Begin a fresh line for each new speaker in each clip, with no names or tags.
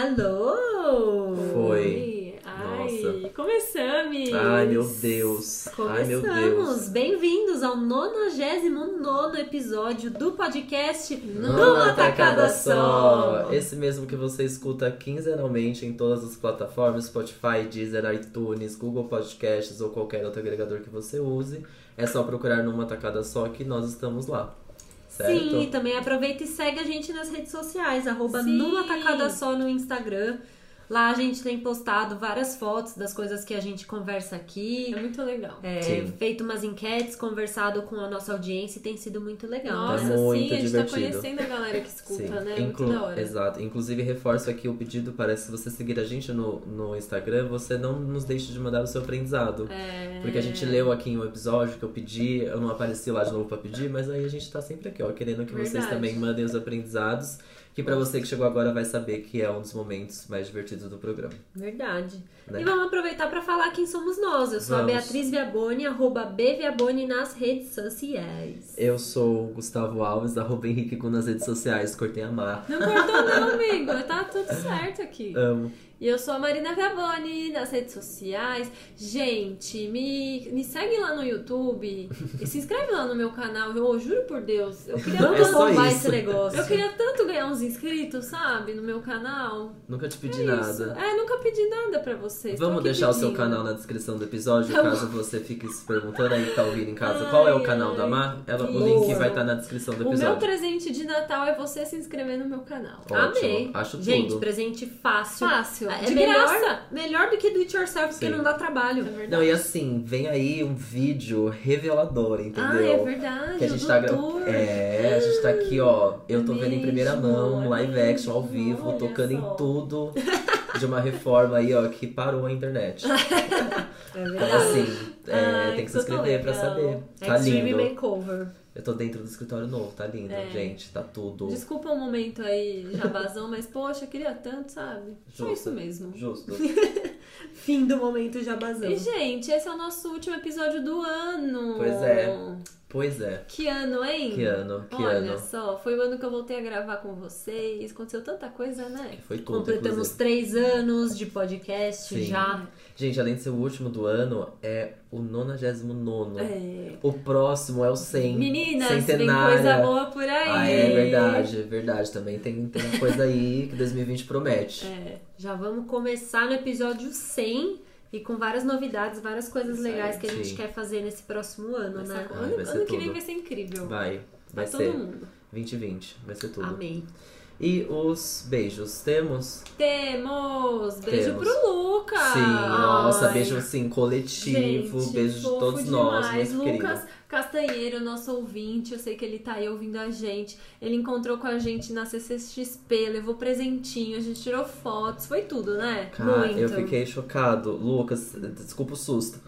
Alô!
Foi.
Ai,
Nossa.
começamos!
Ai, meu Deus. Ai, meu
Começamos!
Deus.
Bem-vindos ao 99 episódio do podcast
Numa tacada só. É Esse mesmo que você escuta quinzenalmente em todas as plataformas, Spotify, Deezer, iTunes, Google Podcasts ou qualquer outro agregador que você use. É só procurar numa tacada só que nós estamos lá. Certo?
Sim, e também aproveita e segue a gente nas redes sociais, arroba
Sim.
numa tacada só no Instagram. Lá a gente tem postado várias fotos das coisas que a gente conversa aqui.
É muito legal.
É,
Sim.
feito umas enquetes, conversado com a nossa audiência e tem sido muito legal.
Nossa,
Tá muito
sim, a gente
divertido.
tá conhecendo a galera que escuta,
Sim.
né?
Inclu-
Muito da hora.
Exato. Inclusive, reforço aqui o pedido para se você seguir a gente no, no Instagram, você não nos deixe de mandar o seu aprendizado.
É...
Porque a gente leu aqui em um episódio que eu pedi, eu não apareci lá de novo pra pedir, mas aí a gente tá sempre aqui, ó, querendo que vocês
Verdade.
também mandem os aprendizados, que pra você que chegou agora vai saber que é um dos momentos mais divertidos do programa.
Verdade.
Né?
E vamos aproveitar para falar quem somos nós. Eu sou
Vamos.
a Beatriz Viaboni, arroba B Viaboni nas redes sociais.
Eu sou o Gustavo Alves, arroba Henrique Gu nas redes sociais, cortei a mar.
Não cortou não, amigo. Tá tudo certo aqui.
Amo.
E eu sou a Marina Viaboni, nas redes sociais. Gente, me, me segue lá no YouTube. E se inscreve lá no meu canal. Eu juro por Deus. Eu queria,
É
Vamos
só
tanto,
bombar
isso.
esse negócio.
eu queria tanto ganhar uns inscritos, sabe? No meu canal.
Nunca te pedi
Isso.
nada.
É, nunca pedi nada pra vocês. Tô
Vamos
aqui
deixar o seu
pedindo.
canal na descrição do episódio,
Tá bom.
caso você fique se perguntando aí que tá ouvindo em casa qual é o
Ai,
canal da
ai.
Mar, ela, o
Boa.
link vai estar na descrição do
O meu tá-
episódio.
presente de Natal é você se inscrever no meu canal.
Ótimo,
Amei.
acho
Gente,
tudo.
presente fácil.
Fácil.
É
de
melhor,
graça.
melhor do que do it yourself, porque
Sim.
não dá trabalho.
É verdade.
Não, e assim, vem aí um vídeo revelador, entendeu?
ah, é verdade.
Que a
o
gente tá gra-
doutor.
É, a gente tá aqui, ó. Eu tô vendo em primeira
Mesmo,
mão,
é
live action ao vivo,
olha
tocando
só.
em tudo de uma reforma aí, ó, que parou a internet.
É
Então, assim, é,
Ai,
tem que se
que
inscrever pra
legal. É
saber. Tá
Extreme
lindo.
Makeover.
Eu tô dentro do escritório novo, tá lindo,
É.
gente. Tá tudo.
Desculpa o momento aí, jabazão, mas poxa, eu queria tanto, sabe? Só
Justo.
isso mesmo.
Justo.
Fim do momento jabazão.
E, gente, esse é o nosso último episódio do ano.
Pois é. Pois é.
Que ano, hein?
Que ano, que
Olha
ano.
só, foi o ano que eu voltei a gravar com vocês. Aconteceu tanta coisa, né?
Foi tudo,
Completamos
inclusive.
três anos de podcast
Sim.
já.
Gente, além de ser o último do ano, é o 99.
É.
O próximo é o 100.
Meninas, tem
centenária.
coisa boa por aí.
Ah, é verdade, é verdade. Também tem, tem uma coisa aí que 2020 promete.
É.
Já vamos começar no episódio 100 e com várias novidades, várias coisas
Isso aí.
legais que a gente
Sim.
quer fazer nesse próximo ano,
Vai ser-
né?
Ai,
ano
vai ser
ano que vem
tudo.
vai ser incrível.
Vai, vai
Pra
ser.
todo mundo.
2020, vai ser tudo.
Amei.
E os beijos, temos?
Temos! Beijo
Temos.
pro Lucas!
Sim, nossa,
Ai.
beijo assim, coletivo,
Gente,
beijo de
fofo
todos nós,
demais.
muito querido.
Lucas Castanheiro, nosso ouvinte, eu sei que ele tá aí ouvindo a gente. Ele encontrou com a gente na CCXP, levou presentinho, a gente tirou fotos, foi tudo, né?
Cara, eu
muito.
fiquei chocado. Lucas, desculpa o susto.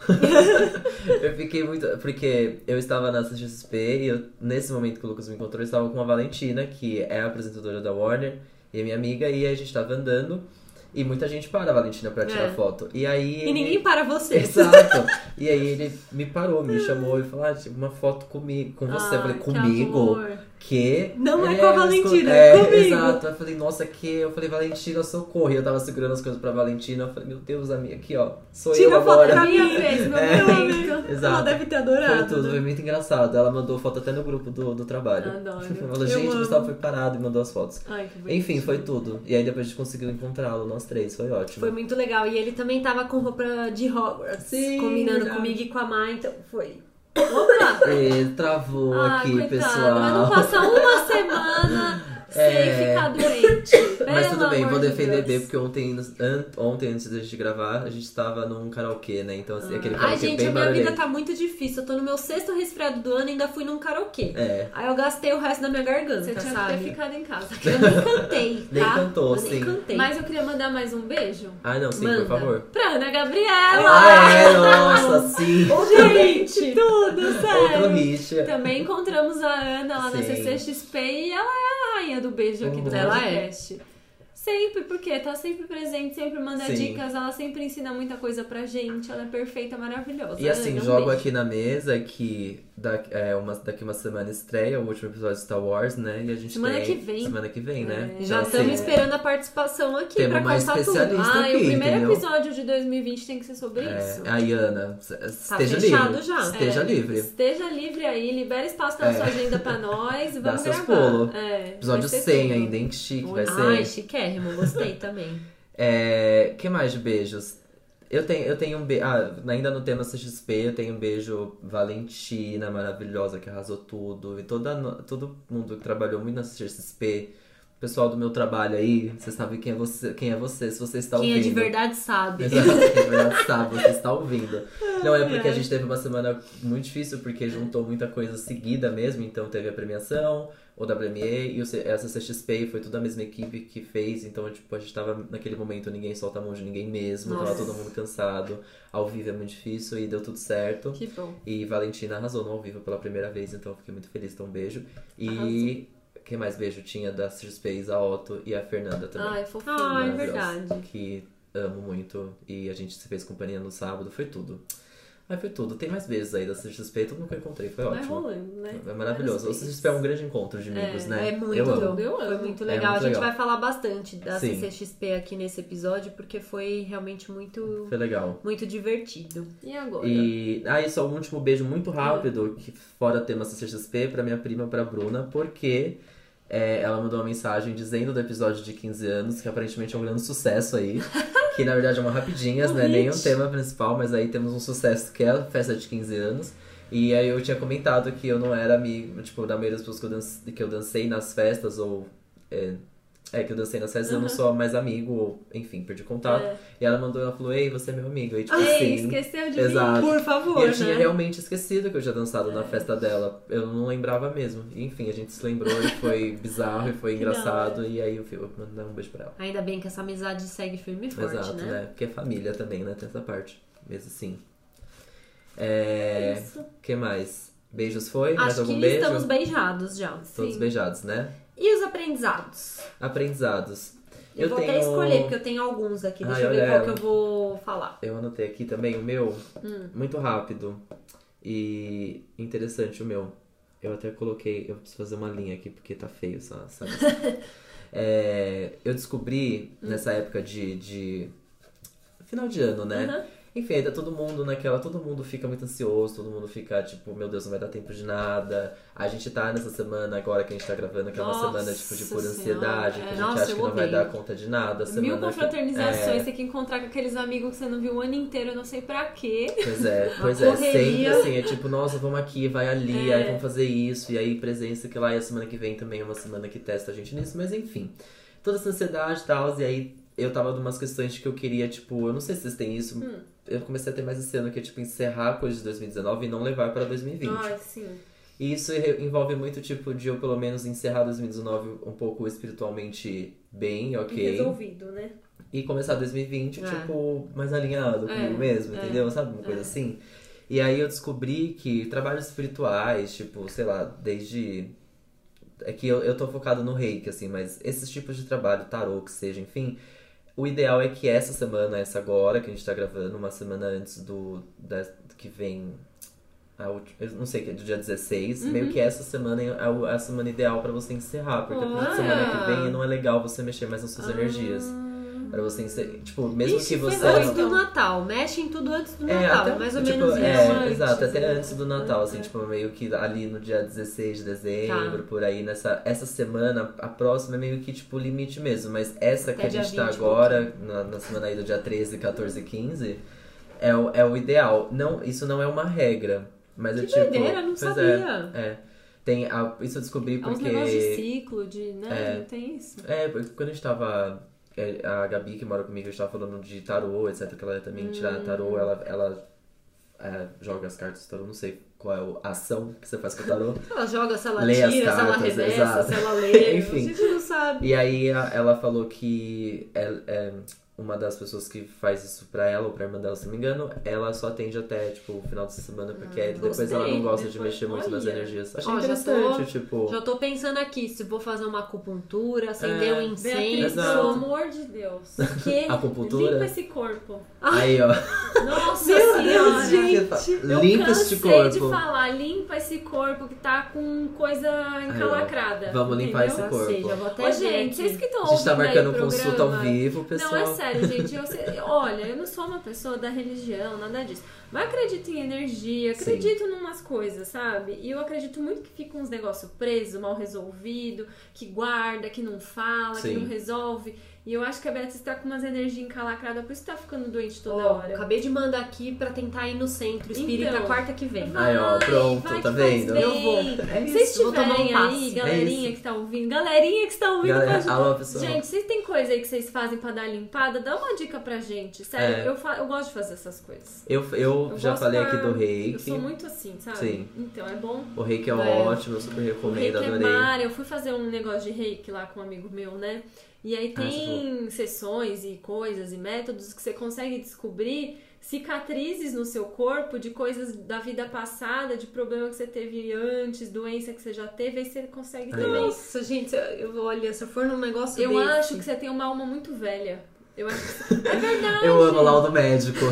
eu fiquei muito. Porque eu estava na CXP e eu- nesse momento que o Lucas me encontrou, eu estava com a Valentina, que é a apresentadora da Warner, e é minha amiga, e a gente estava andando. E muita gente para a Valentina pra tirar
É.
foto. E aí.
E
ele-
ninguém para você.
Exato. E aí ele me parou, me chamou e falou: ah, tipo, uma foto comigo, com você.
Ai,
eu falei,
que
comigo?
amor.
Que.
Não é com a
mas
Valentina,
com-
é
é
comigo.
Exato. Eu falei, nossa, que. Eu falei, Valentina, socorro. E eu tava segurando as coisas pra Valentina. Eu falei, meu Deus, amiga, aqui, ó. Sou
Tira
eu
a foto
agora.
pra
Minha
mim.
vez, meu
É.
momento.
Ela
Exato.
deve ter
Foi
adorado.
tudo, foi
né?
muito engraçado. Ela mandou foto até no grupo do, do trabalho. Ela
Adoro.
falou,
Eu
gente, o
amo.
Gustavo foi parado e mandou as fotos.
Ai, que bonito.
Enfim, foi tudo. E aí depois a gente conseguiu encontrá-lo, nós três, foi ótimo.
Foi muito legal. E ele também tava com roupa de Hogwarts,
Sim,
combinando
verdade.
comigo e com a Mai, então foi.
Opa!
E travou
Ah,
Ai,
aqui,
coitado,
pessoal.
Ah, Mas não passa uma semana sem
É.
ficar doente.
Mas
Pelo
tudo bem,
amor
vou
de
defender B,
Deus.
porque ontem, an- ontem, antes da gente gravar, a gente tava num karaokê, né? Então, assim, aquele
Ah. Ai,
karaokê
gente, a
bem
minha vida
barulhento.
tá muito difícil. Eu tô no meu sexto resfriado do ano e ainda fui num karaokê.
É.
Aí eu gastei o resto da minha garganta,
tá
Você tinha que
sabe?
ter ficado em casa.
Eu nem cantei, tá?
Nem cantou,
eu nem
sim.
cantei.
Mas eu queria mandar mais um beijo
Ah, não, sim,
Manda.
por favor.
pra Ana Gabriela.
Ah, é, nossa, sim.
Gente, tudo,
Outro
sério.
hit.
Também encontramos a Ana lá na
Sim.
CCXP e ela é a rainha do beijo aqui do
Uhum.
Ela é.
podcast. Sempre, porque tá sempre presente, sempre manda
Sim.
dicas, ela sempre ensina muita coisa pra gente, ela é perfeita, maravilhosa.
E assim,
Ela é um
jogo
beijo.
aqui na mesa que da, é, uma, daqui uma semana estreia o último episódio de Star Wars, né? E a gente
Semana
tem-
que vem.
Semana que vem, né?
É.
Já
Então,
estamos
assim,
esperando a participação aqui
Temos
pra
uma
contar tudo.
especialista.
Ah, e o
aqui,
primeiro
entendeu?
episódio de 2020 tem que ser sobre isso. Tá
é, aí, Ana, s- esteja
fechado
livre.
já.
Esteja
É,
livre.
Esteja livre aí, libera espaço na
É.
sua agenda pra nós,
Dá
vamos
seus
gravar.
pulos.
É,
Episódio
vai ser
100
tudo.
ainda, hein? Que chique, vai
Ai,
ser.
chiquérrimo, gostei também.
É, que mais de beijos? Eu tenho, eu tenho um beijo. Ah, ainda no tema CXP, eu tenho um beijo Valentina, maravilhosa, que arrasou tudo. E toda, no- todo mundo que trabalhou muito na CXP. Pessoal do meu trabalho aí, vocês sabem quem é você, quem é você se você está
Quem
ouvindo.
é de verdade sabe.
Exato, quem é de verdade sabe, você está ouvindo. Não, é porque
ai.
a gente teve uma semana muito difícil, porque juntou muita coisa seguida mesmo. Então teve a premiação, o da Premier e o C- essa CXP foi toda a mesma equipe que fez. Então, tipo, a gente tava naquele momento, ninguém solta a mão de ninguém mesmo. Tava
Nossa.
todo mundo cansado. Ao vivo é muito difícil e deu tudo certo.
Que bom.
E Valentina arrasou no ao vivo pela primeira vez, então eu fiquei muito feliz, então um beijo. E quem mais beijo tinha da CXP, a Otto e a Fernanda também.
Ai, é fofinho.
Ai,
Maravilhosa.
Ah, é verdade.
Que amo muito. E a gente se fez companhia no sábado. Foi tudo. Ai, foi tudo. Tem mais beijos aí da CXP. Todo mundo que eu encontrei. Foi
Vai
ótimo.
rolando, né?
É maravilhoso. O
Vários
CXP é um grande encontro de amigos, né?
É muito,
eu amo.
eu amo. foi muito
É
legal.
muito
a gente
legal.
vai falar bastante da
Sim.
CCXP aqui nesse episódio, porque foi realmente muito,
Foi legal.
muito divertido.
E agora?
E aí, só um último beijo muito rápido, que fora tema CCXP, pra minha prima, pra Bruna, porque é, ela mandou uma mensagem dizendo do episódio de 15 anos, que aparentemente é um grande sucesso aí. que na verdade é uma rapidinhas,
Um
né? Nem um
hit.
tema principal, mas aí temos um sucesso que é a festa de 15 anos. E aí eu tinha comentado que eu não era amigo, tipo, da maioria das pessoas que eu, dance- que eu dancei nas festas, ou. É, é, que eu dancei nas festas, eu não sou mais amigo, ou enfim, perdi contato.
É.
E ela mandou, ela falou, ei, você é meu amigo. E tipo
Ei,
tá assim.
esqueceu de
Exato.
mim? Por
E
favor,
eu
Uhum.
tinha
né?
realmente esquecido que eu tinha dançado
É.
na festa dela. Eu não lembrava mesmo. E, Enfim, a gente se lembrou e foi bizarro e foi
Que da
engraçado. E aí eu, fui- eu mandei um beijo pra ela.
Ainda bem que essa amizade segue firme e forte,
Exato,
né?
né? Porque é família também, né? Tem essa parte. Mesmo assim.
É
É.
isso.
O que mais? Beijos foi? mais
Acho
algum
que
beijo?
estamos beijados já.
Todos
sim.
beijados, né?
E os aprendizados?
Aprendizados.
Eu, vou até
tenho-
escolher, porque eu tenho alguns aqui. Deixa
Ai,
eu ver
olha
qual que
ela.
eu vou falar.
Eu anotei aqui também o meu,
Hum.
muito rápido e interessante o meu. Eu até coloquei, eu preciso fazer uma linha aqui porque tá feio essa. essa lista. É, eu descobri
Hum.
nessa época de, de final de ano, né?
Aham.
Enfim, aí tá todo mundo naquela, todo mundo fica muito ansioso, todo mundo fica tipo, meu Deus, não vai dar tempo de nada. A gente tá nessa semana agora que a gente tá gravando, que é uma
Nossa
semana tipo de pura
Senhora.
ansiedade, que a
É,
gente
nossa,
acha que
eu
não vai
odeio.
dar conta de nada. a
Mil
semana que-
confraternizações,
É.
tem que encontrar com aqueles amigos que você não viu o ano inteiro, não sei pra quê.
Pois é, pois é,
correria.
sempre assim, é tipo, nossa, vamos aqui, vai ali,
É.
aí vamos fazer isso, e aí presença que lá, e a semana que vem também é uma semana que testa a gente nisso, mas enfim. Toda essa ansiedade e tal, e aí eu tava numas questões de que eu queria, tipo, eu não sei se vocês têm isso,
Hum.
eu comecei a ter mais esse ano que é tipo encerrar coisas de 2019 e não levar pra 2020.
Ai, sim.
E isso re- envolve muito, tipo, de eu pelo menos encerrar 2019 um pouco espiritualmente bem, ok.
Resolvido, né?
E começar 2020,
É.
tipo, mais alinhado
É,
comigo mesmo,
é.
entendeu? Sabe, uma coisa assim. E aí eu descobri que trabalhos espirituais, tipo, sei lá, desde. É que eu, eu tô focado no reiki, assim, mas esses tipos de trabalho, tarô, que seja, enfim. O ideal é que essa semana, essa agora, que a gente tá gravando, uma semana antes do. Da, que vem. A última, eu não sei, que é do dia 16.
Uhum.
Meio que essa semana é a, o- a semana ideal pra você encerrar. Porque
Olha!
a semana que vem não é legal você mexer mais nas suas energias. Pra você encerrar. Tipo, mesmo
Ah. Ixi,
que
foi
você.
antes
não-
do Natal. Mexe em tudo antes do
É,
Natal.
até-
mais ou
tipo,
menos
é,
isso.
antes,
Exato, até
né?
antes do Natal,
Uhum.
assim,
É.
tipo, meio que ali no dia 16 de dezembro,
Tá.
por aí, nessa essa semana, a próxima é meio que tipo limite mesmo, mas essa
Até
que a
dia
gente tá
20 e
agora, na, na semana aí do dia 13, 14 e 15, é o, é o ideal. Não, isso não é uma regra, mas eu
Que
tipo,
doideira, não
pois é,
sabia.
É, tem a- isso eu descobri
É uns
porque
negócios de ciclo, de. né?
É.
Não tem isso.
é, porque quando a gente tava. é, A Gabi, que mora comigo, a gente tava falando de tarô, etc. Que ela também tira
Hum.
tarô, ela, ela é, joga as cartas do tarô, não sei qual é o- a ação que você faz com o tarô.
Ela joga, se ela
Lê as
tira, se ela
cartas,
reversa,
exato.
se ela lê.
Enfim.
A gente não sabe.
E aí a- ela falou que é, é, uma das pessoas que faz isso pra ela ou pra irmã dela, se não me engano, ela só atende até, tipo, o final de semana, porque aí depois
gostei,
ela não gosta de
Ah, depois-
mexer muito nas
olha.
energias. Achei
Ó, já
interessante,
tô-
tipo.
Já tô pensando aqui, se vou fazer uma acupuntura, acender
É,
um
Beatriz,
incenso.
Exato.
pelo amor de Deus.
Que...
Acupuntura.
Limpa esse corpo.
Aí, ó.
Nossa
Meu Deus,
senhora.
gente!
Eu
Limpa
cansei
este corpo.
de falar, limpa esse corpo que tá com coisa encalacrada.
Vamos limpar
entendeu?
esse
Já sei,
corpo.
já vou até
Ô,
ver aqui.
gente, vocês que estão
A gente
ouvindo
tá
aí
marcando
o programa...
consulta ao vivo, pessoal.
Não, é sério, gente. Eu sei- olha, eu não sou uma pessoa da religião, nada disso. Mas acredito em energia,
Sim.
acredito em umas coisas, sabe? E eu acredito muito que fica uns negócios preso, mal resolvido, que guarda, que não fala,
Sim.
que não resolve. E eu acho que a Beatriz tá com umas energias encalacradas, por isso tá ficando doente toda
Ó,
hora.
acabei de mandar aqui pra tentar ir no centro espírita
Então.
quarta que vem.
Aí, ó,
Vai,
pronto,
vai que
tá
faz
vendo?
bem.
Eu vou.
É
Se vocês
isso, vou tomar um
tiverem
passe.
aí,
É
galerinha
isso.
que tá ouvindo, galerinha que está ouvindo,
Galera,
pode-
alô, pessoal.
Gente, vocês têm coisa aí que vocês fazem pra dar limpada? Dá uma dica pra gente. Sério,
É.
eu, fa- eu gosto de fazer essas coisas.
Eu, eu,
Eu
já
gosto
falei
pra-
aqui do
Eu sou
reiki.
muito assim, sabe?
Sim.
Então é bom.
O reiki é,
É.
ótimo, eu super
O
recomendo,
reiki é
adorei.
mara. Eu fui fazer um negócio de reiki lá com um amigo meu, né? E
Ah,
aí tem sessões e coisas e métodos que você consegue descobrir cicatrizes no seu corpo de coisas da vida passada, de problema que você teve antes, doença que você já teve, aí você consegue
Ai,
também
Nossa, gente, eu, olha, se eu for num negócio
Eu
desse...
acho que você tem uma alma muito velha. Eu acho que... É verdade.
eu amo lá o do médico.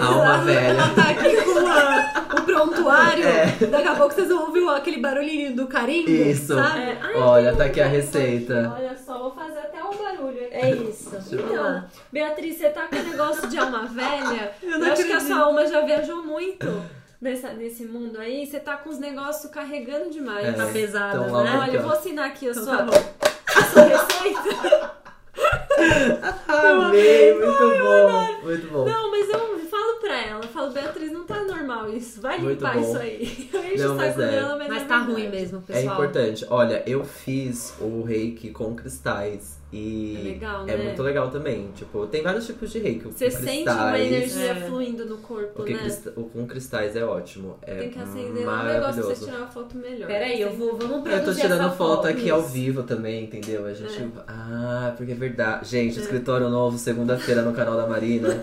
Alma velha.
Ela tá aqui com a- o prontuário.
É.
Daqui a pouco vocês vão ouvir aquele barulhinho do carimbo,
Isso.
sabe?
É. Ai,
Olha,
tem
tá
um
aqui a
velho
receita.
aqui. Olha só, vou fazer até um barulho aqui.
É isso.
Então, Beatriz, você tá com o negócio de alma velha?
Eu é não
acho que a
acredito.
sua alma já viajou muito nessa, nesse mundo aí. Você tá com os negócios carregando demais.
É,
tá pesada,
então,
né?
lá
Olha, eu
ó.
vou assinar aqui a
Então
sua,
tá bom.
a sua receita.
Ah, Amei, muito bom. Muito bom.
Não, mas eu falo pra ela. Eu falo, Beatriz, não tá normal isso. Vai
Muito
limpar
bom.
isso aí. Eu encho
Não,
o
mas
saco
é.
dela, mas
Mas
é
tá
verdade.
ruim mesmo,
É
pessoal.
importante. Olha, eu fiz o reiki com cristais e
É legal,
é
né?
muito legal também. Tipo, tem vários tipos de reiki. O
Você
com
sente uma
cristais,
energia
É.
fluindo no corpo,
O, que
né?
crista- o com cristais é ótimo. É
Tem que acender lá um negócio pra você
maravilhoso.
tirar uma foto melhor.
Peraí, eu vou, vamos
Eu
produzir
tô tirando
essa
foto aqui é ao
Isso.
vivo também, entendeu? A gente. Ah, porque é verdade. Gente, escritório novo, segunda-feira no canal da Marina.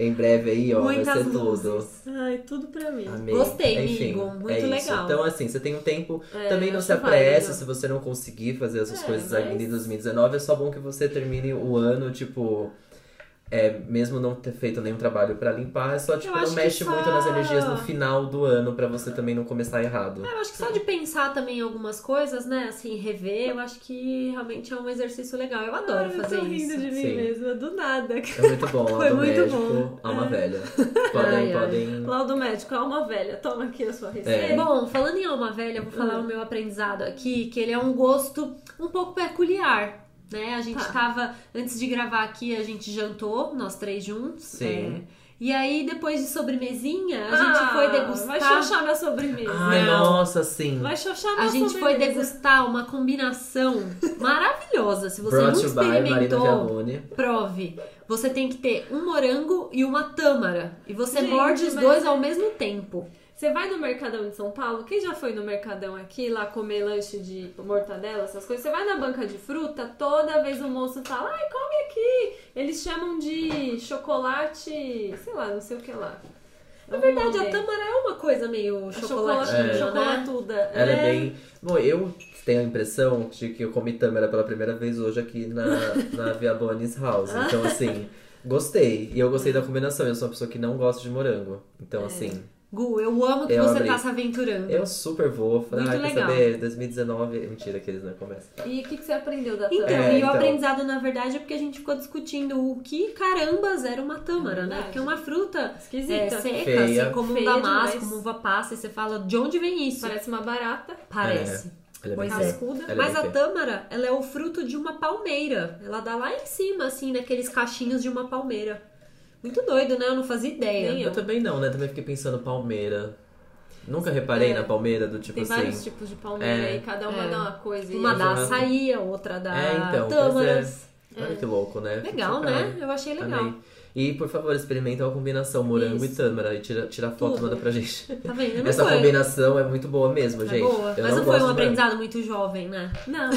em breve aí, ó,
Muitas
vai ser tudo.
luzes.
Ai, tudo pra mim.
Amei.
Gostei,
Enfim,
amigo. Muito
é isso.
legal.
Então, assim, você tem um tempo.
É,
também não
acho
se apresse
válido.
se você não conseguir fazer as suas
É,
coisas
mas-
ainda em 2019. É só bom que você termine o ano, tipo. É, mesmo não ter feito nenhum trabalho pra limpar, é só, tipo,
acho
não
que
mexe
só-
muito nas energias no final do ano pra você também não começar errado.
Eu acho que só de pensar também em algumas coisas, né? Assim, rever, eu acho que realmente é um exercício legal. Eu adoro
Ai,
fazer
eu tô
isso.
rindo de mim
Sim.
mesma, do nada.
É muito bom, lá
Foi
do
muito
médico,
bom.
alma
É.
velha. Podem,
Ai, É. ai.
podem.
Laudo médico, alma velha, toma aqui a sua receita.
É.
Bom, falando em alma velha, eu vou
Ah.
falar o meu aprendizado aqui, que ele é um gosto um pouco peculiar. Né? A gente
Tá.
tava, antes de gravar aqui, a gente jantou, nós três juntos.
Sim.
é. E aí, depois de sobremesinha, a
Ah,
gente foi degustar.
Vai xoxar minha sobremesa.
Ai,
Não.
nossa, sim.
Vai xoxar minha
A gente
sobremesa.
foi degustar uma combinação maravilhosa. Se você
Brought
não
you by Marina
experimentou,
Vialone.
prove. Você tem que ter um morango e uma tâmara. E você
Gente,
morde os
mas-
dois ao mesmo tempo.
Você vai no Mercadão de São Paulo? Quem já foi no Mercadão aqui, lá comer lanche de mortadela, essas coisas? Você vai na banca de fruta, toda vez o moço fala, ai, come aqui. Eles chamam de chocolate, sei lá, não sei o que lá.
Na verdade, a
até
tâmara é uma coisa meio
chocolate,
chocolatinha, né?
chocolatuda.
Ela é. bem. Bom, eu tenho a impressão de que eu comi Tâmara pela primeira vez hoje aqui na, na Viabonis House. Então, assim, gostei. E eu gostei da combinação. Eu sou uma pessoa que não gosta de morango.
É.
Então, assim,
Gu, eu amo que
Eu
você
abri.
tá se aventurando.
eu super vou. Falei,
Muito
ah, quer
legal.
saber? 2019. Mentira, que eles não é começam.
E o que, que você aprendeu da
Então,
tâmara?
É,
e o
então.
aprendizado, na verdade, é porque a gente ficou discutindo o que carambas era uma tâmara, né?
É verdade.
Porque é uma fruta é,
Esquisita.
seca,
Feia.
assim, como um
Feia
damasco,
demais.
como uva passa, e você fala, de onde vem isso?
Parece uma barata.
Parece.
Ela é bem
Pois
feia.
é.
Cascuda.
Ela é
Mas
bem
a
feia.
tâmara, ela é o fruto de uma palmeira. Ela dá lá em cima, assim, naqueles cachinhos de uma palmeira. Muito doido, né? Eu não fazia ideia.
Nem
Eu também não, né? Também fiquei pensando Palmeira. Nunca reparei
É.
na Palmeira do tipo
Tem
assim.
vários tipos de palmeira
É.
aí, cada uma
É.
dá uma coisa.
Uma
e...
da açaí, a outra da
É, então, pois
tâmaras.
é. Olha que louco, né? Fico
Legal,
chocado.
né? Eu achei legal.
Amei. E, por favor, experimentem a combinação morango e
Isso.
tâmara. E tira, tira a foto e
Tudo.
manda pra gente.
Tá vendo? Eu não
Essa
foi.
combinação é muito boa mesmo,
Tá
gente.
boa.
Eu
Mas não, foi
não gosto
um
de morango.
aprendizado muito jovem, né?
Não,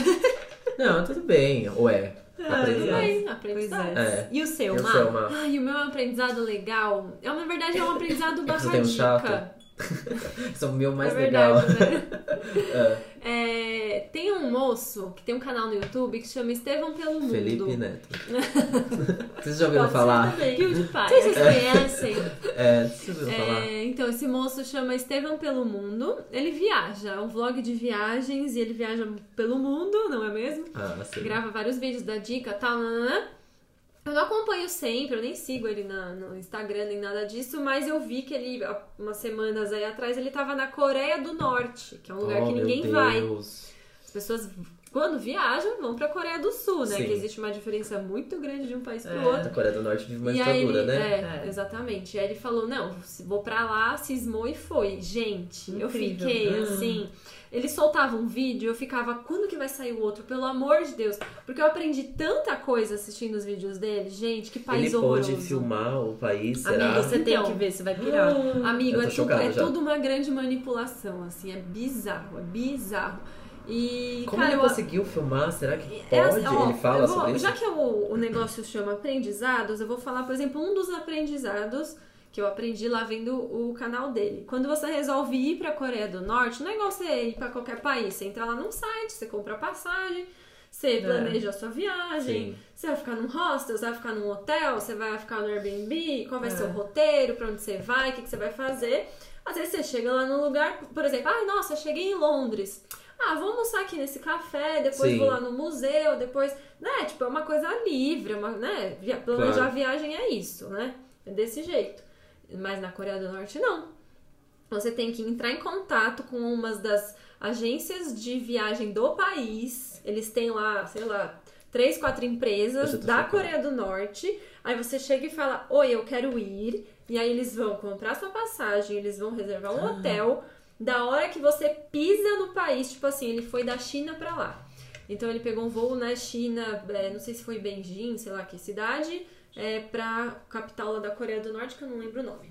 Não, tudo bem. Ué.
Tudo
aprendizado.
bem,
Pois
aprendizado.
é.
É.
E o seu,
Eu
Má?
sou uma.
Ai, o meu é um aprendizado legal. É, na verdade, é um
É
aprendizado
que você
barra
tem um
dica.
chato. Esse é o meu mais
é
legal.
verdade, né?
É.
É, tem um moço que tem um canal no YouTube que se chama Estevão Pelo Mundo.
Felipe Neto. Vocês já ouviram
Pode ser
falar?
também.
PewDiePie.
Não sei se vocês conhecem.
É, vocês ouviram falar?
É, então, esse moço chama Estevão Pelo Mundo. Ele viaja, é um vlog de viagens e ele viaja pelo mundo, não é mesmo?
Ah, sim.
Grava vários vídeos da dica, tá, tal, nananã. Eu não acompanho sempre, eu nem sigo ele na- no Instagram nem nada disso, mas eu vi que ele, há umas semanas aí atrás, ele tava na Coreia do Norte, que é um lugar
Oh,
que
meu
ninguém vai.
Deus.
As pessoas, quando viajam, vão pra Coreia do Sul, né?
Sim.
Que existe uma diferença muito grande de um país pro
É.
outro.
A Coreia do Norte vive uma
E aí,
ditadura,
ele,
né?
É,
É.
exatamente. E aí ele falou, não, se- vou pra lá, cismou e foi. Gente, eu
Incrível.
fiquei
Ah.
Hum.
assim... Ele soltava um vídeo, eu ficava, quando que vai sair o outro? Pelo amor de Deus. Porque eu aprendi tanta coisa assistindo os vídeos dele. Gente, que país
Ele
horroroso.
pôde filmar o país, será?
Amigo, você
Então.
tem que ver, você vai pirar.
Amigo,
Eu
é,
tô
tudo,
chocado
é
já.
tudo uma grande manipulação, assim. É bizarro, é bizarro. E,
Como
cara,
ele
eu-
conseguiu filmar? Será que pode?
É assim, ó,
ele fala
eu vou-
sobre isso?
Já que o, o negócio chama aprendizados, eu vou falar, por exemplo, um dos aprendizados que eu aprendi lá vendo o canal dele. Quando você resolve ir pra Coreia do Norte, não é igual você ir pra qualquer país. Você entra lá num site, você compra a passagem, você
É.
planeja a sua viagem,
Sim.
você vai ficar num hostel, você vai ficar num hotel, você vai ficar no Airbnb, qual vai
É.
ser o roteiro, pra onde você vai, o que, que você vai fazer. Às vezes você chega lá num lugar, por exemplo, ah, nossa, cheguei em Londres. Ah, vou almoçar aqui nesse café, depois
Sim.
vou lá no museu, depois. Né? Tipo, é uma coisa livre, é uma, né? via- Planejar
Claro.
a viagem é isso, né? É desse jeito. Mas na Coreia do Norte, não. Você tem que entrar em contato com umas das agências de viagem do país. Eles têm lá, sei lá, três, quatro empresas
Eu já tô
da
chocado.
Coreia do Norte. Aí você chega e fala: Oi, eu quero ir. E aí eles vão comprar sua passagem, eles vão reservar um hotel. Da hora que você pisa no país, tipo assim, ele foi da China pra lá. Então ele pegou um voo na China, é, não sei se foi Beijing, sei lá que cidade, é, pra capital lá da Coreia do Norte, que eu não lembro o nome.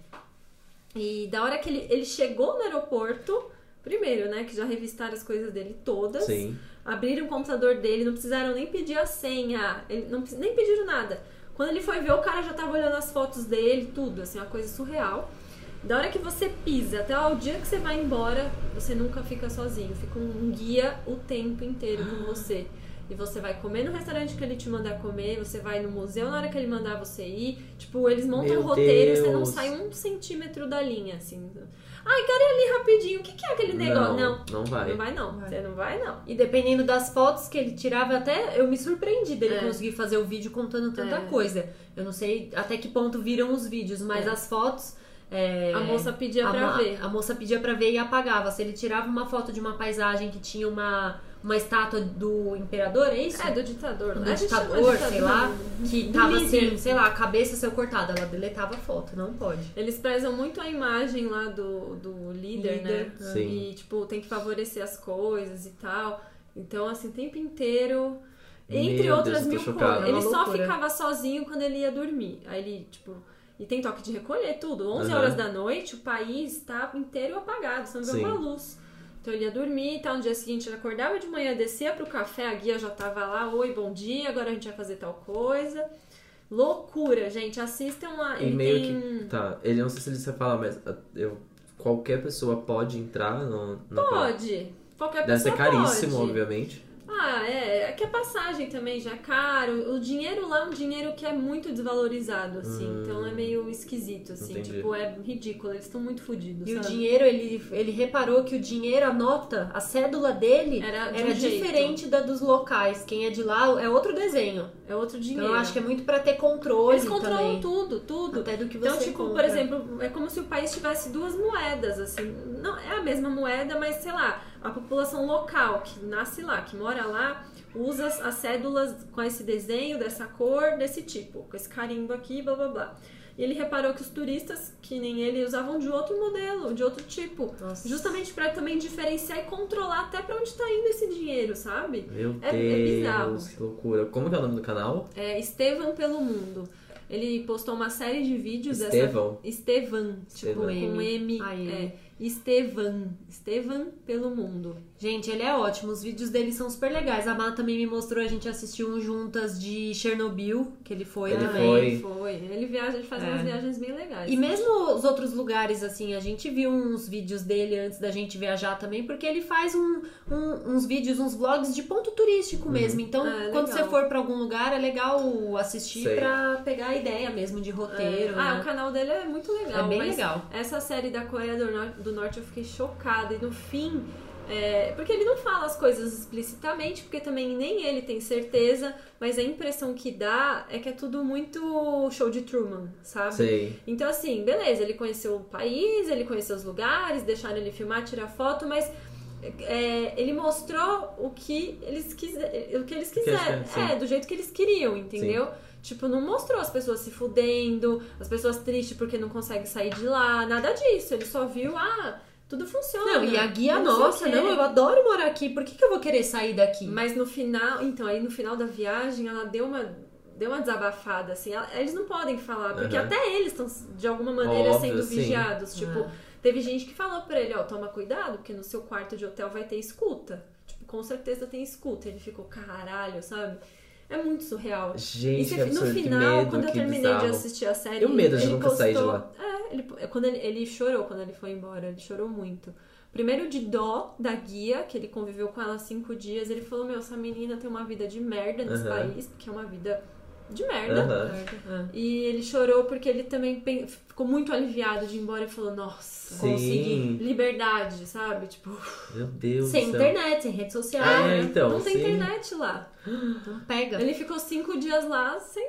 E da hora que ele, ele chegou no aeroporto, primeiro, né, que já revistaram as coisas dele todas,
Sim.
abriram o computador dele, não precisaram nem pedir a senha, ele, não, precis- nem pediram nada. Quando ele foi ver, o cara já tava olhando as fotos dele, tudo, assim, uma coisa surreal. Da hora que você pisa até o dia que você vai embora, você nunca fica sozinho, fica um guia o tempo inteiro com você. E você vai comer no restaurante que ele te mandar comer, você vai no museu na hora que ele mandar você ir. Tipo, eles montam
Meu
um roteiro e você não
Deus.
sai um centímetro da linha, assim. Ai, quero ir ali rapidinho. O que, que é aquele negócio? Não,
Não, não vai.
não vai não.
Vai.
Você não vai não.
E dependendo das fotos que ele tirava, até eu me surpreendi dele
É.
conseguir fazer o vídeo contando tanta
É.
coisa. Eu não sei até que ponto viram os vídeos, mas
É.
as fotos. é,
A moça pedia
a
pra
mo-
ver.
a moça pedia pra ver e apagava. Se ele tirava uma foto de uma paisagem que tinha uma, uma estátua do imperador, é isso?
É, do ditador.
Do
lá. A gente chama
ditador, sei lá, que
Do
tava
líder.
assim, sei lá, a cabeça saiu cortada. Ela deletava a foto, não pode.
Eles prezam muito a imagem lá do, do líder, né?
Líder.
Sim.
E, tipo, tem que favorecer as coisas e tal. Então, assim, o tempo inteiro. Entre
Meu
outras
Deus, eu tô
mil
chocado.
coisas.
É uma
Ele só
loucura.
ficava sozinho quando ele ia dormir. Aí ele, tipo. E tem toque de recolher tudo. 11
Aham.
horas da noite, o país tá inteiro apagado, você não vê
Sim.
uma luz. Então ele ia dormir e tal. No dia seguinte ele acordava de manhã, descia pro café, a guia já tava lá. Oi, bom dia, agora a gente vai fazer tal coisa. Loucura, gente. Assistam lá.
E
ele
meio
tem... um
que. Tá, ele não sei se ele sabe falar, mas ah, eu, qualquer pessoa pode entrar no. no
Pode. Qualquer
Deve ser
pessoa
caríssimo,
pode.
obviamente.
Ah, é. É que a passagem também já é caro. O dinheiro lá é um dinheiro que é muito desvalorizado, assim.
Hum.
Então é meio esquisito, assim.
Entendi.
Tipo, é ridículo. Eles estão muito fodidos,
E o
sabe?
dinheiro, ele, ele reparou que o dinheiro, a nota, a cédula dele
Era de um
era
jeito.
diferente da dos locais. Quem é de lá é outro desenho.
É outro dinheiro.
Então eu acho que é muito pra ter controle
Eles controlam
também.
tudo, tudo.
Até do que você
Então, tipo, por
compra.
exemplo, é como se o país tivesse duas moedas, assim. Não é a mesma moeda, mas sei lá, a população local que nasce lá, que mora lá, usa as as cédulas com esse desenho, dessa cor, desse tipo, com esse carimbo aqui, blá blá blá. E ele reparou que os turistas, que nem ele, usavam de outro modelo, de outro tipo.
Nossa.
Justamente pra também diferenciar e controlar até pra onde tá indo esse dinheiro, sabe?
Meu
É- é
Deus,
bizarro.
que loucura. Como que é o nome do canal?
É, Estevão pelo mundo. Ele postou uma série de vídeos
Estevão.
dessa. Estevan, tipo,
Estevan.
com M.
Aí.
é, Estevan. Estevan pelo mundo.
Gente, ele é ótimo. Os vídeos dele são super legais. A Má também me mostrou, a gente assistiu um juntas de Chernobyl, que ele foi
Ele
também.
foi.
Ele foi. Ele viaja, ele faz
É.
umas viagens bem legais.
E mesmo os outros lugares, assim, a gente viu uns vídeos dele antes da gente viajar também, porque ele faz um- um- uns vídeos, uns vlogs de ponto turístico
Uhum.
mesmo. Então,
Ah, é
quando
legal.
você for pra algum lugar, é legal assistir
Sei.
pra pegar a ideia mesmo de roteiro.
Ah,
né?
o canal dele é muito legal.
É bem
mas
legal.
Essa série da Coreia do Nor- do Norte eu fiquei chocada. E no fim. é, porque ele não fala as coisas explicitamente, porque também nem ele tem certeza, mas a impressão que dá é que é tudo muito show de Truman, sabe?
Sei.
Então, assim, beleza, ele conheceu o país, ele conheceu os lugares, deixaram ele filmar, tirar foto, mas é, ele mostrou o que eles, quise- o que
eles
eles quiseram.
querem, sim.
é, do jeito que eles queriam, entendeu? Tipo, não mostrou as pessoas se fudendo, as pessoas tristes porque não conseguem sair de lá, nada disso. Ele só viu, ah, tudo funciona.
Não, e a guia
não sei o
nossa,
quê.
não, eu adoro morar aqui, por que, que eu vou querer sair daqui?
Mas no final, então, aí no final da viagem, ela deu uma, deu uma desabafada, assim. Ela- eles não podem falar, porque
Aham.
até eles estão, de alguma maneira,
Óbvio,
sendo
sim.
vigiados. Tipo,
Ah.
teve gente que falou pra ele, ó, toma cuidado, porque no seu quarto de hotel vai ter escuta. Tipo, com certeza tem escuta. Ele ficou, caralho, sabe? É muito surreal. E
Gente,
você-
que
no
absurdo,
final,
que medo,
quando eu
que
terminei
bizarro.
de assistir a série,
E o medo de
ele
nunca sair de
postou-
lá?
É, ele, quando ele, ele chorou quando ele foi embora, ele chorou muito. Primeiro de dó da guia, que ele conviveu com ela cinco dias, ele falou, meu, essa menina tem uma vida de merda nesse
Aham.
país, porque é uma vida de merda.
Aham.
Ah.
E ele chorou porque ele também pen- ficou muito aliviado de ir embora e falou, nossa,
Sim.
consegui. Liberdade, sabe? Tipo,
Meu Deus
Sem
do céu.
internet, sem rede social,
É,
né?
então,
não tem
sim.
internet lá.
Então pega.
Ele ficou cinco dias lá sem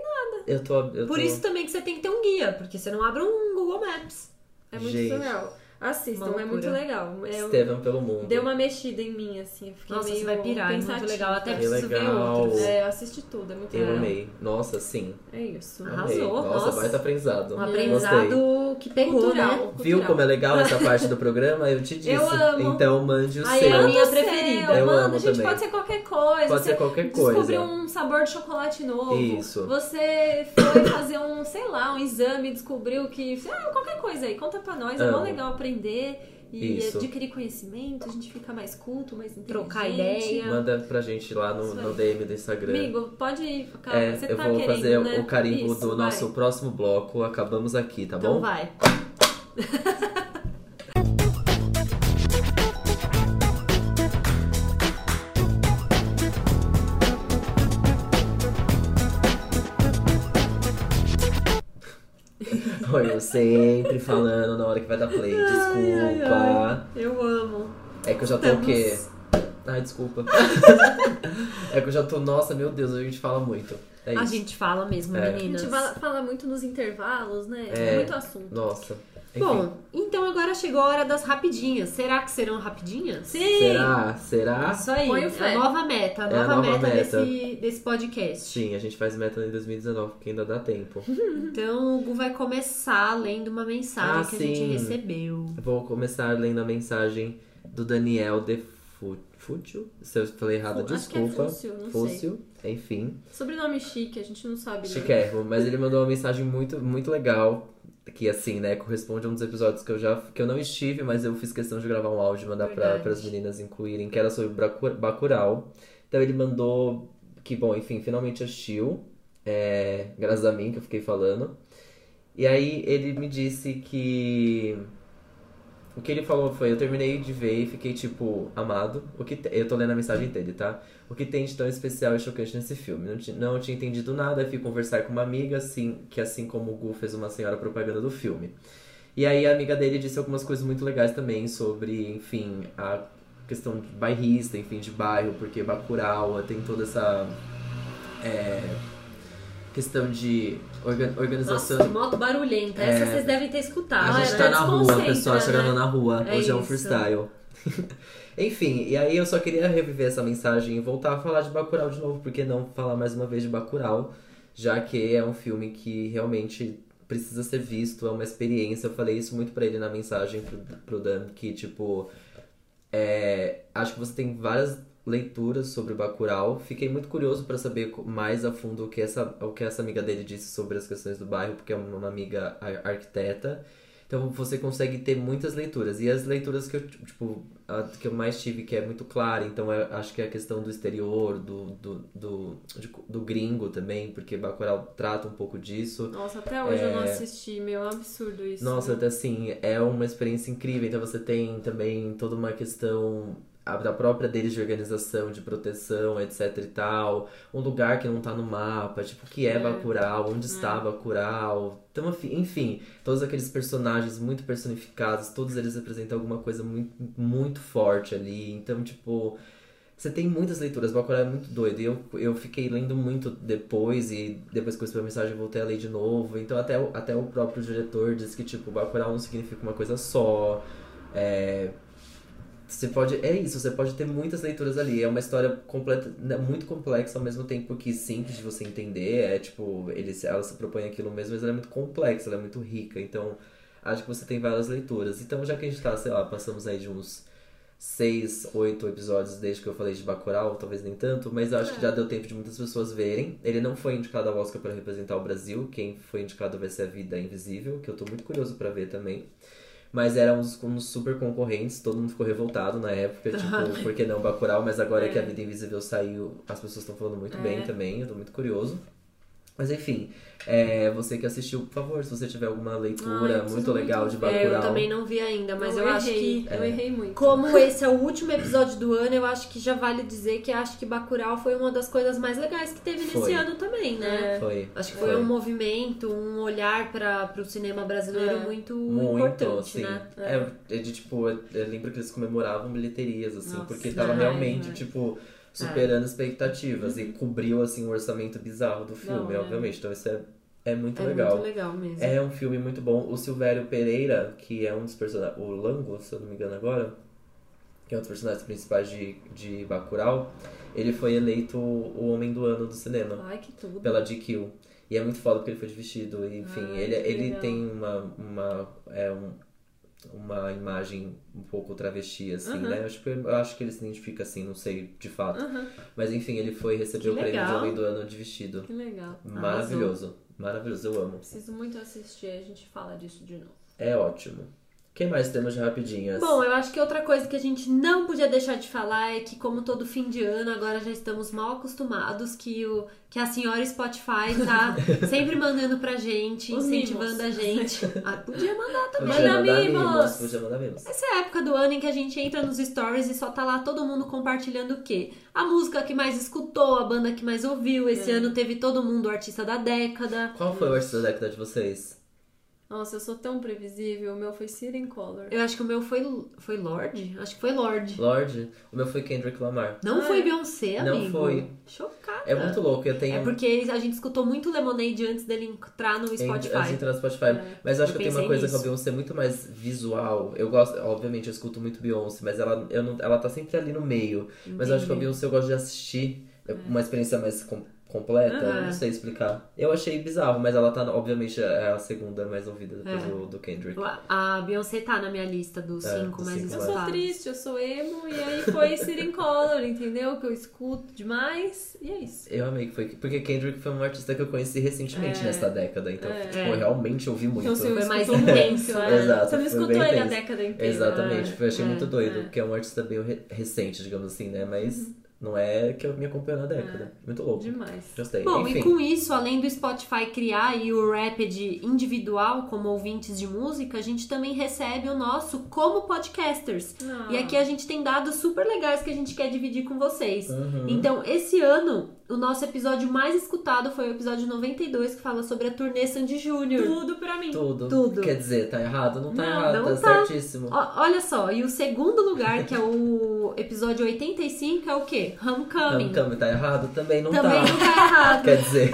Eu tô... Eu
Por
tô...
isso também que você tem que ter um guia, porque você não abre um Google Maps.
É muito
Gente.
surreal. Assistam,
Uma
é muito
loucura.
legal. É,
Estevam pelo mundo.
deu uma mexida em mim, assim. Eu fiquei
Nossa,
meio
você vai pirar, é muito
pensativa.
legal. Até
Que
preciso
legal.
ver outros.
É, assiste tudo, é muito
Eu
legal.
amei. Nossa, sim.
É isso.
Arrasou,
Amei. Nossa,
nossa.
baita aprendizado.
Um aprendizado que pegou, né?
Cultural.
Gostei. Viu como é legal essa parte do programa? Eu te disse.
Eu amo.
Então mande o
Ai,
seu.
é a minha
Manda o
preferida.
seu,
Eu
manda,
amo
gente,
também.
pode ser qualquer coisa.
Pode
você
ser qualquer
descobriu
coisa.
um sabor de chocolate novo.
Isso.
Você foi fazer um, sei lá, um exame, descobriu que. Ah, qualquer coisa aí, conta pra nós. É
Amo.
mó legal aprender e
Isso.
adquirir conhecimento, a gente fica mais culto, mais inteligente.
Trocar ideia.
Manda pra gente lá no,
Isso aí.
no DM do Instagram.
Amigo, pode ir, calma,
É,
você
eu
tá
vou
querendo,
fazer
né?
o carimbo
Isso,
do
vai.
nosso próximo bloco. Acabamos aqui, tá
Então
bom?
vai.
Olha, eu sempre falando na hora que vai dar play. Desculpa.
Eu amo.
É que eu já tô o quê? Ai, desculpa. é que eu já tô. Nossa, meu Deus, a gente fala muito. É isso.
A gente fala mesmo,
É.
A
meninas.
gente fala, fala muito nos intervalos, né?
É.
Muito assunto.
Nossa. Enfim.
Bom, então agora chegou a hora das rapidinhas. Será que serão rapidinhas?
Sim!
será? Será?
Isso aí,
Põe o
é
fé.
a nova meta, a
É
nova,
a nova
meta,
meta.
Desse, desse podcast.
Sim, a gente faz meta em 2019, porque ainda dá tempo.
Então o Gu vai começar lendo uma mensagem
Ah,
que a gente
sim.
recebeu.
Vou começar lendo a mensagem do Daniel de Fu- Fútil. Se eu falei errado,
Acho que é
Ah, desculpa.
Fúcio, não sei.
Fúcio, enfim.
Sobrenome chique, a gente não sabe. né?
Chiquérrimo, mas ele mandou uma mensagem muito, muito legal. Que assim, né, corresponde a um dos episódios que eu já que eu não estive, mas eu fiz questão de gravar um áudio e mandar
Verdade.
para as meninas incluírem, que era sobre Bracu- Bacurau. Então ele mandou que, bom, enfim, finalmente assistiu. É, graças a mim que eu fiquei falando. E aí ele me disse que. O que ele falou foi, eu terminei de ver e fiquei tipo, amado. O que te- Eu tô lendo a mensagem dele, tá? O que tem de tão especial e chocante nesse filme? Não, ti- não tinha entendido nada, fui conversar com uma amiga, assim, que assim como o Gu fez uma senhora propaganda do filme. E aí a amiga dele disse algumas coisas muito legais também sobre, enfim, a questão de bairrista, enfim, de bairro, porque Bacurau tem toda essa é, questão de orga- organização.
Nossa, que moto barulhenta. Essa
É.
vocês devem ter escutado.
A
né?
gente tá na rua,
desconcentra,
pessoal,
né?
está gravando na rua.
É
Hoje é um
isso.
freestyle. Enfim, e aí eu só queria reviver essa mensagem e voltar a falar de Bacurau de novo, porque não falar mais uma vez de Bacurau, já que é um filme que realmente precisa ser visto, é uma experiência. Eu falei isso muito pra ele na mensagem pro, pro Dan, que tipo, é, acho que você tem várias leituras sobre Bacurau. Fiquei muito curioso para saber mais a fundo o que, essa, o que essa amiga dele disse sobre as questões do bairro, porque é uma amiga ar- arquiteta. Então você consegue ter muitas leituras. E as leituras que eu, tipo, a que eu mais tive, que é muito clara, então eu acho que é a questão do exterior, do, do, do, de- do gringo também, porque Bacurau trata um pouco disso.
Nossa, até hoje eu não
É.
assisti, meu, é um absurdo isso.
Nossa, até assim, é uma experiência incrível. Então você tem também toda uma questão a- da própria deles de organização, de proteção, etc e tal. Um lugar que não tá no mapa, tipo, o que é
É.
Bacurau, onde está Bacurau. Então, afi- enfim, todos aqueles personagens muito personificados, todos eles representam alguma coisa muito, muito forte ali. Então, tipo... Você tem muitas leituras, Bacurau é muito doido. E eu, eu fiquei lendo muito depois, e depois que eu recebi a mensagem eu voltei a ler de novo. Então até, o- até o próprio diretor disse que, tipo, Bacurau não significa uma coisa só. É... Você pode... É isso, você pode ter muitas leituras ali. É uma história completa, né, muito complexa, ao mesmo tempo que simples de você entender. É, tipo, ele, se- ela se propõe aquilo mesmo, mas ela é muito complexa, ela é muito rica. Então, acho que você tem várias leituras. Então, já que a gente tá, sei lá, passamos aí de uns seis, oito episódios desde que eu falei de Bacurau, talvez nem tanto, mas eu acho que já deu tempo de muitas pessoas verem. Ele não foi indicado ao Oscar para representar o Brasil, quem foi indicado vai ser a Vida Invisível, que eu tô muito curioso para ver também. Mas um eram uns, uns super concorrentes, todo mundo ficou revoltado na época, tipo, por que não Bacurau? Mas agora que a Vida Invisível saiu, as pessoas estão falando muito bem também, eu tô muito curioso. Mas enfim, é, você que assistiu, por favor, se você tiver alguma
Ai, eu
leitura
preciso
muito legal
muito
de
É,
Bacurau.
eu também não vi ainda, mas eu, acho
errei,
que.
É.
Eu errei muito.
Como esse é o último episódio do ano, eu acho que já vale dizer que acho que Bacurau foi uma das coisas mais legais que teve
Foi.
nesse ano também, né?
É.
Foi.
Acho que foi, um movimento, um olhar para o cinema brasileiro
É.
muito,
Muito,
importante,
assim.
né?
É. é de tipo, eu, eu lembro que eles comemoravam bilheterias, assim,
Nossa,
porque tava
é,
realmente,
é.
tipo, superando expectativas e cobriu, assim, o orçamento bizarro do filme,
hora.
obviamente. Então isso é, é muito
né? É
legal.
muito legal mesmo.
É um filme muito bom. O Silvério Pereira, que é um dos personagens. O Lango, se eu não me engano agora, que é um dos personagens principais de, de Bacurau, ele foi eleito o homem do ano do cinema
Ai, que tudo.
pela GQ. E é muito foda porque ele foi de vestido, e, enfim,
Ah,
ele,
que
ele
legal.
tem uma, uma, é um, uma imagem um pouco travesti, assim,
Aham.
né? Eu acho, que, eu acho que ele se identifica assim, não sei de fato.
Aham,
Mas enfim, ele foi receber o
Que
prêmio de
legal.
Homem do Ano de vestido.
Que legal.
Maravilhoso, maravilhoso, eu amo.
Preciso muito assistir, a gente fala disso de novo.
É ótimo. O que mais temos de rapidinhas?
Bom, eu acho que outra coisa que a gente não podia deixar de falar é que, como todo fim de ano, agora já estamos mal acostumados que, o, que a senhora Spotify tá sempre mandando pra gente,
Os
incentivando
mimos.
a gente. Ah, podia mandar também.
podia
manda
mandar
mimos!
mimos, podia mandar mimos.
Essa é a época do ano em que a gente entra nos stories e só tá lá todo mundo compartilhando o quê? A música que mais escutou, a banda que mais ouviu. Esse
É.
ano teve todo mundo o artista da década.
Qual foi o artista da década de vocês?
Nossa, eu sou tão previsível. O meu foi Siren Color.
Eu acho que o meu foi, foi Lorde? Acho que foi Lorde.
Lorde? O meu foi Kendrick Lamar.
Não
Ah,
foi
é?
Beyoncé,
Não
amigo?
foi.
Chocada.
É muito louco, eu tenho...
É porque a gente escutou muito Lemonade antes dele entrar no Spotify.
Antes de entrar no Spotify.
É.
Mas eu acho
Eu
que eu tenho uma
pensei
coisa com a
nisso.
Beyoncé muito mais visual. Eu gosto, obviamente, eu escuto muito Beyoncé, mas ela, eu não, ela tá sempre ali no meio. Mas eu acho que a
Entendi.
Beyoncé eu gosto de assistir. É uma experiência mais com- completa, eu
Aham.
não sei explicar. Eu achei bizarro, mas ela tá, obviamente, é a segunda mais ouvida depois
É.
do, do Kendrick.
A a Beyoncé tá na minha lista dos
É,
cinco
dos
mais
cinco
Eu
mais.
escutados.
sou triste, eu sou emo, e aí foi Siren Color, entendeu? Que eu escuto demais, e é isso.
Eu amei que foi. Porque Kendrick foi um artista que eu conheci recentemente
É.
nessa década, então,
É.
tipo, eu realmente ouvi muito.
Então, se eu
Foi mais
escuto muito,
intenso,
né?
é.
Exato,
Você não
foi
escutou
bem
ele a
intenso.
década inteira.
Exatamente,
né?
tipo, eu achei
é, Uhum.
muito doido,
é.
porque é um artista bem re- recente, digamos assim, né? Mas não é que eu me acompanho na década. Muito louco.
Demais.
Gostei.
É. Bom,
Enfim,
e com isso, além do Spotify criar aí o Rapid individual como ouvintes de música, a gente também recebe o nosso como podcasters.
Ah.
E aqui a gente tem dados super legais que a gente quer dividir com vocês.
Uhum.
Então, esse ano, o nosso episódio mais escutado foi o episódio 92, que fala sobre a turnê Sandy Júnior.
é Tudo pra mim.
tudo.
tudo.
Quer dizer, tá errado? Não tá
Não,
errado,
não
tá,
tá.
certíssimo.
Ó, Olha só, e o segundo lugar, que é o episódio 85, é o quê? Homecoming.
Homecoming tá errado? Também não
Também
tá.
não tá errado.
Quer dizer,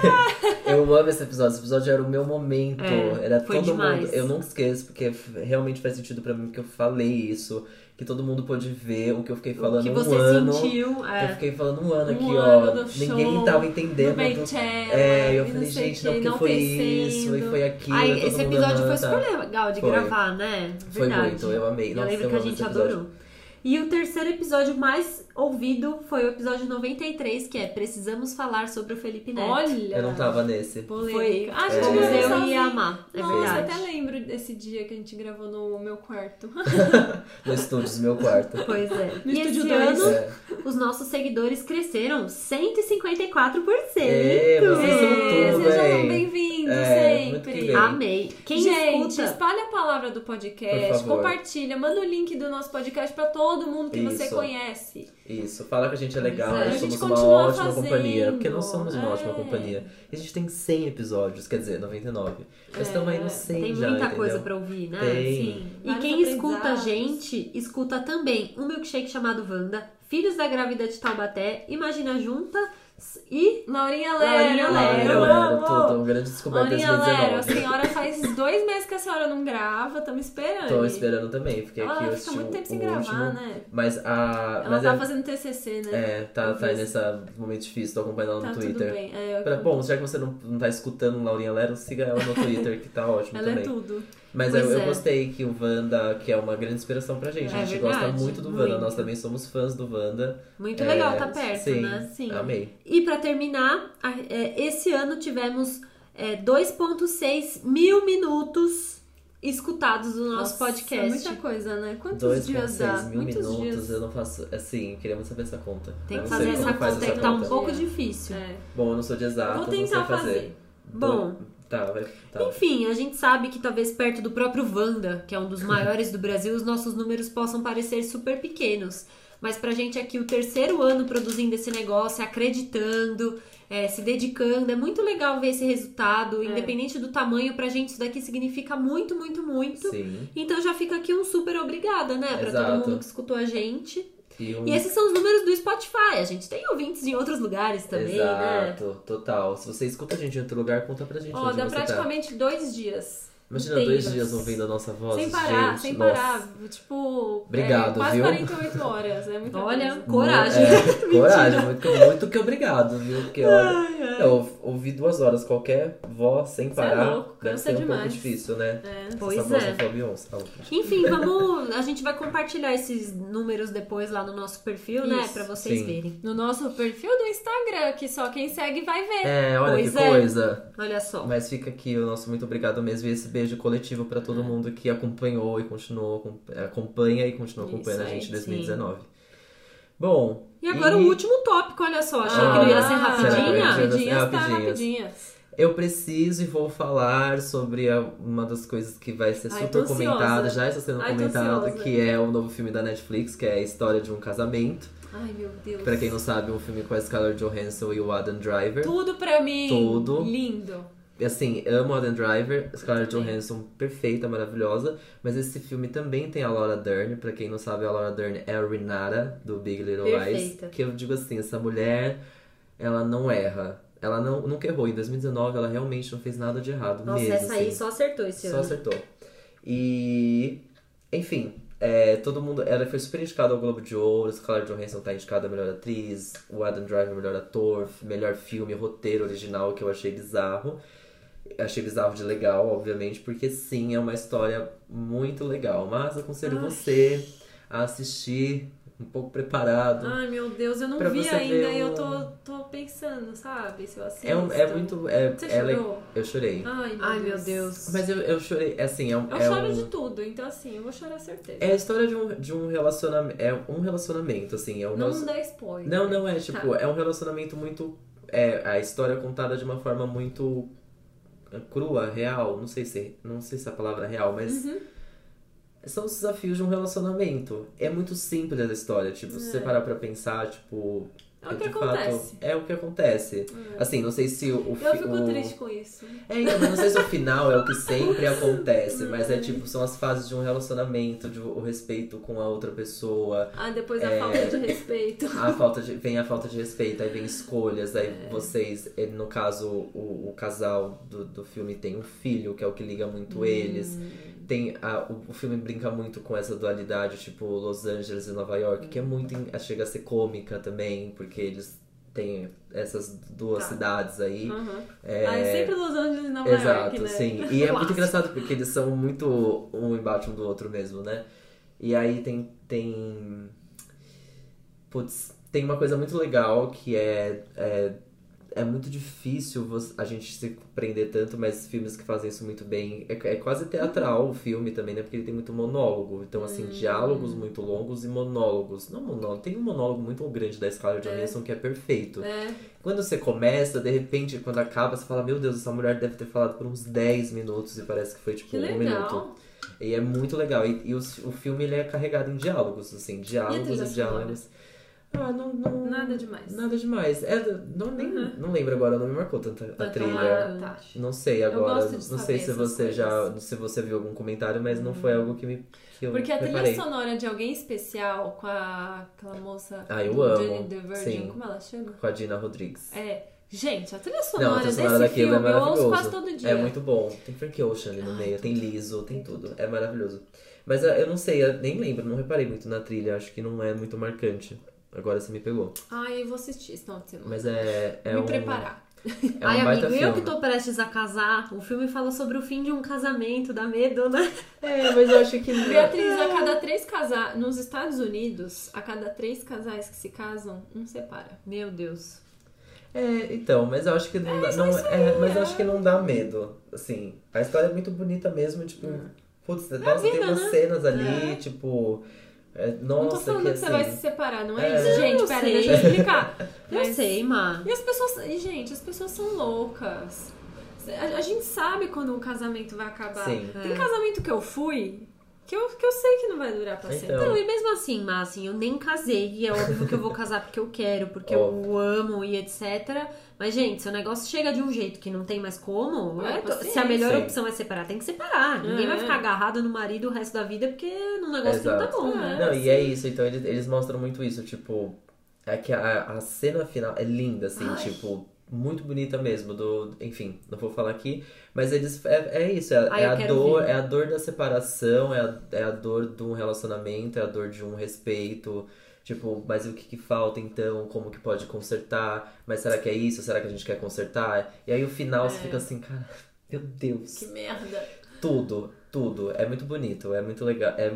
eu amo esse episódio. Esse episódio era o meu momento.
É,
era
foi
todo
demais.
mundo. Eu não esqueço, porque f- realmente faz sentido pra mim que eu falei isso. Que todo mundo pôde ver o que eu fiquei falando
O que
um
você
ano.
sentiu.
Eu
É.
fiquei falando um ano
Um
aqui,
ano
ó.
do
Ninguém
show,
tava
Do
entendendo.
Beychella,
É, eu
e
falei,
sei
gente,
que,
não, porque foi
enaltecendo.
isso, e foi aquilo.
Aí,
todo
esse
mundo
episódio
amando,
foi
tá.
super legal de
Foi.
gravar, né? Verdade.
Foi muito, eu amei.
Eu
Nossa,
lembro que a
amo
gente
esse episódio.
adorou. E E o terceiro episódio mais ouvido foi o episódio 93, que é Precisamos Falar sobre o Felipe Neto.
Olha!
Eu não tava nesse.
Foi.
Polêmica. Ah, a gente
É.
Mas
gravou
Mas
eu
sozinho.
ia amar, é
Nossa,
verdade.
até lembro desse dia que a gente gravou no meu quarto.
No estúdio do meu quarto.
Pois é.
No
e
estúdio
esse
dois.
ano,
É.
os nossos seguidores cresceram 154%.
É, vocês são
É,
tudo, né,
Sejam
hein?
bem-vindos
É, muito que
sempre.
bem.
Amei. Ah, Quem
gente,
escuta...
espalha a palavra do
Por
podcast,
favor.
compartilha, manda o link do nosso podcast pra todo mundo que você
Isso.
conhece.
Isso, fala que a gente é legal,
Pois é,
nós
a gente
somos uma
continua
ótima
fazendo.
companhia. Porque nós somos uma
É.
ótima companhia. E a gente tem 100 episódios, quer dizer, 99. Mas
É,
estamos aí no 100
Tem
já,
muita
entendeu?
coisa pra ouvir, né?
Tem.
Sim,
E
vários
quem escuta a
aprendizados.
gente, escuta também um milkshake chamado Wanda, Filhos da Grávida de Taubaté, Imagina Junta e
Laurinha
Laurinha
Lero, né?
Lero,
eu
Galera,
amo.
tudo. Um grande descoberta
Laurinha Lero, a
2019.
senhora faz dois meses que a senhora não grava, estamos esperando.
Tô esperando também, porque aqui eu
Ela fica
assisti
muito tempo
o
sem
último.
gravar, né?
Mas a.
Ela
mas
tá
é-
fazendo TCC, né?
é, tá,
Eu
tá
vi.
nesse momento difícil, tô acompanhando ela no
tá tudo
Twitter.
bem. É, eu-
Pra- bom, já que você não, não tá escutando Laurinha Lero, siga ela no Twitter, que tá ótimo
ela é
também.
tudo.
Mas
Pois
eu, eu
é.
gostei que o Wanda, que é uma grande inspiração pra gente,
É
a gente
verdade,
gosta muito do Wanda,
muito.
nós também somos fãs do Wanda.
muito
É,
legal, tá perto,
sim, é
né? Sim.
Amei.
E pra terminar, a- é, esse ano tivemos é, 2,6 mil minutos escutados do nosso
Nossa, é
podcast.
Muita coisa, né? Quantos dias dá?
ah,
2,6 mil
Muitos
minutos,
dias.
eu não faço. Assim, queria muito saber essa conta.
Tem
Eu
que
não
fazer
sei
essa
como faz
conta aí que tá um
conta.
pouco difícil.
É.
Bom, eu não sou de exato,
Vou
não sei
tentar
fazer.
fazer.
Bom,
Tá, vai. Tá.
Enfim, a gente sabe que talvez perto do próprio Wanda, que é um dos maiores do Brasil, os nossos números possam parecer super pequenos. Mas pra gente aqui, o terceiro ano produzindo esse negócio, acreditando, é, se dedicando, é muito legal ver esse resultado.
É.
Independente do tamanho, pra gente isso daqui significa muito, muito, muito.
Sim.
Então já fica aqui um super obrigada, né? Pra todo
Exato.
mundo que escutou a gente.
E um.
E esses são os números do Spotify. A gente tem ouvintes em outros lugares também, né?
Exato, total. Se você escuta a gente em outro lugar, conta pra gente
Ó,
onde
dá
você tá.
praticamente dois dias.
Imagina
inteiros.
dois dias ouvindo a nossa voz.
sem parar,
gente,
sem
nossa.
parar. Tipo,
Obrigado,
é, quase
viu?
48 horas. É muita
Olha,
coisa.
coragem.
É, coragem, muito, muito que obrigado, viu? Porque olha, eu ouvi duas horas qualquer voz sem
Você é
parar.
louco,
deve
cansa
ser um pouco
demais.
difícil, né?
É.
Pois
Essa voz
é.
não foi a Beyoncé, a outra.
Enfim, vamos. A gente vai compartilhar esses números depois lá no nosso perfil, né?
Isso.
Pra vocês
Sim.
verem.
No nosso perfil do Instagram, que só quem segue vai ver.
É, olha
Pois
que
é.
coisa.
Olha só.
Mas fica aqui o nosso muito obrigado mesmo e esse beijo coletivo pra todo mundo que acompanhou e continuou, acom- acompanha e continua
Isso
acompanhando a
aí,
gente em
sim.
2019. Bom,
E agora
E-
o último tópico, olha só. Achei que não ia ser
Ah,
rapidinha.
será que eu
Rapidinhas, tá
Rapidinhas.
rapidinhas.
eu preciso e vou falar sobre a- uma das coisas que vai ser
Ai,
super
tô ansiosa.
comentada, já está sendo
Ai, tô
comentada,
ansiosa.
que é o novo filme da Netflix, que é a história de um casamento.
Ai, meu Deus.
Pra quem não sabe, um filme com a Scarlett Johansson e o Adam Driver.
Tudo pra mim.
Tudo.
Lindo.
E, Assim, amo Adam Driver, Scarlett Johansson perfeita, maravilhosa. Mas esse filme também tem a Laura Dern. Pra quem não sabe, a Laura Dern é a Renata do Big Little
Perfeita.
Lies. Que eu digo assim, essa mulher, ela não erra. Ela não, nunca errou. Em 2019, ela realmente não fez nada de errado
Nossa,
mesmo.
essa aí
assim.
só acertou esse
Só
ano.
acertou. E. Enfim, é, todo mundo. Ela foi super indicada ao Globo de Ouro, Scarlett Johansson tá indicada a melhor atriz, o Adam Driver, melhor ator, melhor filme, roteiro original, que eu achei bizarro. Achei bizarro de legal, obviamente, porque sim, é uma história muito legal. Mas aconselho você a assistir um pouco preparado.
Ai, meu Deus, eu não
Pra
vi
você
ainda
ver
e eu
um-
tô, tô pensando, sabe? Se eu assisto.
é, um- é muito. É,
Você
é le-
chorou?
Eu chorei.
Ai, meu
Ai,
Deus.
meu Deus.
Mas eu, eu chorei, assim, é um.
Eu
é
choro
um...
de tudo, então assim, eu vou chorar certeza.
É a história de um, de um relacionamento. É um relacionamento, assim. É um
Não Tá.
relacion-
dá spoiler.
não, não é, tipo, é um relacionamento muito. É, a história é contada de uma forma muito crua, real. Não sei se. Não sei se é a palavra é real, mas.
Uhum.
São os desafios de um relacionamento. É muito simples a história, tipo, se você parar pra pensar, tipo.
É o que
de fato,
acontece. É.
é o que acontece. Assim, não sei se o. o
Eu
fi-
fico
o-
triste com isso.
é, então, mas não sei se o final é o que sempre acontece, mas é tipo, são as fases de um relacionamento, de o respeito com a outra pessoa,
Ah, depois a
É.
falta de respeito.
a falta de, vem a falta de respeito, aí vem escolhas, aí vocês, ele, no caso, o, o casal do, do filme tem um filho, que é o que liga muito eles. Tem a- o, o filme brinca muito com essa dualidade, tipo, Los Angeles e Nova York, que é muito. em- chega a ser cômica também, porque eles têm essas duas
Tá.
cidades aí.
Uhum.
É,
Ah, é sempre Los Angeles e Nova
Exato,
York, né?
sim. E é muito
Clássico.
engraçado porque eles são muito um embate um do outro mesmo, né? E aí tem. tem... Putz, tem uma coisa muito legal que é, é é muito difícil você, a gente se prender tanto, mas filmes que fazem isso muito bem. É, é quase teatral o filme também, né? Porque ele tem muito monólogo. Então, assim, hum. diálogos muito longos e monólogos. Não monólogo, tem um monólogo muito grande da Scarlett Johansson é. que é perfeito.
É.
Quando você começa, de repente, quando acaba, você fala: Meu Deus, essa mulher deve ter falado por uns 10 minutos e parece que foi tipo que um legal. minuto. E é muito legal. E, e o, o, filme ele é carregado em diálogos, assim, diálogos e, e diálogos. Ah, não, não,
Nada demais.
Nada demais. É, não, nem, uhum. não lembro agora, não me marcou tanto a, a trilha.
Tá.
Não sei agora. não sei se você coisas. já. Se você viu algum comentário, mas não hum. foi algo que me. Que eu
Uhum. Porque a
preparei.
trilha sonora de alguém especial com a, aquela moça.
Ah, eu amo.
Virgin,
Sim.
como ela chama?
Com a Dina Rodrigues.
É. Gente, a trilha sonora,
não, a trilha sonora
desse filme
é
eu ouço quase todo dia.
É muito bom. Tem Frank Ocean ali no Ai, meio, tem Liso, tem tudo. tudo. É maravilhoso. Mas ah, eu não sei, eu nem lembro, não reparei muito na trilha. Acho que não é muito marcante. Agora você me pegou.
Ai, eu vou assistir esse final de semana.
Mas é. é
me
um,
preparar.
É um
Ai,
baita
amigo,
filme.
eu que tô prestes a casar, o filme fala sobre o fim de um casamento, dá medo, né?
É, mas eu acho que não.
Beatriz, a cada três casais. Nos Estados Unidos, a cada três casais que se casam, um separa.
Meu Deus.
É, então, mas eu acho que não,
É,
dá,
isso
não
é isso aí,
é, mas eu
é.
acho que não dá medo. Assim, a história é muito bonita mesmo, tipo,
É.
putz, nossa, tem
vida,
umas
né?
cenas ali, tipo, é,
Não
nossa,
tô
que
falando que
assim,
você vai se separar, não é,
É.
isso? Gente,
Não
pera,
sei.
deixa eu explicar.
Não
Mas-
sei, Má.
E as pessoas. e, gente, as pessoas são loucas. A, a gente sabe quando um casamento vai acabar.
Sim.
Tem
É.
casamento que eu fui que eu, que eu sei que não vai durar pra
Então.
sempre.
Não, e mesmo assim, Má, assim, eu nem casei, e é óbvio que eu vou casar porque eu quero, porque
Óbvio.
eu amo e etc. Mas, gente, se o negócio chega de um jeito que não tem mais como,
É,
é to- se
paciência.
a melhor
Sim.
opção é separar, tem que separar.
É.
Ninguém vai ficar agarrado no marido o resto da vida porque num negócio que não tá
Exato.
bom, né?
Não, e é isso, então eles, eles mostram muito isso, tipo, é que a, a cena final é linda, assim,
Ai.
tipo, muito bonita mesmo, do, enfim, não vou falar aqui, mas eles, é, é isso, é,
Ai,
é
eu
a
quero
dor,
ver.
é a dor da separação, é a, é a dor de um relacionamento, é a dor de um respeito, tipo, mas o que que falta então, como que pode consertar, mas será que é isso, será que a gente quer consertar? E aí o final você
É.
fica assim, cara, meu Deus.
Que merda.
Tudo, tudo. É muito bonito, é muito legal. É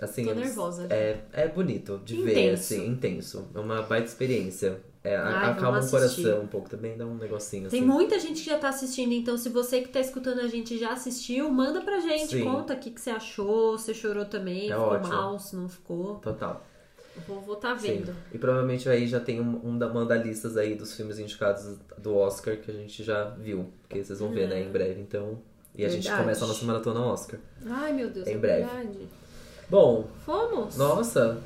assim.
Tô
é-
nervosa. gente.
É, é bonito de ver,
Intenso.
assim, intenso. É uma baita experiência. É, a-
Ai, vamos
acalma o
assistir.
coração um pouco também, dá um negocinho
Tem
assim.
muita gente que já tá assistindo, então se você que tá escutando a gente já assistiu, manda pra gente,
Sim.
conta o que, que você achou, se chorou também,
É
ficou
ótimo.
mal, se não ficou.
Total.
Vou, vou tá
Sim.
vendo.
E provavelmente aí já tem um, um da manda listas aí dos filmes indicados do Oscar que a gente já viu. Porque vocês vão ver, né, em breve. Então. E a
Uhum.
gente
Verdade.
começa a nossa maratona Oscar.
Ai, meu Deus,
Em
é
breve.
verdade.
Bom,
Fomos?
nossa.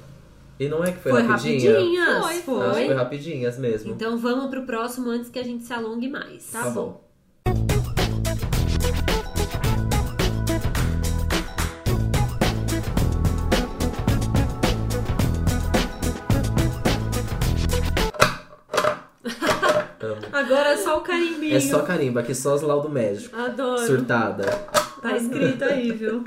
E não é que foi,
Foi
rapidinha?
rapidinhas,
Foi,
foi.
Acho que foi rapidinhas mesmo.
Então vamos pro próximo antes que a gente se alongue mais.
Tá bom. Amo.
Agora é só o carimbinho.
É só carimba, aqui só as laudo médico.
Adoro.
Surtada.
Tá escrito aí, viu?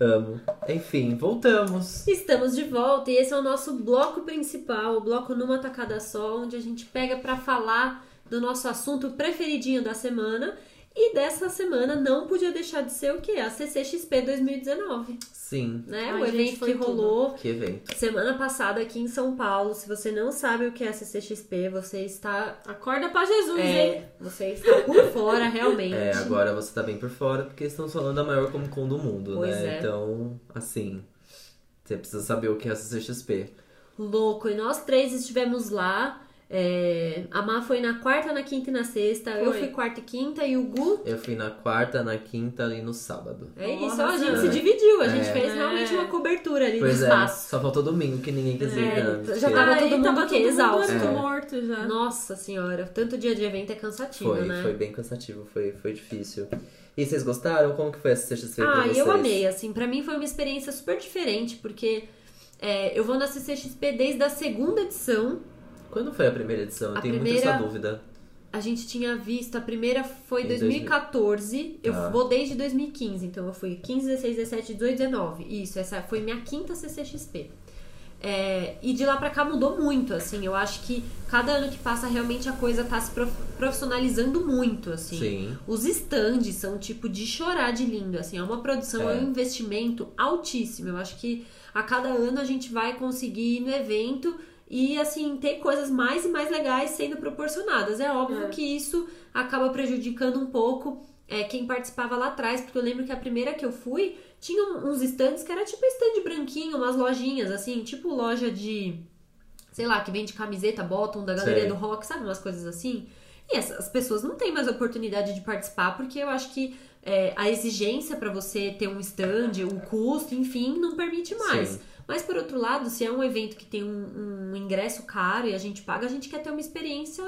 Amo. Enfim, voltamos.
Estamos de volta e esse é o nosso bloco principal, o bloco numa tacada só, onde a gente pega pra falar do nosso assunto preferidinho da semana. E dessa semana não podia deixar de ser o que? A CCXP 2019,
Sim,
né?
Ai,
o
gente,
evento
foi
que
tudo.
rolou
que evento.
semana passada aqui em São Paulo. Se você não sabe o que é a CCXP, você está,
Acorda pra Jesus, hein?
é, você está por fora realmente.
É, agora você tá bem por fora, porque estamos falando da maior Comic Con do mundo,
Pois
né?
é.
Então, assim, você precisa saber o que é a CCXP.
Louco, e nós três estivemos lá. é, a Má foi na quarta, na quinta e na sexta. Eu
Foi.
fui quarta e quinta e o Gu.
Eu fui na quarta, na quinta e no sábado.
É
Nossa.
isso, ó, a gente se dividiu. A
É.
gente fez
É.
realmente uma cobertura ali
Pois
do
é,
espaço.
só faltou domingo que ninguém quis ir.
É,
né?
já
Porque
tava
Ai,
todo mundo
tava
aqui
todo mundo
exausto.
muito
É.
morto já.
Nossa senhora, tanto dia de evento é cansativo,
Foi,
né?
foi bem cansativo, foi, foi difícil. E vocês gostaram? Como que foi a CCXP pra
Ah,
vocês?
eu amei, assim, pra mim foi uma experiência super diferente, porque é, eu vou na CCXP desde a segunda edição.
Quando foi a primeira edição? Eu
A
tenho muito
primeira-
essa dúvida.
A gente tinha visto, a primeira foi
Em
em 2014, eu
Tá.
vou desde 2015, então eu fui 15, 16, 17, 18, 19. Isso, essa foi minha quinta CCXP. É, e de lá pra cá mudou muito, assim. Eu acho que cada ano que passa, realmente a coisa tá se prof- profissionalizando muito, assim.
Sim.
Os stands são tipo de chorar de lindo, assim. É uma produção, é.
É.
um investimento altíssimo. Eu acho que a cada ano a gente vai conseguir ir no evento e, assim, ter coisas mais e mais legais sendo proporcionadas. É óbvio
É.
que isso acaba prejudicando um pouco é, quem participava lá atrás, porque eu lembro que a primeira que eu fui tinha um- uns stands que era tipo stand branquinho, umas lojinhas, assim, tipo loja de. Sei lá, que vende camiseta, bottom da galeria
Sei.
do rock, sabe? Umas coisas assim. E essas pessoas não têm mais oportunidade de participar, porque eu acho que é, a exigência pra você ter um stand, o custo, enfim, não permite mais.
Sim.
Mas por outro lado, se é um evento que tem um, um ingresso caro e a gente paga, a gente quer ter uma experiência,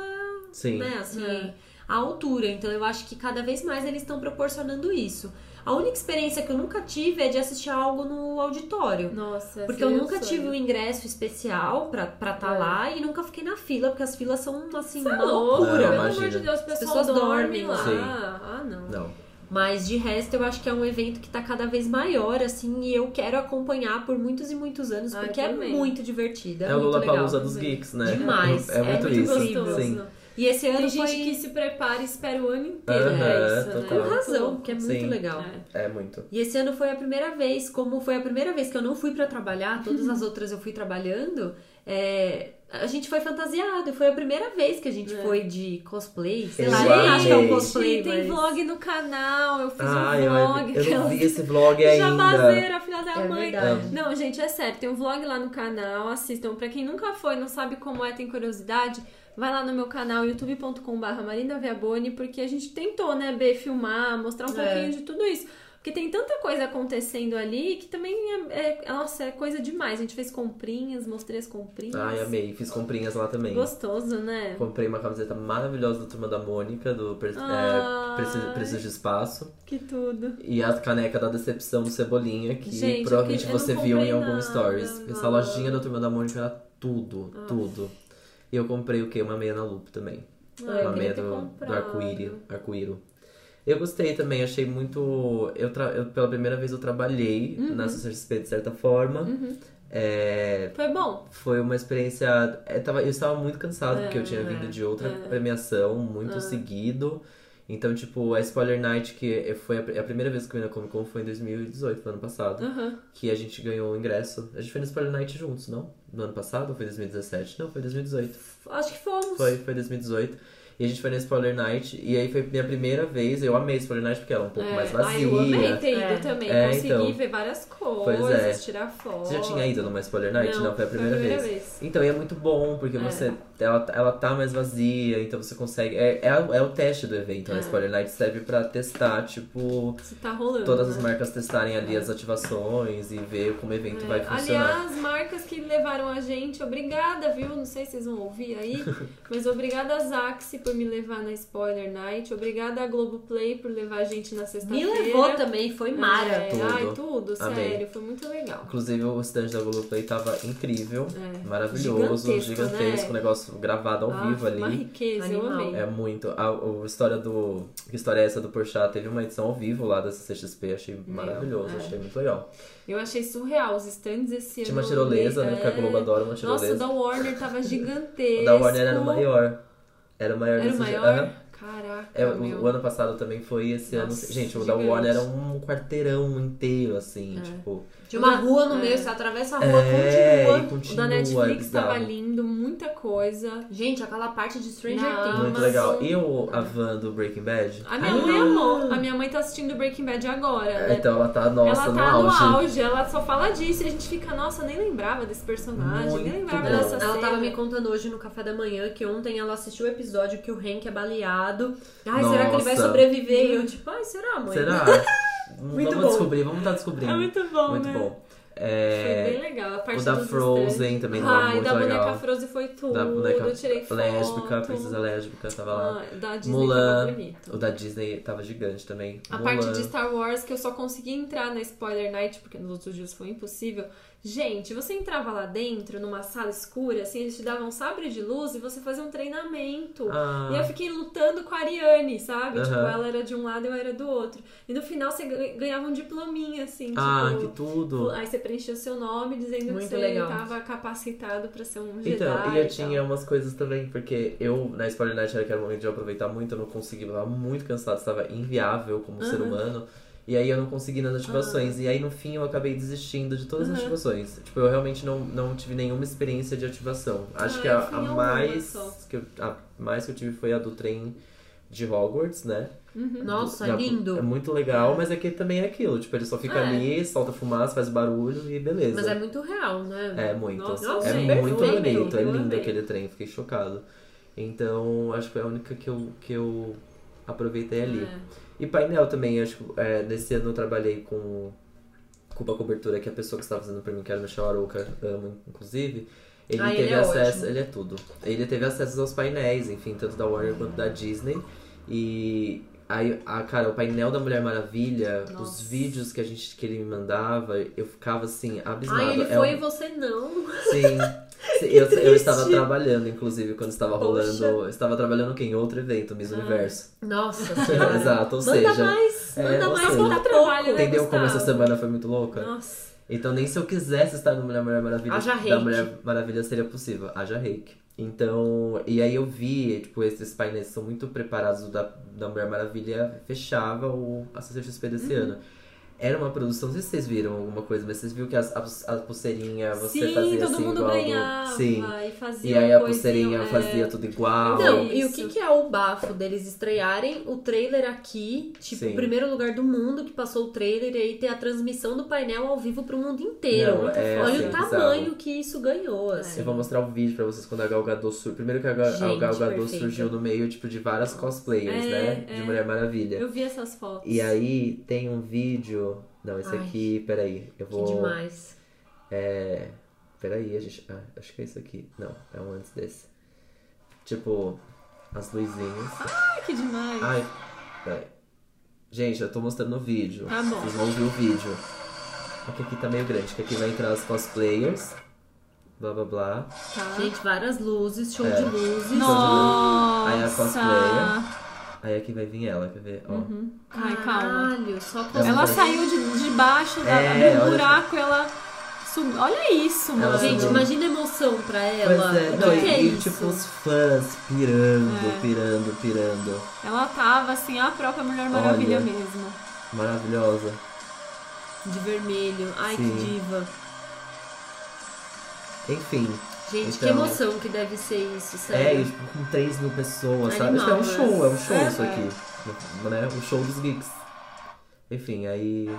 Sim.
né, assim,
É.
à altura. Então eu acho que cada vez mais eles estão proporcionando isso. A única experiência que eu nunca tive é de assistir algo no auditório.
Nossa,
Porque
esse
eu
é o
nunca
sonho.
tive um ingresso especial pra estar tá
É.
lá e nunca fiquei na fila, porque as filas são, assim,
Tá
uma
louco,
loucura.
Não,
pelo amor
imagina.
de Deus, o pessoal
pessoas
dorme
dormem
lá.
Sim.
Ah, não.
Não.
Mas de resto, eu acho que é um evento que tá cada vez maior, assim, e eu quero acompanhar por muitos e muitos anos,
Ah, eu
porque é
também.
muito divertida.
É,
É,
o
muito
Lula Palusa
legal.
dos
também.
geeks, né?
Demais,
É
é
muito
muito
isso.
gostoso.
Sim.
E esse
Tem
ano
gente
foi
que se prepara e espera o ano inteiro
Aham,
pra isso, né?
com
total.
razão, porque é muito
Sim.
legal.
É.
É muito.
E esse ano foi a primeira vez, como foi a primeira vez que eu não fui pra trabalhar, todas as outras eu fui trabalhando, é, a gente foi fantasiado, foi a primeira vez que a gente
É.
foi de cosplay, sei
Eu
lá, nem acho que é um
amei.
cosplay,
tem
mas...
vlog no canal, eu fiz
Ai,
um
Ah, eu,
vlog.
eu não
aquelas-
vi esse vlog ainda.
Jabazeira, filha da
É
mãe.
verdade.
Não, gente, é sério, tem um vlog lá no canal, assistam. Pra quem nunca foi, não sabe como é, tem curiosidade, vai lá no meu canal, youtube.com.br Marina Viaboni, porque a gente tentou, né, B, filmar, mostrar um
É.
pouquinho de tudo isso. Porque tem tanta coisa acontecendo ali que também é, é- Nossa, é coisa demais. A gente fez comprinhas, mostrei as comprinhas.
Ai, amei. Fiz comprinhas lá também.
Gostoso, né?
Comprei uma camiseta maravilhosa da turma da Mônica, do Pre-
Ai.
é, Preciso, Preciso de Espaço.
Que tudo.
E a caneca da decepção do Cebolinha, que
Gente, eu
provavelmente
que- eu não
você viu em
comprei
algum
nada, Ah.
stories. Essa
não.
lojinha da turma da Mônica era tudo, tudo. E eu comprei o quê? Uma meia na loop também.
Ai,
Uma
eu
meia do, do arco-íris. arco-íro. Eu gostei também, achei muito. Eu, tra- eu, pela primeira vez eu trabalhei na CCXP de certa forma. É,
Foi bom.
foi uma experiência. Eu, tava- eu estava muito cansado, porque eu tinha
É,
vindo de outra premiação, muito seguido. Então, tipo, a Spoiler Night, que foi a, pr- a primeira vez que eu fui na Comic Con, foi em 2018, no ano passado.
Aham.
Que a gente ganhou o ingresso. A gente foi na Spoiler Night juntos, não? No ano passado? Ou foi 2017? Não, foi 2018.
Acho que fomos.
Foi, um foi 2018. E a gente foi na Spoiler Night. E aí foi minha primeira vez. Eu amei a Spoiler Night porque ela é um pouco
É.
mais
Ai, eu amei
vazia.
ter ido
É.
também.
É,
Consegui
então.
ver várias coisas,
Pois é.
tirar foto.
Você já tinha ido numa Spoiler Night? Não, foi a primeira, vez. Então, e é muito bom, porque
É.
você. Ela, ela tá mais vazia, então você consegue. É, é, o- é o teste do evento, né?
É.
Spoiler Night serve pra testar, tipo,
Se tá rolando.
todas
né?
as marcas testarem ali as ativações e ver como o evento
É.
vai funcionar.
Aliás, marcas que levaram a gente, obrigada, viu? Não sei se vocês vão ouvir aí, mas obrigada a Zaxi por me levar na Spoiler Night. Obrigada a Globoplay por levar a gente na
Me
sexta-feira.
levou também, foi mara.
É,
Tudo.
Ai, tudo, sério.
Amei.
Foi muito legal.
Inclusive, o stand da Globoplay tava incrível,
É.
maravilhoso,
Gigantesco,
gigantesco, um
né?
negócio gravado ao
Ah,
vivo ali.
Uma riqueza, eu
Animal.
amei.
É muito. A, a história do. Que história é essa do Porchat? Teve uma edição ao vivo lá da CCXP, achei maravilhoso,
é.
achei muito legal.
Eu achei surreal os stands esse
Tinha
ano.
uma tirolesa, né? Porque a
É.
Globo adora uma
Nossa, o
tirolesa.
da Warner tava gigantesco.
o da Warner era o maior. Era o maior
Era o
desse-
maior?
Aham.
Caraca,
É, o,
meu.
o ano passado também foi esse
Nossa,
ano. Gente, o da
gigante.
Warner era um quarteirão inteiro, assim,
É.
tipo.
De uma rua no
É.
meio, você atravessa a
É,
rua,
e
continua.
O
continua. é
da Netflix
bizarro.
tava lindo, muita coisa.
Gente, aquela parte de Stranger
Não.
Things.
Muito
Amazon.
legal. E o, a van do Breaking Bad?
A minha mãe amou. A minha mãe tá assistindo Breaking Bad agora,
Ah! É,
né?
Então ela tá, nossa,
ela
no
tá
auge.
ela só fala disso e a gente fica, nossa, nem lembrava desse personagem, nem
Muito
lembrava
bom.
dessa cena.
Ela tava me contando hoje no café da manhã que ontem ela assistiu o episódio que o Hank é baleado. Ai, será que ele vai
Nossa.
sobreviver? E eu, tipo, ai, será, mãe?
Será?
Muito
vamos
bom.
descobrir, vamos estar descobrindo.
É muito bom,
Muito
né?
bom.
Foi
É,
bem legal. A parte
o da
dos
Frozen
stands.
também tava
Ai,
muito
da boneca
legal.
Frozen foi tudo.
da boneca
eu tirei foto.
lésbica, princesa lésbica, tava lá.
Ah, da Disney
Mulan.
tava bonito.
O da Disney tava gigante também.
A
Mulan.
parte de Star Wars que eu só consegui entrar na Spoiler Night, porque nos outros dias foi impossível. Gente, você entrava lá dentro, numa sala escura, assim, eles te davam um sabre de luz e você fazia um treinamento.
Ah,
E eu fiquei lutando com a Ariane, sabe? Tipo,
Aham.
ela era de um lado e eu era do outro. E no final você gan- ganhava um diplominha, assim,
ah,
tipo.
que tudo.
Aí você preencher o seu nome dizendo
Muito
que você
legal.
estava capacitado para ser um Jedi.
Então, e eu
tal.
tinha umas coisas também, porque eu, na Spoiler Night, era que era o momento de eu aproveitar muito, eu não consegui, eu tava muito cansado, estava inviável como ser humano. E aí eu não consegui nas ativações. E aí no fim eu acabei desistindo de todas as
Aham.
ativações. Tipo, eu realmente não, não tive nenhuma experiência de ativação. Acho
Ah,
que
eu
a,
fui
a
em uma
mais
só.
que eu, a mais que eu tive foi a do trem de Hogwarts, né?
tipo,
Uhum.
Nossa,
Da- É
lindo.
muito legal, mas é que também é aquilo. Tipo, ele só fica
Ah. É.
ali, solta fumaça, faz barulho e beleza.
Mas é muito real, né?
É muito.
Nossa,
é
sim,
muito
perfeito,
bonito. É
eu
lindo
amei.
aquele trem, fiquei chocado. Então, acho que foi a única que eu, que eu aproveitei ali.
É.
E painel também, acho que é, nesse ano eu trabalhei com com a cobertura que a pessoa que estava fazendo pra mim, que era o Michel Arouca, amo, inclusive. Ele
Ah, ele
teve
é
acesso,
ótimo.
ele é tudo. Ele teve acesso aos painéis, enfim, tanto da Warner quanto da Disney. E aí, a, cara, o painel da Mulher Maravilha, os
Nossa.
vídeos que a gente que ele me mandava, eu ficava assim, abismado.
Ai, ele
É
foi e
um-
você não.
Sim. Sim, Eu, eu
triste.
estava trabalhando, inclusive, quando estava
Poxa. Ah.
rolando. Eu estava trabalhando aqui em outro evento, Miss Universo.
Nossa senhora.
Exato, ou
Manda
seja.
mais,
é,
manda
ou
mais
seja, um
que dá trabalho.
né,
Entendeu como essa
Gustavo?
semana foi muito louca?
Nossa.
Então nem se eu quisesse estar no Mulher Mulher Maravilha
Haja
da
reiki.
Mulher Maravilha seria possível. Haja reiki. Então, e aí eu vi, tipo, esses painéis são muito preparados o da, da Mulher Maravilha, fechava o a CCXP desse
Uhum.
ano. Era uma produção, não sei se vocês viram alguma coisa, mas vocês viram que as, a, a pulseirinha você
Sim,
fazia
todo
assim
mundo
igual. do-
ganhava
Sim.
e fazia
E aí a
coisinha,
pulseirinha
é.
fazia tudo igual.
Não,
Isso.
e o que, que é o bafo deles estrearem o trailer aqui, tipo,
Sim.
o primeiro lugar do mundo que passou o trailer e aí ter a transmissão do painel ao vivo pro mundo inteiro.
Não,
Olha
é assim,
o
bizarro. É.
tamanho que isso ganhou, assim.
Eu vou mostrar o vídeo pra vocês quando a Gal Gadot surgiu. Primeiro que a Gal, a
Gente,
Gal Gadot
perfeito.
surgiu no meio, tipo, de várias cosplayers,
É,
né? De
é.
Mulher Maravilha.
Eu vi essas fotos.
E aí tem um vídeo. Não, esse
Ai.
aqui, peraí. Eu
Que
vou.
demais.
É. Peraí, a gente. Ah, acho que é isso aqui. Não, é um antes desse. Tipo, as luzinhas.
Ai, que demais.
Ai. Peraí. Gente, eu tô mostrando o vídeo.
Tá bom.
Vocês vão ver o vídeo. É que aqui tá meio grande, que aqui vai entrar as cosplayers. Blá blá blá.
Tá.
Gente, várias luzes,
É.
show de luzes.
Nossa.
Aí a cosplayer. Aí aqui vai vir ela, quer ver? Ó.
Uhum.
Ai, calma.
Caralho, só com...
Ela
Ela
foi-
saiu de, de baixo da,
É,
do
olha-
buraco, ela subiu. Olha isso,
Ela
mano.
Gente,
subiu.
imagina a emoção pra
Pois
ela.
é,
o
não,
que, que é
e
isso? É.
tipo os fãs pirando, pirando, pirando.
ela tava assim, a própria Mulher Maravilha
Olha.
mesmo.
Maravilhosa.
De vermelho. Ai,
Sim.
que diva.
Enfim,
Gente, que
Então-
emoção que deve ser isso,
é,
sério.
e, tipo, com 3 mil pessoas, sabe?
Animal,
Isso é um
né?
show, é um show
É,
isso
é.
aqui. Né? O show dos geeks. Enfim, aí.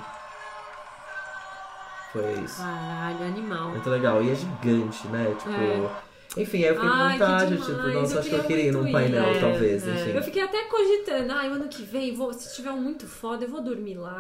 Foi
Tá.
isso.
Caralho, animal.
Muito legal. E é gigante, né? Tipo. Enfim, aí eu fiquei com
É. Ai, que
vontade,
demais,
tipo,
eu
nossa, acho que eu
queria
queria ir num
muito ir. né?
painel,
É,
talvez,
é.
enfim.
Eu fiquei até cogitando, ai, ano que vem, vou, se tiver um muito foda, eu vou dormir lá.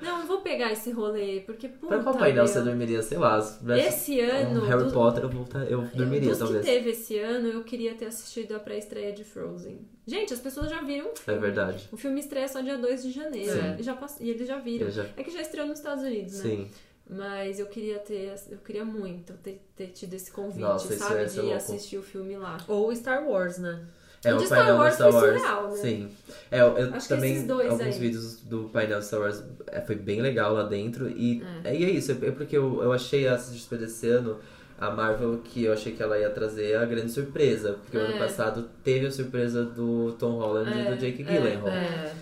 não, eu vou pegar esse rolê, porque puta.
Pra qual painel
meu.
você dormiria? Sei lá. se tivesse
Esse ano,
Um Harry
do-
Potter, eu, voltar, eu dormiria,
dos
talvez.
que teve esse ano, eu queria ter assistido a pré-estreia de Frozen. Gente, as pessoas já viram o
É
filme.
verdade.
O filme estreia só dia 2 de janeiro.
Sim.
E, já pass- e eles já viram.
Eu já...
É que já estreou nos Estados Unidos, né?
Sim.
Mas eu queria ter, eu queria muito ter, ter tido esse convite,
Nossa, isso
sabe?
ia ser
de
louco.
assistir o filme lá.
Ou Star Wars, né?
É
O
o
de Star
painel do
Wars
Star
foi
Wars.
surreal, né?
Sim. É, eu, eu
Acho que
também.
esses dois
alguns
aí.
vídeos do painel do Star Wars é, foi bem legal lá dentro. E é, e é isso, é porque eu, eu achei a CXP desse ano. A Marvel, que eu achei que ela ia trazer a grande surpresa. Porque o ano
É.
passado teve a surpresa do Tom Holland e do Jake Gyllenhaal.
É.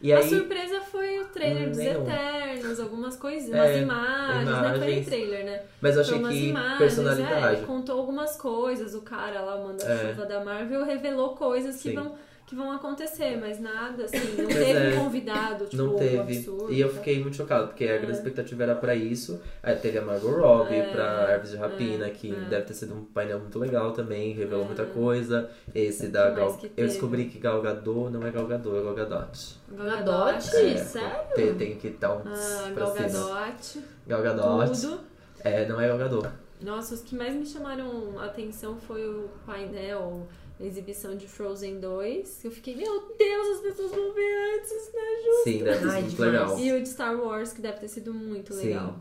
E
a
aí,
surpresa foi o trailer
Hum,
dos
nenhum.
Eternos, algumas coisas,
É,
umas imagens, né? Foi nem
imagens.
trailer, né?
mas eu
Foi
achei
umas
que
imagens, é,
personalidade. É.
ele contou algumas coisas, o cara lá, o manda-chuva da Marvel, revelou coisas que
Sim.
vão, que vão acontecer, mas nada, assim, não
Pois
teve
é.
convidado, tipo,
Não teve.
absurdo.
e eu
tá?
fiquei muito chocado, porque a grande expectativa era pra isso. Aí teve a Margot Robbie
É,
pra Árvores de Rapina, que deve ter sido um painel muito legal também, revelou muita coisa. Esse da
É. que
Gal...
mais que
Eu
teve?
descobri que Gal Gadot não é Gal Gadot, é Gal Gadot.
Gal
Gadot?
Gadot.
Ih, sério?
Tem, tem que dar um
Ah,
tss pra
Gal
cima.
Gadot.
Gal Gadot.
Tudo.
É, não é Gal Gadot.
Nossa, os que mais me chamaram a atenção foi o painel, a exibição de Frozen 2. Eu fiquei, meu Deus, as pessoas vão ver antes, né, Ju?
Sim, deve ter
Ai,
sido muito
demais.
legal.
E o de Star Wars, que deve ter sido muito
Sim.
legal.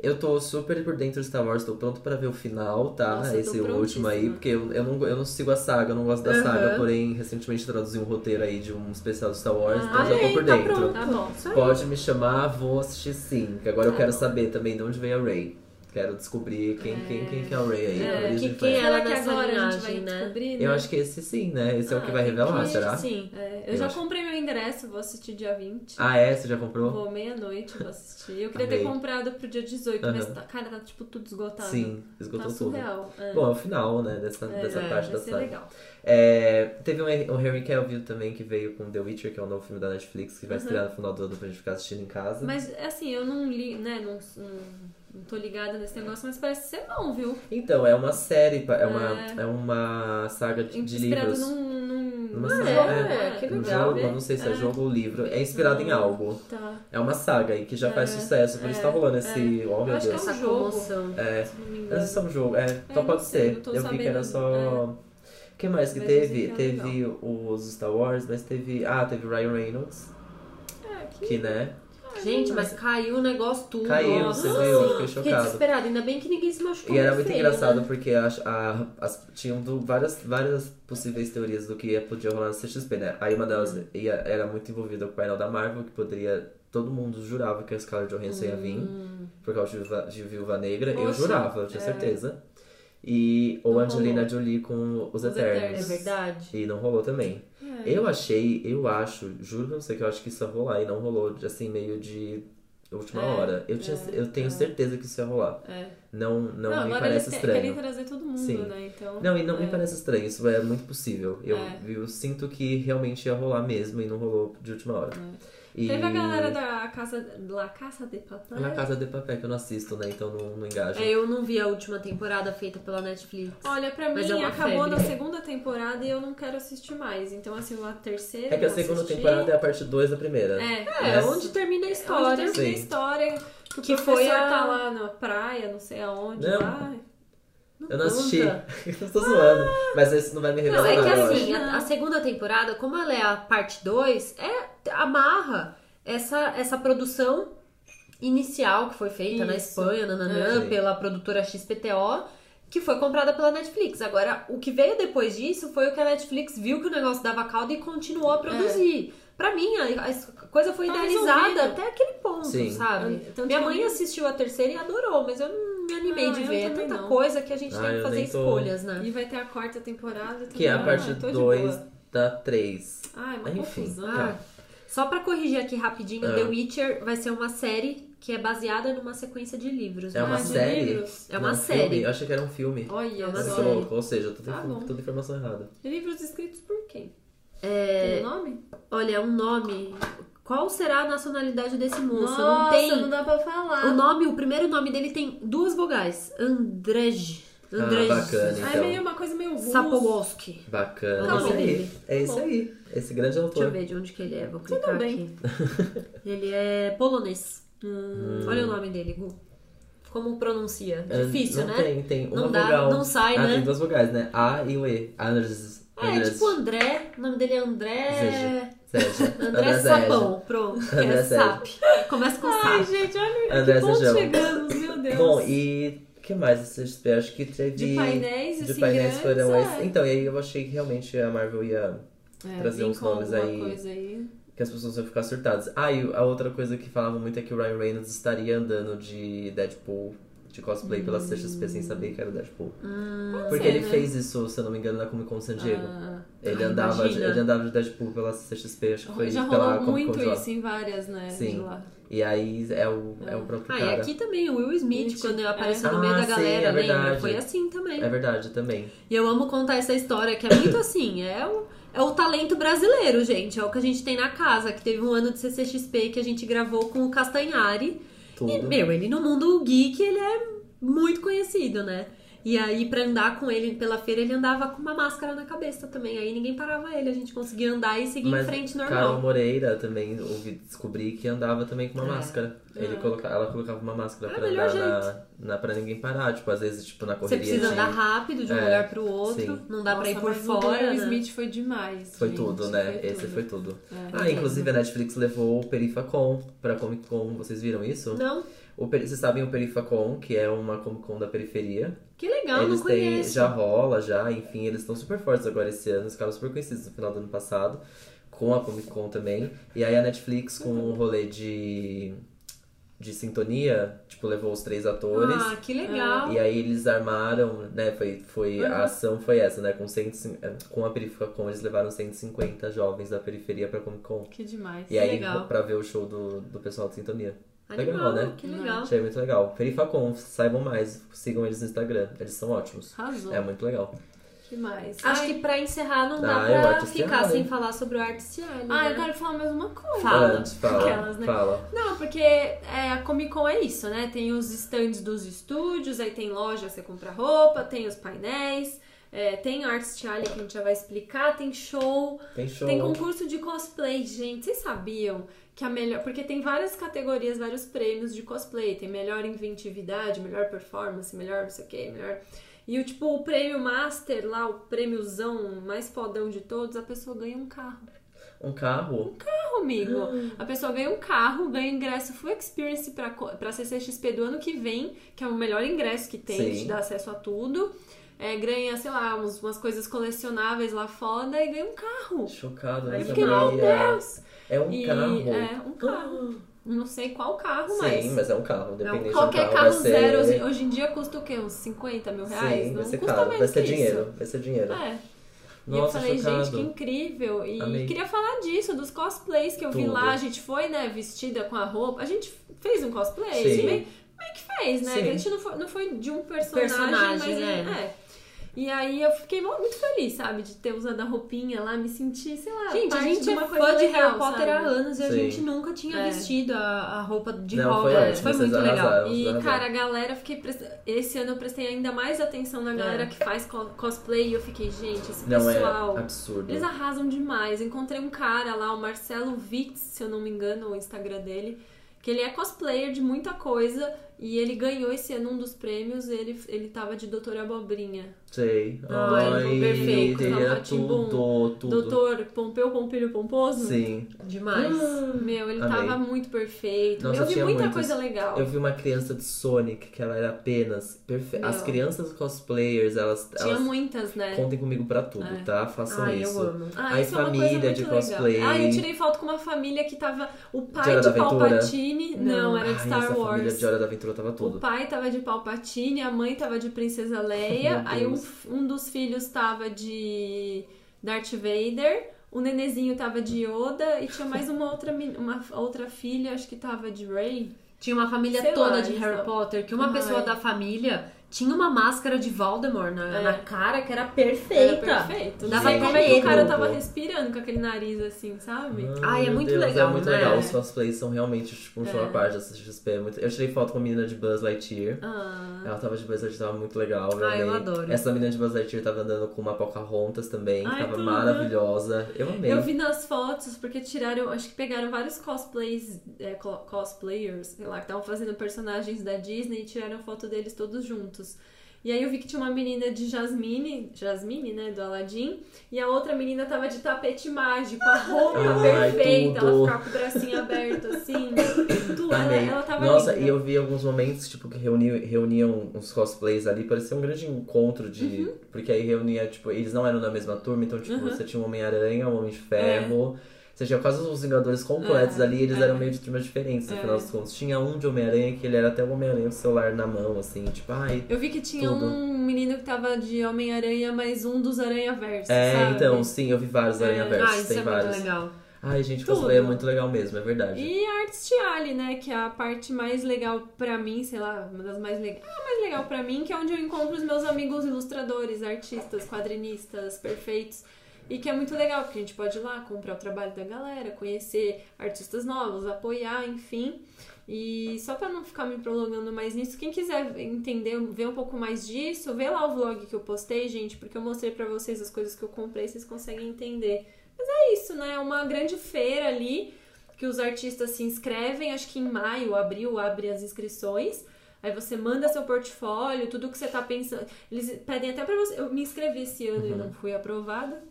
Eu tô super por dentro de Star Wars, tô pronto pra ver o final, tá?
Nossa, eu tô
Esse último aí,
prontíssima.
porque eu, eu, não, eu não sigo a saga, eu não gosto da
Aham.
saga, porém, recentemente traduzi um roteiro aí de um especial de Star Wars,
Ah,
então já tô
Amei,
por
tá
dentro.
pronto.
Tá bom.
Isso aí.
Pode me chamar, vou assistir sim. Que agora eu
Tá
quero
bom.
saber também de onde veio a Ray. Quero descobrir quem, quem, quem que é a Ray aí.
É,
a origem
que-
de
quem
Fran.
é ela
será que
nessa
agora a gente vai
linhagem, né?
descobrir, né?
Eu acho que esse sim, né? Esse é
Ah,
o que vai
tem
revelar,
que-
será?
Sim.
É, eu,
Eu
já
acho.
comprei meu ingresso, vou assistir dia 20.
Ah, é? Você já comprou?
Vou meia-noite, vou assistir. Eu queria ter
Amei.
comprado pro dia 18, mas
Aham.
tá- cara, tá tipo tudo esgotado.
Sim,
tá
esgotou tudo.
surreal. É.
Bom, é o final, né, dessa, dessa
é,
parte
vai
da
ser
saga.
legal.
É, teve um, um Henry Cavill também que veio com The Witcher, que é um novo filme da Netflix, que vai estrear no final do ano pra gente ficar assistindo em casa.
Uhum. Mas assim, eu não li, né? Não, não, não tô ligada nesse negócio, mas parece ser bom, viu?
Então, é uma série, pa- é
É.
uma, é uma saga de, de
Inspirado
livros.
num, num,
Numa
num
série,
jogo,
é.
né?
Que
Um
legal,
jogo,
né?
eu não sei se é,
É.
jogo ou livro. É inspirado em algo.
Tá.
É uma saga aí que já faz
É,
sucesso, por isso tá
é,
rolando esse. Oh meu
acho que é
Deus.
Essa
um jogo.
comoção.
É.
Se não me
Mas
engano.
isso é um jogo, é. Então
não
pode
sei,
ser.
não tô
Eu vi que era
sabendo, é.
só. O que mais que
Mas eu sei
teve?
que é
teve os Star Wars, mas teve. Ah, teve o Ryan Reynolds,
É, que-
que né?
Gente, mas caiu o negócio tudo.
Caiu,
nossa.
você viu? Eu Fiquei
Fiquei
chocado.
desesperada, ainda bem que ninguém se machucou.
E era
feio,
muito engraçado
né?
porque a, a- as- tinham do- várias, várias possíveis teorias do que podia rolar no CXP, né? Aí uma delas
Uhum.
ia- era muito envolvida com o painel da Marvel, que poderia. Todo mundo jurava que a Scarlett Johansson
Hum,
ia vir, por causa de Viúva, de Viúva Negra. eu
Poxa,
jurava, eu tinha
Uhum. é.
certeza. E, ou
Não
Angelina
rolou.
Jolie com Os
Os
É
Eternos.
Eternos.
verdade.
E não rolou também.
É.
Eu achei, eu acho, juro pra você que eu acho que isso ia rolar e não rolou, de, assim, meio de última
É,
hora. Eu, tinha,
é,
eu tenho
é.
certeza que isso ia rolar.
É.
Não, não, me
agora
parece
eles te-
estranho.
querem trazer todo mundo,
Sim.
né? Então,
Não, e não
é.
me parece estranho, isso é muito possível. Eu,
É.
eu sinto que realmente ia rolar mesmo e não rolou de última hora. E...
É.
é
Teve a galera da Casa, La Casa de Papel.
Na Casa de Papel, que eu não assisto, né? Então não, não engajo.
É, eu não vi a última temporada feita pela Netflix.
Olha, pra
Mas
mim
é uma
acabou
febre.
na segunda temporada e eu não quero assistir mais. Então, assim, a terceira.
É que a
eu
segunda
assisti.
temporada é a parte 2 da primeira.
É,
É,
Mas-
onde termina a
Onde
história.
termina a
Sim.
história que,
Que
o
foi
foi
a-
tá lá na praia, não sei aonde
Não.
lá.
Eu não assisti.
Conta.
eu tô zoando. Mas isso não vai me
Não,
revelar
é
nada,
que
eu
assim,
acho.
a, a segunda temporada, como ela é a parte 2, é, amarra essa, essa produção inicial que foi feita na
Isso.
Espanha, nananã,
Sim.
pela produtora XPTO, que foi comprada pela Netflix. Agora, o que veio depois disso foi o que a Netflix viu que o negócio dava caldo e continuou a produzir. Pra mim, a, a coisa foi
Tá
idealizada
resolvido.
até aquele ponto,
Sim.
sabe?
Tanto
Minha
que
mãe
eu-
assistiu a terceira e adorou, mas eu não me animei
Ah,
de
eu
ver. É
também
tanta
não.
coisa que a gente
Ah,
tem que
eu
fazer
nem tô-
escolhas, né?
E vai ter a quarta temporada também.
é. Que é a parte
Ah, tô de
2
boa.
da 3.
Ai, uma
Enfim,
confusão.
tá.
Ah, só pra corrigir aqui rapidinho,
Ah.
The Witcher vai ser uma série que é baseada numa sequência de livros.
É
né?
uma
Ah, de
série?
Livros.
É uma
Não, filme.
série.
Eu achei que era um filme.
Olha,
É uma
Você
série.
só.
falou louco, ou seja, eu tô
Tá
tendo
bom.
toda informação errada.
Livros escritos por quem?
É,
Tem o nome?
olha, um nome. Qual será a nacionalidade desse moço?
Nossa,
não tem.
dá pra falar.
O nome, o primeiro nome dele tem duas vogais. Andrzej. Andrzej.
bacana.
Ah, é
Então.
meio uma coisa meio russa.
Sapowski.
Bacana.
Tá
é isso
bom.
aí. É isso
bom.
aí. Esse grande
Deixa eu
autor.
ver de onde que ele é, vou clicar
Tudo bem.
aqui. Ele é polonês.
Hum.
Olha o nome dele, Gu. Como pronuncia?
Ah,
Difícil,
não
né?
Tem, tem uma
Não dá,
vogal.
não sai,
ah,
né?
tem duas vogais, né? A e o E. Anders.
É,
Anders-
tipo André, o nome dele é André.
Zeja. Zeja.
André
Zeja.
Sapão, pronto.
André
é
Zeja.
SAP. Começa com
Ai,
SAP.
gente, olha
André
que ponto
Sejão.
chegamos, meu Deus.
Bom, e o que mais esse XP? Acho que teve.
De painéis,
de
assim,
painéis
né?
grandes,
foram
é.
esses. Então, e aí eu achei que realmente a Marvel ia.
É,
trazer
vem
uns
com
nomes
alguma
aí.
coisa aí.
que as pessoas iam ficar surtadas. Ah, e a outra coisa que falavam muito é que o Ryan Reynolds estaria andando de Deadpool, de cosplay pela CXP sem saber que era o Deadpool.
Pode
Porque
ser,
ele
né?
fez isso, se eu não me engano, na Comic Con San Diego.
Ah,
Ele,
Ai,
andava de,
imagina.
ele andava de Deadpool pela CXP, acho que foi
já
pela
rolou
Comic Con
muito
de lá.
isso em várias, né?
Sim.
de lá.
E aí é o, é o próprio
Ah, e
cara.
aqui também, o Will Smith,
Smith,
quando ele
é.
apareceu no
Ah,
meio da
sim,
galera,
é
lembra?
verdade.
Foi assim também.
É verdade também.
E eu amo contar essa história, que é muito assim, é o, é o talento brasileiro, gente. É o que a gente tem na casa, que teve um ano de CCXP que a gente gravou com o Castanhari.
Tudo.
E, meu, ele no mundo geek, ele é muito conhecido, né? E aí, pra andar com ele pela feira, ele andava com uma máscara na cabeça também. Aí ninguém parava ele, a gente conseguia andar e seguir
Mas
em frente
Carol
normal.
Moreira também ouvi descobri que andava também com uma
É.
máscara. Ele
Ah.
coloca, ela colocava uma máscara
É o
pra
melhor
andar na, na, pra ninguém parar. Tipo, às vezes, tipo, na
Você
correria
precisa
de-
andar rápido de um
É,
lugar pro outro,
sim.
não dá pra ir
Nossa,
por
mas O do
fora.
Will
Né?
Smith foi demais.
Foi
gente,
tudo, né? Esse
tudo.
foi tudo.
É.
Ah, inclusive a Netflix levou o Perifacon pra Comic Con, vocês viram isso?
né? Não?
O peri- Vocês sabem o Perifacon, que é uma Comic Con da periferia.
Que legal,
eles
não conheço.
já rola, já, enfim, eles estão super fortes agora esse ano, ficaram super conhecidos no final do ano passado, com a Comic Con também. E aí a Netflix, com o rolê de, de sintonia, tipo, levou os três atores.
Ah, que legal.
E aí eles armaram, né? Foi, foi,
Uhum.
A ação foi essa, né? Com, 150 eh, com a Perifacon, eles levaram 150 jovens da periferia pra Comic Con.
Que demais.
E aí,
é legal.
pra ver o show do, do pessoal de sintonia. legal,
Animal,
né?
que legal.
Achei muito legal. Perifacon, saibam mais, sigam eles no Instagram. Eles são ótimos.
Arrasou.
É muito legal.
Que mais?
Acho
Ai,
que pra encerrar não dá
Ah, é o
pra
Artist
ficar
Alley.
sem falar sobre o Artist Alley,
Ah,
né?
eu quero falar mais uma coisa.
Fala.
Antes, fala.
Aquelas, né?
Fala.
Não, porque é, a Comic Con é isso, né? Tem os stands dos estúdios, aí tem loja, que você compra roupa, tem os painéis, é, tem Arts Alley que a gente já vai explicar, tem show,
Tem show.
tem concurso de cosplay, gente. Vocês sabiam que a melhor. Porque tem várias categorias, vários prêmios de cosplay. Tem melhor inventividade, melhor performance, melhor não sei o que, melhor. E o tipo, o prêmio master lá, o prêmiozão mais fodão de todos, a pessoa ganha um carro
Um carro.
carro, amigo. A pessoa ganha um carro, ganha ingresso Full Experience pra, co- pra CCXP do ano que vem, que é o melhor ingresso que tem,
Sim.
te dá acesso a tudo. É, ganha, sei lá, uns- umas coisas colecionáveis lá foda e ganha um carro.
Chocado,
Aí
né?
eu fiquei, meu Deus!
É um
e
carro.
é um carro.
Ah.
Não sei qual carro, mas.
Sim, mas é um carro.
não,
Dependente
qualquer
do carro,
carro,
vai ser...
zero hoje- hoje em dia custa o quê? Uns 50 mil reais?
Sim,
não
vai ser
custa
caro.
menos
Vai ser
que
dinheiro.
isso.
Vai ser dinheiro.
É. E eu
Nossa,
falei,
chocado.
gente, que incrível. E
Amei.
queria falar disso, dos cosplays que eu vi
Tudo.
lá. A gente foi, né, vestida com a roupa. A gente fez um cosplay,
Sim.
a gente meio, meio que fez, né?
Sim.
Que a gente não foi, não foi de um personagem,
Personagem,
mas
né?
é. E aí eu fiquei mo- muito feliz, sabe, de ter usado a roupinha lá, me senti, sei lá,
Gente, a
parte
gente
de
é
uma
fã
coisa
de
legal,
Harry Potter
sabe?
há anos e a
Sim.
gente nunca tinha
É.
vestido a, a roupa de
Não, foi
Hogwarts.
ótimo,
Foi,
vocês
muito legal.
arrasaram.
E,
Arrasaram.
cara, a galera, fiquei prest... esse ano eu prestei ainda mais atenção na galera
É.
que faz co- cosplay. E eu fiquei, gente, esse
Não
pessoal.
é absurdo.
Eles arrasam demais. Encontrei um cara lá, o Marcelo Vitz, se eu não me engano, o Instagram dele, que ele é cosplayer de muita coisa e ele ganhou esse ano um dos prêmios. Ele, ele tava de Doutor Abobrinha.
Sei.
Ai,
Ai,
perfeito.
Teria
Ratimbum.
tudo, tudo.
Doutor Pompeu Pompilho Pomposo?
Sim. Ah.
Demais.
Meu, ele
Amei.
tava muito perfeito.
Nossa,
eu vi
tinha
muita
muitos.
coisa legal.
Eu vi uma criança de Sonic que ela era apenas perfeita.
Não.
As crianças cosplayers, elas,
Tinha
elas
muitas, né?
contem comigo pra tudo,
É.
tá? Façam
Ai,
isso.
eu amo.
Ah,
Aí
isso é uma
família
coisa muito
de
legal.
cosplay.
Ah, eu tirei foto com uma família que tava. O
De
pai
Hora
de
da Aventura?
Palpatine. Não, era de
Ai,
Star
essa família
Wars.
de Hora da Aventura tava
O
tudo.
pai tava de Palpatine, a mãe tava de Princesa Leia,
Meu
aí um,
Deus.
f- um dos filhos tava de Darth Vader, o nenezinho tava de Yoda e tinha mais uma outra, meni- uma f- outra filha, acho que tava de Rey.
Tinha uma família
Sei
toda
lá,
de
eles
Harry
tavam-
Potter, que uma
Ai.
pessoa da família tinha uma máscara de Voldemort na,
É.
na cara que era perfeita.
Era perfeito.
Dava
Dava
até
como é que o
medo.
cara tava respirando com aquele nariz assim, sabe?
Ai, é
meu
muito
Deus,
legal,
É muito
né?
legal. Os cosplays são realmente tipo, um show à parte da CXP. é muito- Eu tirei foto com a menina de Buzz Lightyear.
Ah.
Ela tava de Buzz Lightyear, tava muito legal. eu
Ai, eu
amei.
adoro.
Essa menina de Buzz Lightyear tava andando com uma Pocahontas também, que
Ai,
tava
tudo.
maravilhosa. Eu amei.
Eu vi nas fotos, porque tiraram, acho que pegaram vários cosplays, é, co- cosplayers, sei lá, que estavam fazendo personagens da Disney e tiraram foto deles todos juntos. E aí eu vi que tinha uma menina de Jasmine, Jasmine, né, do Aladdin, e a outra menina tava de tapete mágico, a roupa
Ai,
perfeita,
tudo.
ela ficava com o bracinho aberto, assim, tudo, ela,
Amei.
ela tava
Nossa,
linda.
e eu vi alguns momentos, tipo, que reuni, reuniam uns cosplays ali, parecia um grande encontro de. Porque aí reunia, tipo, eles não eram da mesma turma, então, tipo,
Uhum.
você tinha um Homem-Aranha, um Homem de Ferro. Você tinha quase os Vingadores completos
É,
ali, eles
é.
eram meio de turmas diferentes, no
É.
final dos contos. Tinha um de Homem-Aranha que ele era até o Homem-Aranha com o celular na mão, assim, tipo, ai.
Eu vi que tinha
Tudo.
um menino que tava de Homem-Aranha, mas um dos Aranha-Versos,
É,
sabe?
então, sim, eu vi vários
É.
Aranha
Ah,
Versos,
isso
tem
é
vários.
muito legal.
Ah,
Ai, gente,
Tudo.
cosplay é muito legal mesmo, é verdade.
E a Artist Alley, né? Que é a parte mais legal pra mim, sei lá, uma das mais legais. Ah, mais legal pra mim, que é onde eu encontro os meus amigos ilustradores, artistas, quadrinistas, perfeitos. E que é muito legal, porque a gente pode ir lá comprar o trabalho da galera, conhecer artistas novos, apoiar, enfim. E só pra não ficar me prolongando mais nisso, quem quiser entender, ver um pouco mais disso, vê lá o vlog que eu postei, gente, porque eu mostrei pra vocês as coisas que eu comprei, vocês conseguem entender. Mas é isso, né? É uma grande feira ali que os artistas se inscrevem, acho que em maio, abril, abre as inscrições. Aí você manda seu portfólio,
Uhum.
tudo que você tá pensando. Eles pedem até pra você. Eu me inscrevi esse ano e não fui aprovada.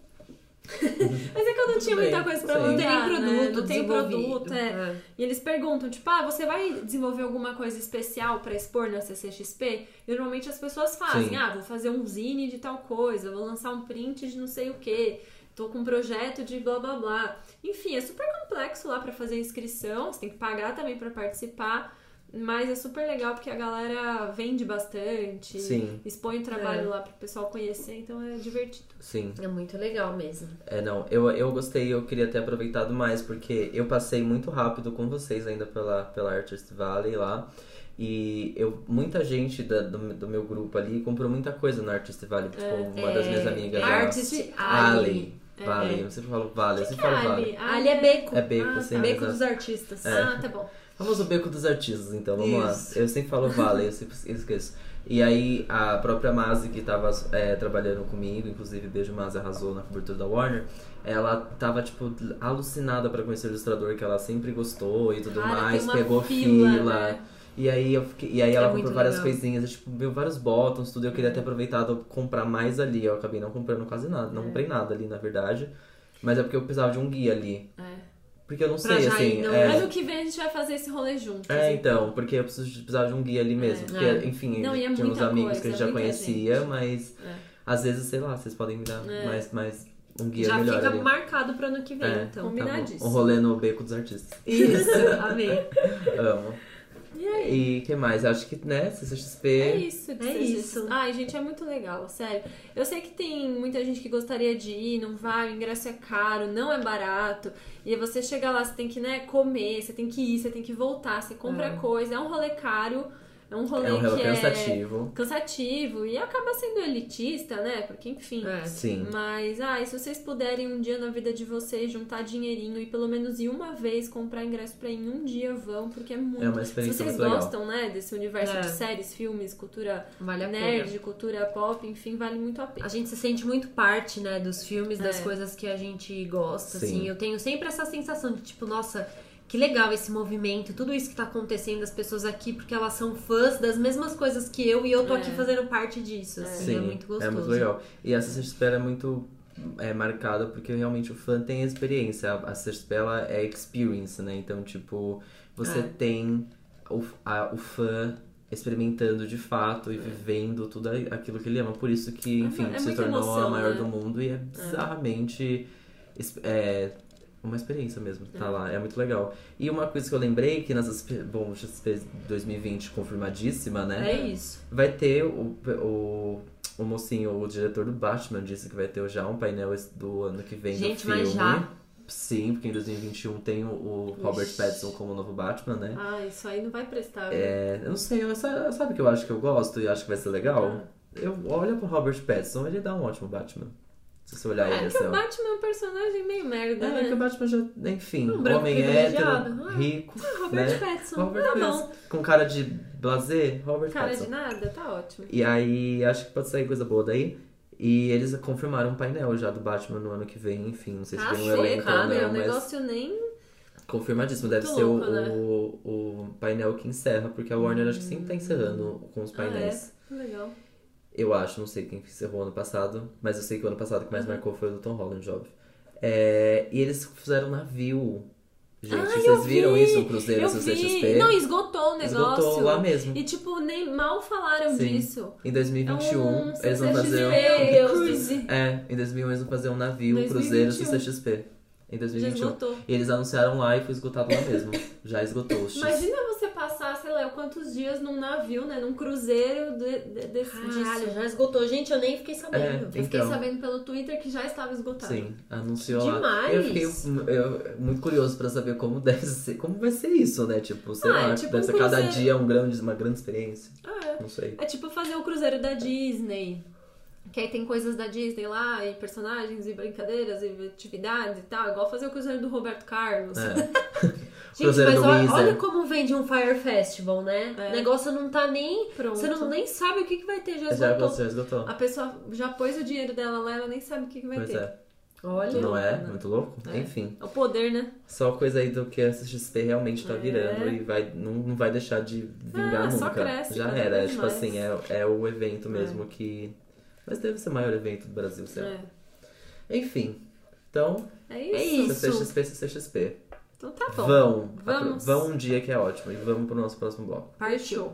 Mas é que eu não tinha
bem,
muita coisa pra
sim.
Não tem nem
mandar,
produto,
né? Não tem
desenvolvido.
produto, é. E eles perguntam, tipo, ah, você vai desenvolver alguma coisa especial pra expor na CCXP? E normalmente as pessoas fazem,
Sim.
ah, vou fazer um zine de tal coisa, vou lançar um print de não sei o que, tô com um projeto de blá blá blá. Enfim, é super complexo lá pra fazer a inscrição, você tem que pagar também pra participar, mas é super legal porque a galera vende bastante,
Sim,
expõe o trabalho
É.
lá pro pessoal conhecer, então é divertido.
sim.
É muito legal mesmo.
É, não, eu, eu gostei, eu queria ter aproveitado mais, porque eu passei muito rápido com vocês ainda pela, pela Artist Valley lá. E eu, muita gente da- do, do meu grupo ali comprou muita coisa na Artist Valley, tipo, uma
É,
das minhas amigas lá.
Artist Ali.
Ali. Vale, eu sempre falo Vale, eu sempre falo Vale.
Ah,
Ali
Ali,
é beco.
É beco,
Ah,
assim,
tá.
mas
Beco
é-
dos artistas.
Ah, tá bom.
Vamos ao beco dos artistas, então, vamos
Isso.
lá. Eu sempre falo Vale, eu sempre esqueço. E aí, a própria Mazi, que tava é, trabalhando comigo, inclusive, beijo Mazi, arrasou na cobertura da Warner, ela tava, tipo, alucinada pra conhecer o ilustrador, que ela sempre gostou e tudo
Cara, tem
mais,
uma
pegou
fila,
fila.
né?
E aí, eu fiquei- e aí
É
ela
muito
comprou várias
legal. Uhum.
coisinhas, eu, tipo, viu vários bottoms, tudo. Eu queria ter aproveitado comprar mais ali. Eu acabei não comprando quase nada,
É.
não comprei nada ali, na verdade. Mas é porque eu precisava de um guia ali.
É.
Porque eu não
Pra já
sei,
ir,
assim.
não-
é...
Ano que vem a gente vai fazer esse rolê assim. juntos.
É,
hein?
então, porque eu preciso de- precisava de um guia ali mesmo.
É.
Porque,
É.
enfim,
Não, e é
tinha uns
muita
amigos
coisa,
que a gente já
muita
conhecia, mas
É.
às vezes, sei lá, vocês podem me dar
É.
mais, mais um guia
Já
melhor.
fica
ali.
marcado pro ano que vem,
É,
então.
Tá bom.
Combinadíssimo.
Um rolê no beco dos artistas.
Isso, amei.
Amo.
E aí?
E que mais? Acho que, né, CCXP.
É isso,
É
é
isso.
isso. Ai, gente, é muito legal, sério. Eu sei que tem muita gente que gostaria de ir, não vai, o ingresso é caro, não é barato. E aí você chega lá, você tem que, né, comer, você tem que ir, você tem que voltar, você compra coisa, é um rolê caro, é um rolê
é um
que
relógio
é
cansativo.
cansativo e acaba sendo elitista, né? Porque enfim.
É.
Sim.
Mas, ah, e se vocês puderem um dia na vida de vocês juntar dinheirinho e pelo menos ir uma vez comprar ingresso pra ir em um dia, vão, porque é muito.
É uma
se
experiência
vocês
muito legal.
gostam, né, desse universo
É.
de séries, filmes, cultura
Vale a
nerd,
pena.
cultura pop, enfim, vale muito a pena.
A gente se sente muito parte, né, dos filmes, das
É.
coisas que a gente gosta,
Sim.
assim. Eu tenho sempre essa sensação de, tipo, nossa, que legal esse movimento, tudo isso que tá acontecendo, as pessoas aqui, porque elas são fãs das mesmas coisas que eu e eu tô
É.
aqui fazendo parte disso, assim.
Sim,
é muito gostoso.
legal. E a CCXP ela é muito é, marcada porque realmente o fã tem experiência. A a CCXP ela é experience, né? Então, tipo, você
É.
tem o, a- o fã experimentando de fato e
É.
vivendo tudo a- aquilo que ele ama. Por isso que,
É,
enfim,
é
se
muita
tornou a
emoção,
maior
né?
do mundo e é bizarramente... es- É, uma experiência mesmo, tá lá, é muito legal. E uma coisa que eu lembrei, que nessas. Bom, CCXP 2020 confirmadíssima, né?
É isso.
Vai ter o, o, o mocinho, o diretor do Batman disse que vai ter já um painel esse- do ano que vem
Gente,
do filme.
mas já.
Sim, porque em 2021 tem o, o Robert Pattinson como novo Batman, né?
Ah, isso aí não vai prestar.
É, eu não sei, eu sa- sabe que eu acho que eu gosto e acho que vai ser legal? Eu olho pro Robert Pattinson, ele dá um ótimo Batman. Se você olhar ele
É que
assim,
o
ó.
Batman é um personagem meio merda,
É, que o
né?
Batman já, enfim,
Um branco
homem
privilegiado.
hétero,
Ah,
rico,
Robert
né?
Pattinson,
Robert
tá
Pattinson.
bom.
Com cara de blazer, Robert
Cara
Pattinson.
de nada, tá ótimo.
E aí, acho que pode sair coisa boa daí. E eles confirmaram um painel já do Batman no ano que vem, enfim, não sei se
Ah,
tem um elenco ou
cara, é um
não, mas
negócio nem
confirmadíssimo. Deve
Muito
ser
louco,
o,
né?
o, o painel que encerra, porque a Warner acho que sempre tá encerrando com os
Hum. Ah, é?
painéis.
legal.
Eu acho, não sei quem que encerrou ano passado, mas eu sei que o ano passado que mais marcou foi o do Tom Holland, óbvio. É, e eles fizeram um navio. Gente,
Ah, eu
vocês viram
vi,
isso no Cruzeiro
Eu
CCXP?
vi. Não, esgotou o negócio.
Esgotou lá mesmo.
E tipo, nem mal falaram
Sim.
disso.
Em
É
2021,
um
eles vão fazer um.
CCXP, Deus do-
É, em 2001 eles vão fazer um navio
2021.
cruzeiro CCXP. Em
Já
2021.
esgotou.
E eles anunciaram lá e foi esgotado lá mesmo. Já esgotou os X.
Imagina você passar, sei lá, quantos dias num navio, né? Num cruzeiro de, de, desse-
Caralho,
disso.
já esgotou. Gente, eu nem fiquei sabendo.
É.
Eu fiquei
Então.
sabendo pelo Twitter que já estava esgotado.
Sim, anunciou
Que
lá.
demais!
Eu fiquei eu, muito curioso pra saber como deve ser, como vai ser isso, né? Tipo, sei
Ah,
lá,
é tipo
deve
um
ser cada
cruzeiro.
dia um grande, uma grande experiência.
Ah, é.
Não sei.
É tipo fazer o cruzeiro da Disney. Que aí tem coisas da Disney lá, e personagens, e brincadeiras, e atividades e tal. Igual fazer o cruzeiro do Roberto Carlos.
É.
Gente,
Cruzeiro
mas
do
olha,
Wizard.
olha como vende um Fire Festival, né?
É.
O negócio não tá nem...
Pronto.
Você não, nem sabe o que, que vai ter, já
Já
esgotou.
aconteceu, esgotou.
A pessoa já pôs o dinheiro dela lá, ela nem sabe o que, que vai
Pois
ter.
é.
Olha.
Não é?
né?
Muito louco?
É.
Enfim.
É o poder, né?
Só coisa aí do que a CXP realmente tá
É.
virando e vai, não, não vai deixar de vingar
Ah,
nunca.
só cresce
Já
cada
era, é
vez
tipo
mais.
assim, é, é o evento mesmo que. Mas deve ser o maior evento do Brasil, sei lá.
É.
Enfim. Então,
É
É
isso.
isso.
CCXP, CCXP.
Então tá bom.
Vão.
Vamos.
apro- Vão um dia que é ótimo. E vamos pro nosso próximo bloco.
Partiu.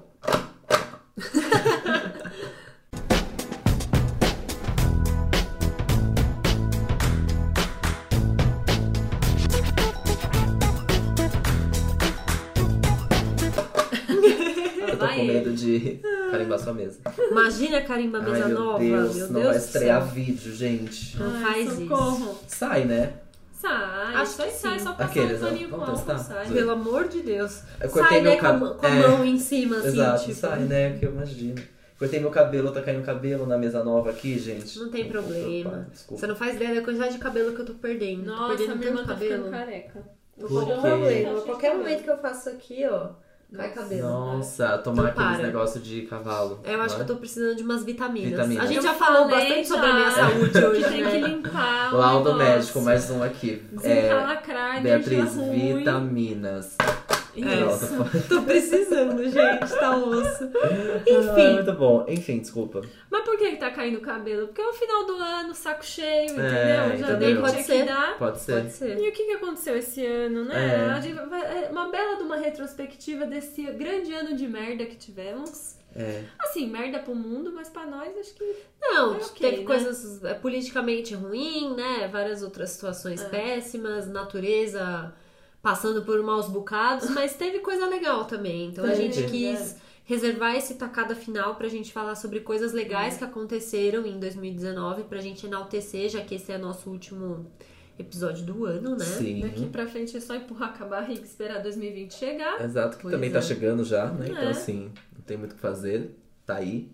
Eu tô
Vai
com
ele.
medo de carimbar sua mesa.
Imagina a carimba mesa
Ai, meu
nova.
Deus,
meu
não
Deus
vai
do
estrear
céu.
vídeo, gente.
Não faz isso.
socorro.
Sai, né?
Então Sai.
Acho
sai,
que
sai,
sim.
só passar
Aqueles,
um
ó.
paninho com
Vamos
álcool,
testar?
sai.
Sim.
Pelo amor de Deus.
Eu cortei
Sai, né,
meu É.
com a
cabelo.
mão- com a mão em cima, assim,
Exato,
tipo.
sai, né? Que eu imagino. Cortei meu cabelo, tá caindo cabelo na mesa nova aqui, gente.
Não tem
Opa,
problema.
opa, Desculpa.
Você não faz ideia da quantidade de cabelo que eu tô perdendo. tô
Nossa,
perdendo
minha irmã
tanto
tá
cabelo.
ficando careca.
Não
Por
tem
quê?
problema.
Achei
Qualquer
cabelo.
momento que eu faço aqui, ó, cai cabelo.
Nossa, tomar
Então
aqueles
para.
negócios de cavalo.
Eu acho que
né?
eu tô precisando de umas vitaminas.
Vitaminas.
A gente
Eu
já falou
falei
bastante
já
sobre a minha saúde hoje,
que tem que
né?
limpar o
Laudo
negócio.
médico, mais um aqui. É,
Desencalacrar,
Beatriz,
deixa ruim.
vitaminas.
Isso.
Nossa,
É, Tô precisando, gente, tá osso.
Ah,
Enfim.
muito bom. Enfim, desculpa.
Mas por que que tá caindo o cabelo? Porque é o final do ano, saco cheio, entendeu? Já
É, entendeu?
deu o que
Pode
tinha
ser.
que dar.
Pode ser.
Pode ser.
E o que, que aconteceu esse ano, né?
É.
A gente vai- é Uma bela de uma retrospectiva desse grande ano de merda que tivemos.
É.
Assim, merda pro mundo, mas pra nós acho que.
Não,
É ok,
teve
né?
coisas é, politicamente ruim, né? Várias outras situações
É.
péssimas, natureza passando por maus bocados, mas teve coisa legal também. Então a
Teve,
gente
é.
quis reservar esse tacada final pra gente falar sobre coisas
Uhum.
legais que aconteceram em 2019, pra gente enaltecer, já que esse é nosso último episódio do ano, né?
Daqui
Sim.
pra frente é só empurrar com a barriga e esperar 2020 chegar.
Exato, que
Pois
também
é.
tá chegando já, né? Então,
É.
assim, não tem muito o que fazer. Tá aí.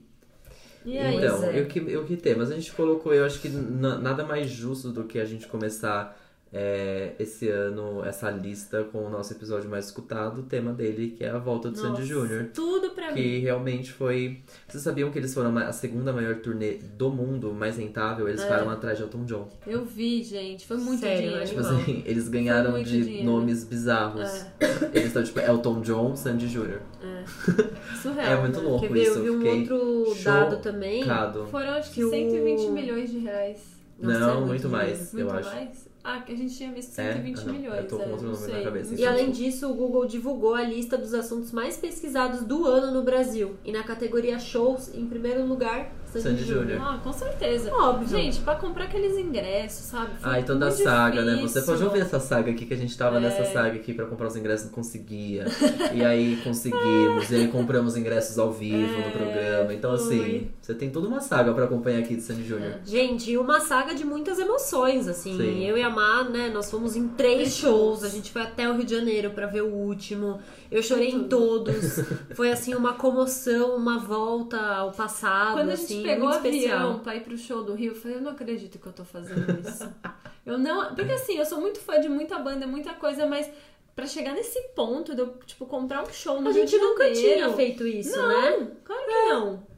E aí?
então,
Pois é.
eu, que, eu que ter, mas a gente colocou, eu acho que na- nada mais justo do que a gente começar é, esse ano, essa lista com o nosso episódio mais escutado, o tema dele, que é a volta do Sandy Jr.
Tudo pra mim.
Que realmente foi. Vocês sabiam que eles foram a segunda maior turnê do mundo, mais rentável?
É.
Eles ficaram atrás de Elton John.
Eu vi, gente. Foi muito
Sério,
dinheiro.
né?
Tipo
Animal.
assim, eles ganharam
muito
de
dinheiro. É.
nomes bizarros. Eles estão tipo Elton John, Sandy Jr.
Surreal.
É muito
né?
louco
Quer ver?
isso.
Eu vi um
Fiquei
outro dado também.
chocado.
Foram acho que
Que o-
120 milhões de reais.
Nossa, é
não,
muito
muito,
dinheiro.
mais,
Muito
eu acho.
mais? Ah, que a gente tinha visto
É?
120
Ah, não.
milhões.
Eu tô com
é,
outro
não
número na
sei.
cabeça,
E
isso.
além disso, o Google divulgou a lista dos assuntos mais pesquisados do ano no Brasil. E na categoria shows, em primeiro lugar, Sandy,
Sandy
Júnior.
Júnior.
Ah, com certeza.
Óbvio.
Gente, pra comprar aqueles ingressos, sabe? Foi
Ai, toda a
muito
Ah, saga, né?
difícil. É.
Você pode ouvir essa saga aqui, que a gente tava nessa saga aqui pra comprar os ingressos, não conseguia. e aí conseguimos, e aí compramos ingressos ao vivo
É,
no programa. Então, assim, você tem toda uma saga pra acompanhar aqui de Sandy
É,
Júnior.
Gente, uma saga de muitas emoções, assim.
Sim.
Eu e a Má, né, nós fomos em três shows. A gente foi até o Rio de Janeiro pra ver o último. Eu chorei em todos. Foi, assim, uma comoção, uma volta ao passado,
Quando a gente
assim,
pegou o
muito
avião
especial.
pra ir pro show do Rio, eu falei, eu não acredito que eu tô fazendo isso. eu não. Porque assim, eu sou muito fã de muita banda, muita coisa, mas pra chegar nesse ponto de eu, tipo, comprar um show no
A
Rio
gente
de
nunca
Janeiro-
tinha feito isso, né?
Não, claro que não.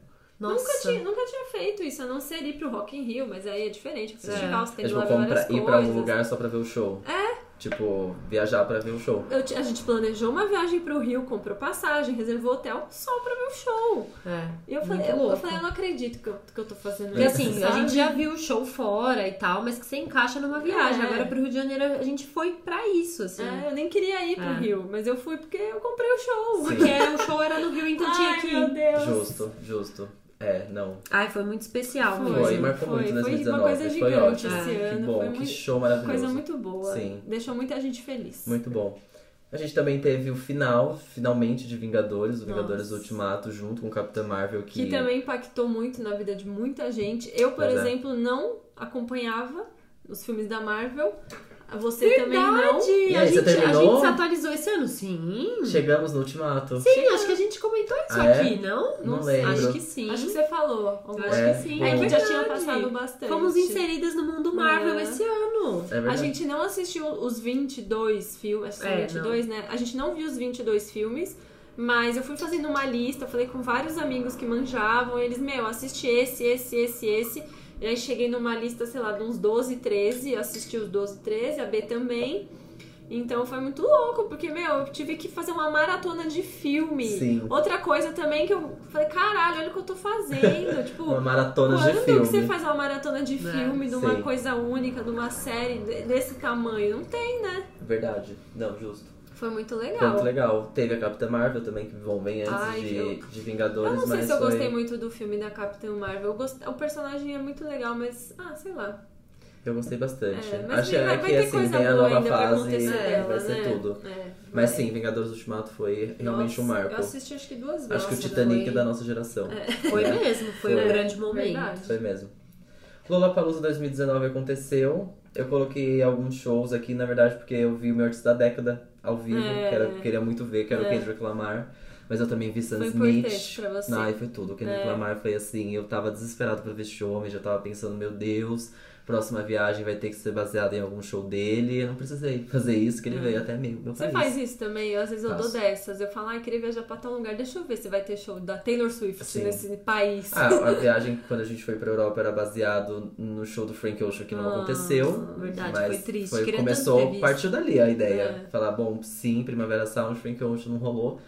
Nossa.
Nunca, tinha, nunca tinha feito isso, a não ser ir pro Rock in Rio, mas aí é diferente, porque
É.
festival você
É
tem que
tipo,
lá ver
compra,
várias coisas.
ir pra um lugar só pra ver o show. É? Tipo, viajar pra ver o show.
Eu ti- a gente planejou uma viagem pro Rio, comprou passagem, reservou hotel só pra ver o show.
É.
E eu falei,
Muito
eu, eu
louco.
falei, eu não acredito que eu, que eu tô fazendo
Porque
isso.
assim, a
sabe?
gente já viu o show fora e tal, mas que você encaixa numa viagem.
É.
Agora pro Rio de Janeiro a gente foi pra isso, assim.
É, eu nem queria ir pro
É.
Rio, mas eu fui porque eu comprei o show.
Sim.
Porque o show era no Rio, então tinha
Ai,
que
meu
ir.
Deus.
Justo, justo. É, não.
Ai, foi muito especial
Foi,
Foi,
mesmo.
marcou muito
foi, foi uma
2019.
coisa gigante
ótimo. É.
esse
que
ano,
bom,
foi
que
muito-
show maravilhoso.
Coisa muito boa.
Sim.
Deixou muita gente feliz.
Muito bom. A gente também teve o final, finalmente, de Vingadores, o Vingadores
Nossa.
Ultimato, junto com o Capitã Marvel, que,
Que também impactou muito na vida de muita gente. Eu, por
Pois é.
exemplo, não acompanhava os filmes da Marvel. Você também não.
É Verdade!
E
a,
aí, você
gente, a
terminou?
gente se atualizou esse ano, sim.
chegamos no Ultimato.
Sim, acho que a gente comentou isso
Ah, é?
aqui, não?
Não,
não sei,
lembro.
Acho que sim.
né? Acho que você falou. alguma
Eu
É,
acho que sim.
bom.
É que já
verdade.
tinha passado bastante.
Fomos inseridas no mundo Marvel
É.
esse ano.
É
A
verdade.
gente não assistiu os 22 filmes, acho que são
É,
22, né? A gente não viu os 22 filmes, mas eu fui fazendo uma lista, eu falei com vários amigos que manjavam, e eles, meu, assisti esse, esse, esse, esse. E aí cheguei numa lista, sei lá, de uns 12, 13, assisti os 12, 13, a B também. Então foi muito louco, porque, meu, eu tive que fazer uma maratona de filme.
Sim.
Outra coisa também que eu falei, caralho, olha o que eu tô fazendo. tipo,
Uma maratona de
quando
filme.
que você faz uma maratona de
Né?
filme, de uma
Sim.
coisa única, de uma série de- desse tamanho? Não tem.
Verdade. Não, justo.
Foi muito legal.
Tanto legal. Teve a Capitã Marvel também, que vão bem antes
Ai,
de,
eu-
de
Eu
Vingadores,
não sei
mas
se eu
foi-
gostei muito do filme da Capitã Marvel. Eu gost- O personagem é muito legal, mas, ah, sei lá.
eu gostei bastante.
É, mas
Achei
vai- vai
que
ter
assim,
coisa
tem a
boa
nova
ainda pra
fase
acontecer dela,
vai ser
né?
tudo.
É,
Mas
vai.
sim, Vingadores Ultimato foi realmente um
Nossa,
marco.
Eu assisti acho que duas vezes.
Acho que o
Nossa,
Titanic
foi-
é da nossa geração.
Foi mesmo, foi
Foi.
um grande momento.
É. Verdade.
Foi mesmo. Lollapalooza 2019 aconteceu. Eu coloquei alguns shows aqui, na verdade, porque eu vi o meu artista da década ao vivo,
É.
que era, eu queria muito ver, que era o
É.
Kendrick Lamar. Mas eu também vi Sam
Foi importante
Smith.
pra você.
Ai, foi tudo. O Kendrick
É.
Lamar foi assim, eu tava desesperado pra ver show, mas já tava pensando, meu Deus, próxima viagem vai ter que ser baseada em algum show dele. Eu não precisei fazer isso, que ele veio até meio meu
É. Você
país.
faz isso também? Eu, às vezes eu dou
Faço.
dessas. Eu falo, ah, queria viajar pra tal lugar, deixa eu ver se vai ter show da Taylor Swift
Sim.
nesse país.
Ah, a viagem quando a gente foi pra Europa era baseado no show do Frank Ocean que não
Ah,
aconteceu.
verdade,
mas
foi triste.
Foi,
Queria tanto ter
começou,
visto.
partiu dali a ideia.
É.
Falar, bom, sim, Primavera Sound, Frank Ocean não rolou.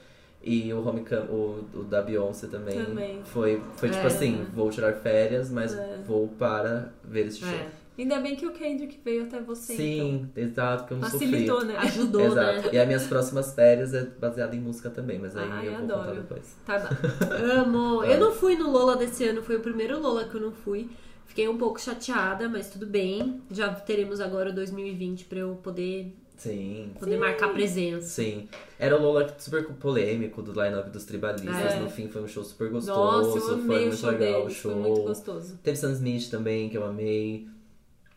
E o Homecoming, o, o da Beyoncé também.
Também.
Foi, foi tipo
É.
assim, vou tirar férias, mas
É.
vou para ver esse show.
É,
Ainda bem que o Kendrick veio até você. então.
Sim, exato, que eu não
Facilitou, né?
ajudou, né?
Exato. E as minhas próximas férias é baseada em música também, mas aí
Ai,
eu vou contar
adoro.
depois.
Tá bom.
Amo.
É.
Eu não fui no Lola desse ano, foi o primeiro Lola que eu não fui. Fiquei um pouco chateada, mas tudo bem. Já teremos agora o 2020 pra eu poder,
Sim.
poder marcar presença.
Sim. Era o Lola super polêmico do line-up dos tribalistas.
É.
No fim foi um show super gostoso.
Nossa, eu
foi
amei o
muito
show
legal o
deles.
show.
Foi muito gostoso.
Teve Sam Smith também, que eu amei.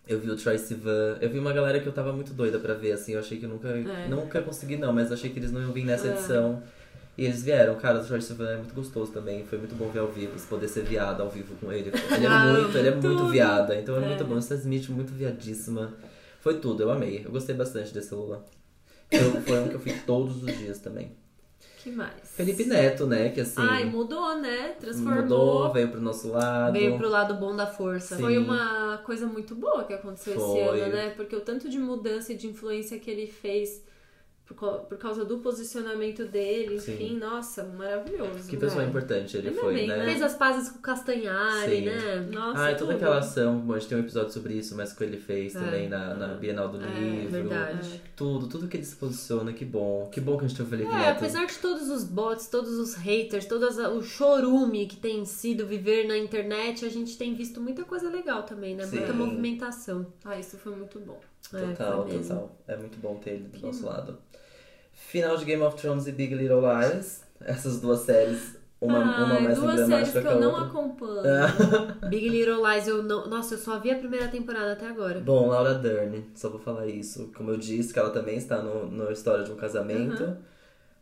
Eu vi o Troy Sivan. Eu vi uma galera que eu tava muito doida pra ver, assim. Eu achei que eu nunca.
É.
Nunca consegui, não, mas achei que eles não iam vir nessa
É.
edição. E eles vieram, cara, o Troy Sivan é muito gostoso também. Foi muito bom ver ao vivo, poder ser viada ao vivo com ele. Ele é
Ah,
muito, ele é muito
tudo.
viada, então era
É.
muito bom. Sam Smith, muito viadíssima. Foi tudo, eu amei. Eu gostei bastante desse Lula. Eu- foi um que eu fiz todos os dias também.
que mais?
Felipe Neto, né? Que assim.
Ai, mudou, né? Transformou.
mudou, veio pro nosso lado.
Veio pro lado bom da força.
Sim.
Foi uma coisa muito boa que aconteceu
Foi.
esse ano, né? Porque o tanto de mudança e de influência que ele fez por, co- por causa do posicionamento dele,
Sim.
enfim, nossa, maravilhoso.
Que pessoa
né?
importante ele
Ele é
foi,
bem,
né?
Fez as pazes com o Castanhari,
Sim.
né?
Nossa,
Ah, e toda
tudo.
aquela ação, bom, a gente tem um episódio sobre isso, mas que ele fez
É.
também na, na Bienal do
É,
Livro.
Verdade.
Tudo, tudo que ele se posiciona, que bom. Que bom que a gente tem o Felipe
É,
Neto.
apesar de todos os bots, todos os haters, todo o chorume que tem sido viver na internet, a gente tem visto muita coisa legal também, né? Muita
Sim.
movimentação.
Ah, isso foi muito bom.
É,
Total,
foi mesmo.
total. É muito bom ter ele do nosso lado. Final de Game of Thrones e Big Little Lies. Essas duas séries, uma, uma
Ai,
mais
duas séries que
emblemática
eu
a
não
outra. É.
acompanho.
Big Little Lies, eu não. Nossa, eu só vi a primeira temporada até agora.
Bom, Laura Dern, só vou falar isso. Como eu disse, que ela também está no, no História de um Casamento.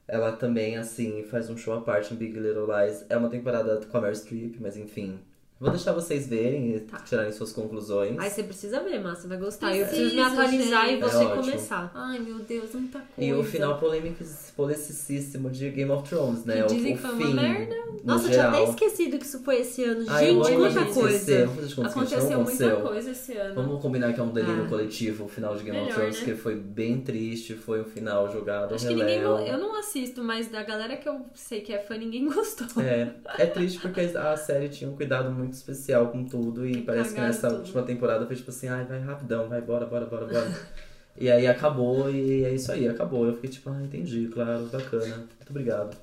Ela também, assim, faz um show à parte em Big Little Lies. É uma temporada com a Meryl Streep, mas enfim. Vou deixar vocês verem e
Tá.
tirarem suas conclusões.
Aí você precisa ver, mas você vai gostar. Tá, eu
Preciso,
preciso me atualizar
gente.
e
É
você
ótimo.
começar.
Ai, meu Deus, muita coisa.
E o final polêmico- polemicíssimo de Game of Thrones, né?
Que
O-
dizem
o,
que foi
fim,
uma merda.
no
Nossa, eu tinha
geral.
até esquecido que isso foi esse ano.
Ai, eu
Gente,
amo a
muita
gente esquecer,
coisa.
Vamos fazer de conta que a gente não
Aconteceu muita
aconteceu.
coisa esse ano.
Vamos combinar que é um delírio
Ah.
coletivo o final de Game of
Melhor,
Thrones,
né?
que foi bem triste, foi um final jogado. ao
Acho que ninguém.
reléu.
Eu não assisto, mas da galera que eu sei que é fã, ninguém gostou.
É, é triste porque a série tinha um cuidado muito especial com tudo e
Que
parece que
cagaram
nessa
tudo.
última temporada foi tipo assim, ai, vai rapidão, vai, bora, bora, bora, bora. e aí acabou e é isso aí, acabou. Eu fiquei tipo, ah, entendi, claro, bacana, muito obrigado.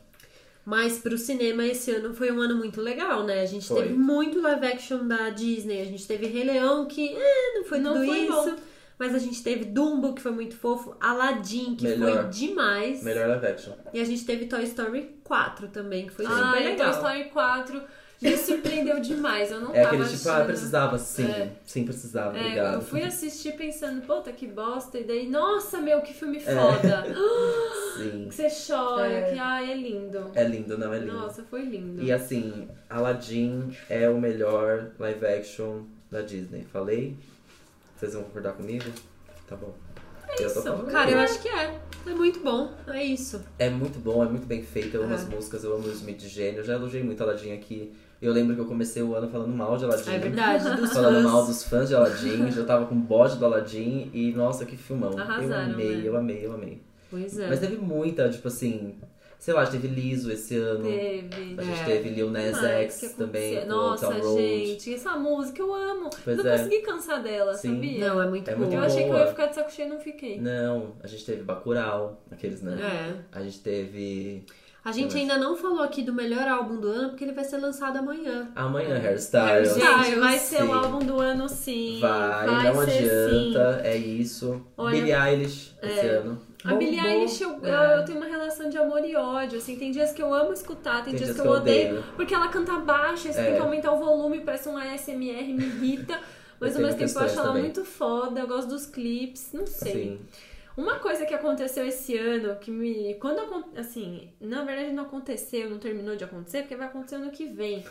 Mas pro cinema esse ano foi um ano muito legal, né? A gente
Foi.
teve muito live action da Disney, a gente teve Rei Leão, que eh, não foi
Não
tudo
foi
isso.
bom.
Mas a gente teve Dumbo, que foi muito fofo, Aladdin, que
Melhor.
foi demais.
Melhor live action.
E a gente teve Toy Story 4 também, que foi super
Ah, então
legal.
Story 4 me surpreendeu demais. Eu não
É
tava
aquele tipo, ah,
assistindo.
precisava, sim,
É.
sim, precisava,
É,
obrigado.
eu fui assistir pensando, puta que bosta, e daí, nossa, meu, que filme
É.
foda.
Sim.
Que você chora,
É.
que ai, é lindo.
É lindo, não é lindo.
Nossa, foi lindo.
E assim, Aladdin é o melhor live action da Disney. Falei? Vocês vão concordar comigo? Tá bom. Eu tô
É isso.
falando.
Cara, eu acho que é. É muito bom. É isso.
É muito bom, é muito bem feito, eu amo
É.
Ah.
as músicas, eu amo o Smith de gênio. Eu já elogiei muito a Aladdin aqui. Eu lembro que eu comecei o ano falando mal de Aladdin.
É verdade. Dos
Falando
fãs.
mal dos fãs de Aladdin, já tava com bode do Aladdin e nossa, que filmão.
Arrasaram,
eu amei,
né?
eu amei, eu amei.
Pois é.
Mas teve muita, tipo assim, sei lá, a gente teve Liso esse ano.
Teve.
A gente
É.
teve Lil Nas
Mas que
X também,
acontecia-
com
Nossa,
Town Road.
gente, essa música eu amo.
Pois
não
é.
consegui cansar dela,
Sim.
sabia?
Não, é muito
É
bom.
muito
eu
boa.
achei que eu ia ficar de saco cheio e não fiquei.
Não, a gente teve Bacurau, aqueles, né?
É.
A gente teve
A gente
Eu
ainda não falou aqui do melhor álbum do ano, porque ele vai ser lançado amanhã.
Amanhã
É.
Hairstyles.
Hairstyles.
Gente, vai
Sim.
ser o álbum do ano sim.
Vai, não
ser
adianta, é isso.
Olha, é,
Billie Eilish esse ano.
sim. A Billie
Bombou.
Eilish, eu,
É.
eu tenho uma relação de amor e ódio, assim. Tem dias que eu amo escutar, tem,
Tem
dias, que eu odeio.
odeio.
Porque ela canta baixo, aí você
É.
tem que aumentar o volume, parece um ASMR, me irrita. Mas ao
tenho
mesmo tempo eu
questões
acho ela
também.
muito foda, eu gosto dos clipes, não sei.
Sim.
Uma coisa que aconteceu esse ano, que me. Quando acon- assim, na verdade não aconteceu, não terminou de acontecer, porque vai acontecer ano que vem.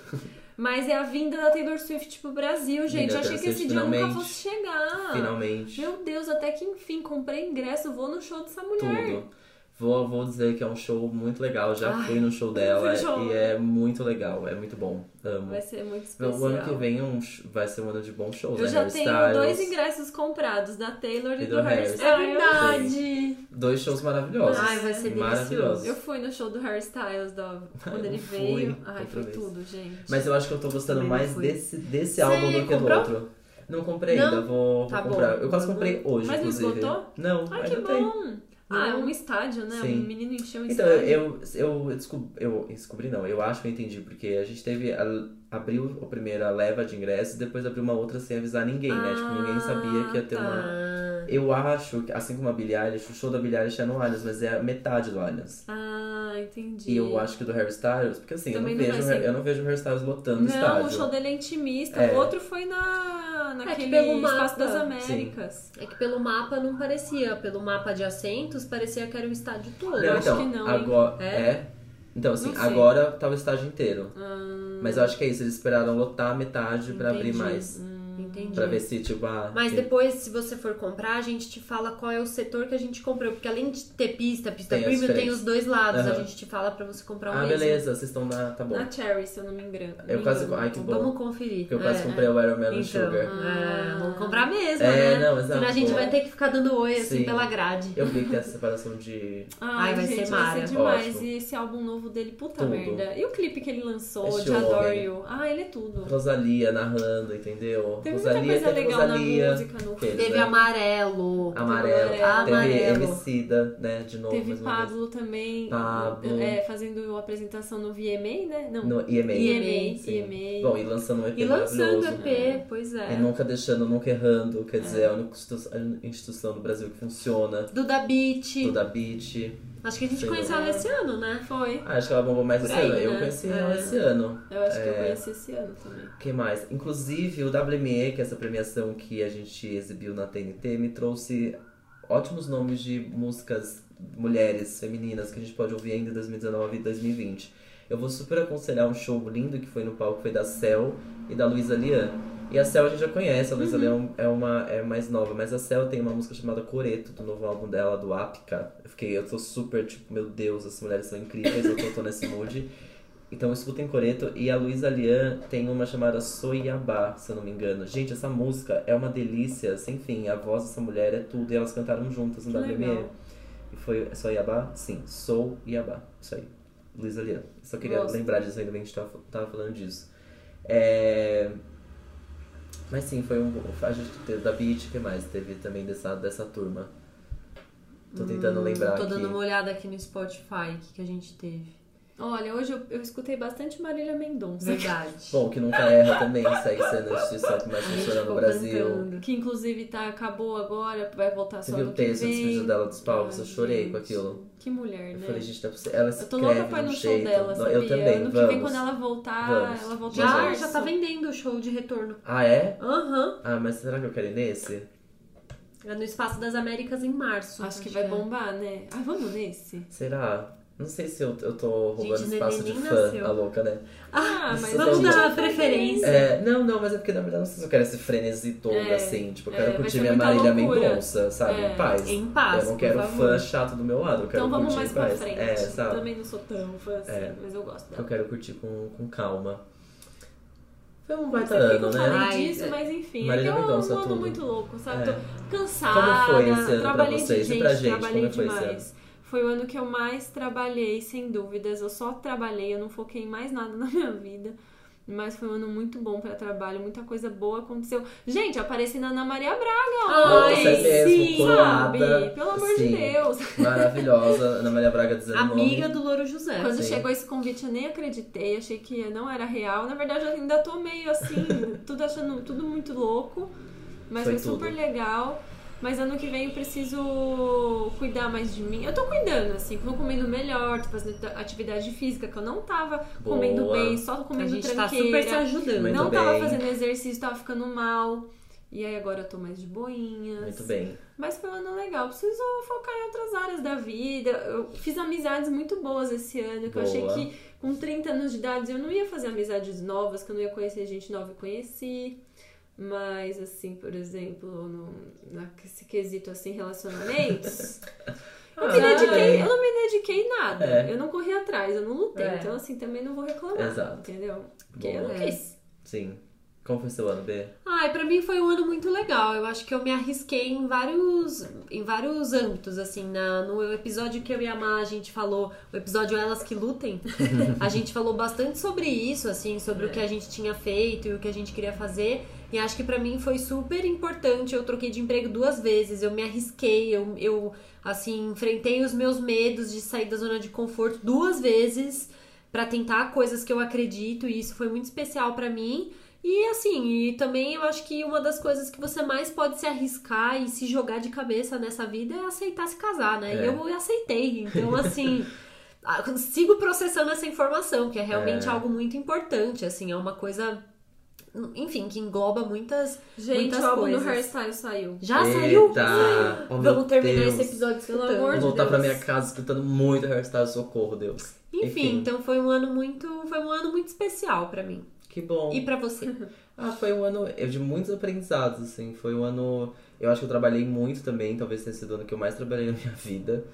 Mas é a vinda da Taylor Swift pro Brasil, gente.
Vinda
Eu
da
achei que
Taylor
esse
Swift,
dia nunca
finalmente.
fosse chegar.
Finalmente.
Ah, Meu Deus, até que enfim, comprei ingresso, vou no show dessa mulher.
Tudo. Vou, vou dizer que é um show muito legal. Já
Ai,
fui no show dela
show.
e é muito legal. É muito bom. Amo.
Vai ser muito especial.
o ano que vem é um sh- vai ser um ano de bons shows.
Eu
né?
já
Harry
tenho
Styles,
dois ingressos comprados, da Taylor e
E
do
do
Harry
Harry.
É
Styles.
verdade.
dois shows maravilhosos.
Ai, vai ser
Maravilhosos.
delicioso.
Eu fui no show do Harry Styles da-
eu
quando ele
não fui
veio. Ai,
outra
foi
vez.
tudo, gente.
Mas eu acho que eu tô gostando
Também não
mais
fui.
desse, desse
Você
álbum do que
comprou?
do outro. Não comprei
Não?
ainda, vou, vou
Tá bom.
comprar. Eu quase comprei hoje,
Mas não
inclusive.
esgotou?
Não,
Ai, que
ainda
bom!
tem.
Ah, é
Não.
um estádio, né?
Sim.
Um menino encheu um
Então,
estádio.
eu, eu, eu, descob- eu descobri, não, eu acho que eu entendi, porque a gente teve, a, abriu a primeira leva de ingressos, depois abriu uma outra sem avisar ninguém, né? Tipo, ninguém sabia que ia ter
Ah,
uma...
Ah,
Eu acho, que, assim como a Billie Eilish, o show da Billie Eilish é no Allianz, mas é a metade do Allianz.
Ah, entendi.
E eu acho que do Harry Styles, porque assim, eu não,
Também não
vejo,
vai ser-
eu não vejo o Harry Styles lotando
Não,
o um estádio.
o show dele é intimista.
É.
O outro foi na, naquele
pelo
Espaço
mapa.
das Américas.
é que pelo mapa não parecia. Pelo mapa de assentos, parecia que era um estádio todo.
Não,
acho
então,
que não, hein?
agora.
É?
É? Então, assim,
Não sei. Ah,
agora tá o estágio inteiro. Mas eu acho que é isso, eles esperaram lotar a metade pra abrir
Entendi.
mais.
Entendi.
Pra ver se, tipo, a.
Mas depois, se você for comprar, a gente te fala qual é o setor que a gente comprou. Porque além de ter pista, pista
Tem as
premium, tem
diferentes.
os dois lados. A
Aham.
gente te fala pra você comprar um
Ah,
mesmo.
beleza, vocês estão na. Tá bom.
Na Cherry, se eu não me engano.
Eu
me
quase-
engano.
ai, É que bom.
Vamos conferir.
Porque eu quase
É.
comprei o Watermelon
Então,
Sugar.
é, vamos comprar mesmo,
É,
né?
não, exato.
Senão a gente vai ter que ficar dando oi assim
Sim.
pela grade.
Eu vi que tem essa separação de.
Ai, vai
gente,
ser
vai
mara.
ser demais.
Ótimo.
E esse álbum novo dele, puta
Tudo.
merda. E o clipe que ele lançou,
Esse
de Adore
homem.
You. Ah, ele é tudo.
Rosalia narrando, entendeu?
Tem muita
Rosalia
coisa
teve
legal
Rosalia.
na música, no
Fez,
Teve
né?
amarelo.
Amarelo.
Teve
Amarelo.
Teve Emicida, né? De novo.
Teve
mais uma vez.
Pablo também
Pablo.
é, fazendo apresentação no VMA, né? Não,
No EMA.
EMA.
Sim.
EMA.
Bom, e lançando um EP
E lançando
maravilhoso. né?
EP.
Pois
E
é.
nunca deixando, nunca errando. Quer dizer, é a única institu- a única instituição do Brasil que funciona.
Duda Beat.
Tudo da Beat.
Acho que a gente
Sim.
conheceu ela esse ano, né?
Foi.
Ah, acho que ela bombou mais
Por
esse
aí,
ano. Eu
né?
conheci
É.
ela esse ano.
Eu acho que eu
É.
conheci esse ano também.
O que mais? Inclusive, o WME, que é essa premiação que a gente exibiu na TNT, me trouxe ótimos nomes de músicas mulheres, femininas, que a gente pode ouvir ainda em 2019 e 2020. Eu vou super aconselhar um show lindo que foi no palco, foi da Cel e da Luísa Lian. E a Cel a gente já conhece, a Luísa Lian é uma é mais nova, mas a Cel tem uma música chamada Coreto, do novo álbum dela, do Apica. Eu fiquei, eu tô super tipo, meu Deus, essas mulheres são incríveis, eu tô, tô nesse mood. Então escutem Coreto e a Luísa Lian tem uma chamada Soiabá, se eu não me engano. Gente, essa música é uma delícia, sem fim. A voz dessa mulher é tudo e elas cantaram juntas no
Que legal.
WME. E foi é Soiabá? Sim, Sou Iabá. Isso aí. Luísa Lian. Só queria
Gosto.
lembrar disso ainda bem que a gente tava, tava falando disso. É... Mas sim, foi um. A gente teve da Beat, o que mais? Teve também dessa, dessa turma. Tô tentando lembrar
Hum, Tô dando
aqui.
uma olhada aqui no Spotify, o que, que a gente teve.
Olha, hoje eu, eu escutei bastante Marília Mendonça.
Verdade.
Bom, que nunca erra também, segue sendo a instituição que mais
A gente
funciona no
ficou
Brasil.
cantando.
Que inclusive tá, acabou agora, vai voltar
Você
só
viu
no
o
que
texto
vem.
despedido dela dos palcos?
Ai,
eu chorei com
gente.
aquilo.
Que mulher,
Eu
né?
falei, gente, não é possível. Ela
eu tô
escreve
louca pra ir
de
no
um
show
jeito.
dela,
Não,
sabia?
eu também,
ano
vamos.
que vem, quando ela voltar,
Vamos.
ela volta em
é.
Já,
março.
já tá vendendo o show de retorno.
Ah, é?
Aham.
Ah, mas será que eu quero ir nesse?
É no Espaço das Américas em março.
Acho que vai
é.
bombar, né? Ah, vamos nesse?
Será? Não sei se eu, eu tô roubando
é
Gente, o neném
espaço de
nem
fã,
nasceu.
a louca, né?
Ah, mas
Vamos
a gente
dar
não
preferência.
faz
É,
isso.
não, não, mas é porque na verdade não sei se eu quero esse frenesi todo,
É,
assim. Tipo, eu
é,
quero
vai
curtir
ser
minha
muita
Marília
loucura.
Mendonça, sabe?
É,
Paz.
Em paz,
eu não quero né,
por favor.
fã chato do meu lado, eu quero
Então vamos
curtir
mais
em
pra
paz.
frente.
É, sabe?
Também não sou tão fã assim,
É.
mas eu gosto
Eu
dela.
quero curtir com, com calma. Foi um
Não
baita
sei por que
ano,
eu
né?
falei
Ai,
disso,
é.
mas enfim.
Marília
é que eu
Mendonça,
ando
tudo.
muito louco, sabe?
É.
Tô cansada.
Como foi esse ano pra
trabalhei de
vocês e
gente,
pra gente?
trabalhei
Como foi esse
demais. Foi o ano que eu mais trabalhei, sem dúvidas. Eu só trabalhei, eu não foquei em mais nada na minha vida. Mas foi um ano muito bom pra trabalho, muita coisa boa aconteceu. Gente, eu apareci na Ana Maria Braga.
Ai,
Nossa, é mesmo,
sim,
colorada.
Sabe? Pelo amor
sim.
de Deus.
Maravilhosa, Ana Maria Braga dizendo um
Amiga
nome.
do Louro José.
Quando
Sim.
chegou esse convite, eu nem acreditei, achei que não era real. Na verdade, eu ainda tô meio assim, tudo achando tudo muito louco, mas
Foi
foi, super
tudo.
legal. Mas ano que vem eu preciso cuidar mais de mim. Eu tô cuidando, assim, tô comendo melhor, tô fazendo atividade física, que eu não tava
Boa.
comendo bem, só comendo
A gente tá
tranqueira.
super se ajudando.
Muito
não tava
bem.
fazendo exercício, tava ficando mal. E aí agora eu tô mais de boinhas.
Muito bem.
Mas foi um ano legal. Preciso focar em outras áreas da vida. Eu fiz amizades muito boas esse ano, que
Boa.
eu achei que com 30 anos de idade eu não ia fazer amizades novas, que eu não ia conhecer gente nova e conheci. Mas, assim, por exemplo, no, nesse quesito, assim, relacionamentos, eu, me
Ah,
dediquei, eu não me dediquei nada.
É.
Eu não corri atrás, eu não lutei.
É.
Então, assim, também não vou reclamar,
Exato.
entendeu? Porque é. eu
Boa.
não quis.
Sim. Como foi seu ano, B?
Ai, pra mim foi um ano muito legal. Eu acho que eu me arrisquei em vários, em vários âmbitos, assim, na, no episódio que eu e a Má, a gente falou, o episódio Elas que Lutem, a gente falou bastante sobre isso, assim, sobre o que a gente tinha feito e o que a gente queria fazer. E acho que pra mim foi super importante. Eu troquei de emprego duas vezes, eu me arrisquei, eu, eu assim, enfrentei os meus medos de sair da zona de conforto duas vezes pra tentar coisas que eu acredito, e isso foi muito especial pra mim. E assim, e também eu acho que uma das coisas que você mais pode se arriscar e se jogar de cabeça nessa vida é aceitar se casar, né?
É.
E eu aceitei. Então, assim, a- sigo processando essa informação, que é realmente
É.
algo muito importante, assim, é uma coisa. Enfim, que engloba muitas.
Gente,
Muitas
o álbum do
coisas.
Hairstyle saiu.
Já saiu?
Eita!
Saiu.
Oh, meu
Vamos terminar
Deus.
esse episódio
Pelo
escutando.
amor
Vou
de
voltar pra
Deus.
minha casa escutando muito Hairstyle Socorro, Deus.
Enfim,
Enfim.
então foi um ano muito. Foi um ano muito especial pra mim.
Que bom.
E pra você.
Ah, foi um ano eu- de muitos aprendizados, assim. Foi um ano. Eu acho que eu trabalhei muito também, talvez tenha sido o ano que eu mais trabalhei na minha vida.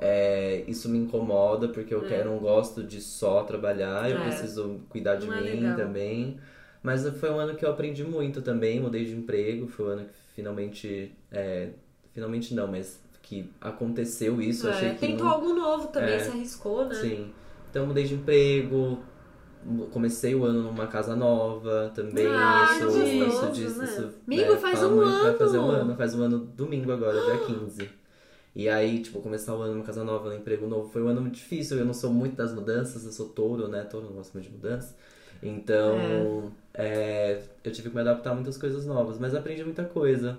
É, isso me incomoda, porque eu
É.
quero, não gosto de só trabalhar, eu
É.
preciso cuidar de
Não é
mim
legal.
também. Mas foi um ano que eu aprendi muito também, mudei de emprego, foi um ano que finalmente. é, finalmente não, mas que aconteceu isso. eu achei
É,
que
tentou
não-
algo novo também,
É.
se arriscou, né?
Sim. Então eu mudei de emprego, mu- comecei o ano numa casa nova também.
Ah,
isso,
que
isso,
gostoso,
disso,
né?
isso. É,
Amigo, faz
fala
um
Vai fazer um
ano!
ano, faz um ano domingo agora, dia 15. E aí, tipo, começar o ano numa casa nova, num emprego novo, foi um ano muito difícil. Eu não sou muito das mudanças, eu sou touro, né? Touro não gosto muito de mudança. Então, é, eu tive que me adaptar a muitas coisas novas, mas aprendi muita coisa.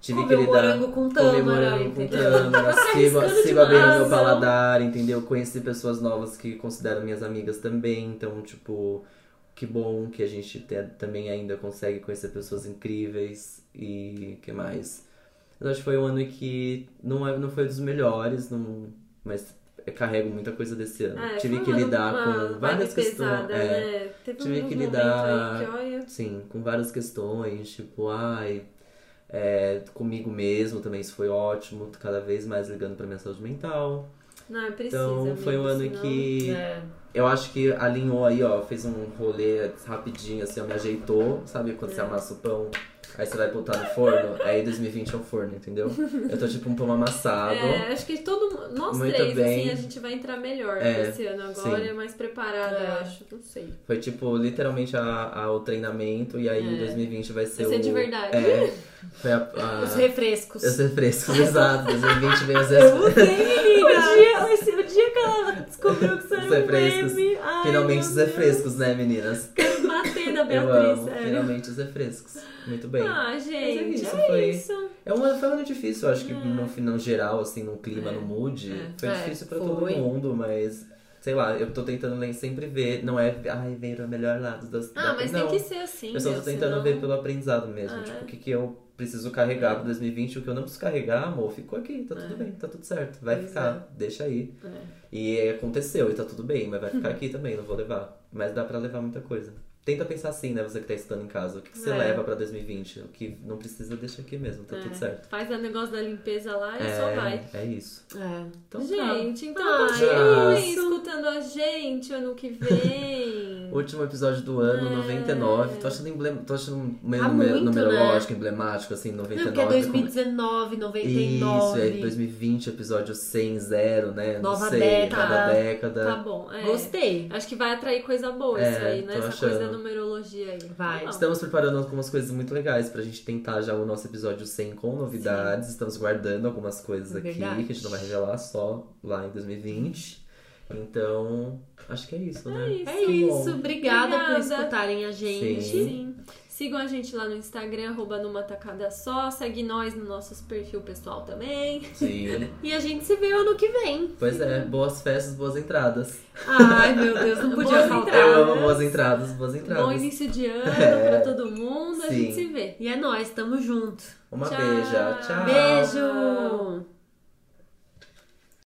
Tive que
Comeu
lidar
morango com
comer
tâmara,
morango com
entendeu?
tâmara, sigo,
arriscando
sigo abrindo
demais,
meu
não.
paladar, entendeu? Conheci pessoas novas que considero minhas amigas também, então, tipo, que bom que a gente te- também ainda consegue conhecer pessoas incríveis e que mais. Eu acho que foi um ano que não, é, não foi dos melhores, não, mas eu carrego muita coisa desse ano.
É,
Tive
foi
que
uma-
lidar
uma
com
vibe
várias questões.
pesada,
é.
né? Teve
Tive
uns
que
momentos
lidar-
aí que, olha,
Sim, com várias questões, tipo, ai, é, comigo mesmo também isso foi ótimo, tô cada vez mais ligando pra minha saúde mental.
não, é preciso.
Então foi um
amigo,
ano
senão-
que
É.
eu acho que alinhou aí, ó, fez um rolê rapidinho, assim, ó, me ajeitou, sabe quando
É.
você amassa o pão? Aí você vai botar no forno, aí 2020 é o forno, entendeu? Eu tô tipo um pão amassado.
É, acho que todo mu- nós
Muito
três,
bem.
assim, a gente vai entrar melhor
É,
esse ano agora,
sim.
é mais preparada,
É.
eu acho, não sei.
Foi tipo literalmente a, a- o treinamento, e aí
É.
2020 vai ser
Vai ser
o.
de verdade.
É, foi a. a-
Os refrescos.
Os refrescos, exato. 2020 veio os
Eu
refrescos.
usei,
O
menina.
dia, esse- o dia que ela descobriu que isso
Os
era um
refrescos.
meme, ai,
é Finalmente
meu
os
Deus,
refrescos, né, meninas?
Bater na
Eu
Beatriz,
amo.
é.
Finalmente os refrescos. Muito bem.
Ah, gente,
isso,
é
foi-
isso.
É um foi um ano difícil, eu acho que no final geral, assim, no clima,
Hum. É,
no mood.
é.
Foi
É,
difícil pra
foi.
todo mundo, mas. Sei lá, eu tô tentando le- sempre ver. Não é, ai, ver o melhor lado das
Ah, mas
não.
tem que ser assim,
Eu só tô
meu,
tentando
senão-
ver pelo aprendizado mesmo.
Ah,
Tipo,
é.
o que, que eu preciso carregar para 2020. O que eu não preciso carregar, amor, ficou aqui, tá tudo
É.
bem, tá tudo certo. Vai
Pois
ficar, deixa aí.
É. Hum.
E aconteceu, e tá tudo bem, mas vai ficar aqui também, não vou levar. Mas dá pra levar muita coisa. Tenta pensar assim, né? Você que tá estudando em casa, o que, que você
É.
leva pra 2020? O que não precisa, deixa aqui mesmo, tá
É.
tudo certo.
Faz o negócio da limpeza lá e só vai.
é isso.
É.
Então tá.
gente, então
Ah,
é
continuem
isso.
escutando a gente ano que vem.
Último episódio do ano,
É. né?
99. Tô achando, emblema, tô achando um meio
Tá
numer-
muito,
numerológico, emblemático, assim, 99.
Não, porque é 2019,
Isso,
99.
é 2020, episódio 100, zero, né? Não
Nova
sei,
década.
nova década.
tá bom, é.
Gostei.
Acho que vai atrair coisa boa
É,
isso aí, né?
tô
Essa coisa da
achando.
numerologia aí.
Vai.
Tá bom.
Estamos preparando algumas coisas muito legais pra gente tentar já o nosso episódio 100 com novidades. Estamos guardando algumas coisas
É
aqui
Verdade.
que a gente não vai revelar só lá em 2020. Então, acho que é isso, né?
isso.
É isso,
Bom.
obrigada, por
Obrigada.
escutarem a gente.
Sim. Sigam a gente lá no Instagram, arroba numa tacada só. Segue nós no nosso perfil pessoal também.
Sim.
E a gente se vê ano que vem.
Pois é, boas festas, boas entradas.
Ai, meu Deus, não podia
Boas
faltar.
entradas.
Eu amo boas entradas, boas
Bom
entradas.
início de ano
É.
pra todo mundo. A
Sim.
gente se vê.
E é nóis, tamo junto.
Uma
Tchau.
beija. Tchau.
Beijo!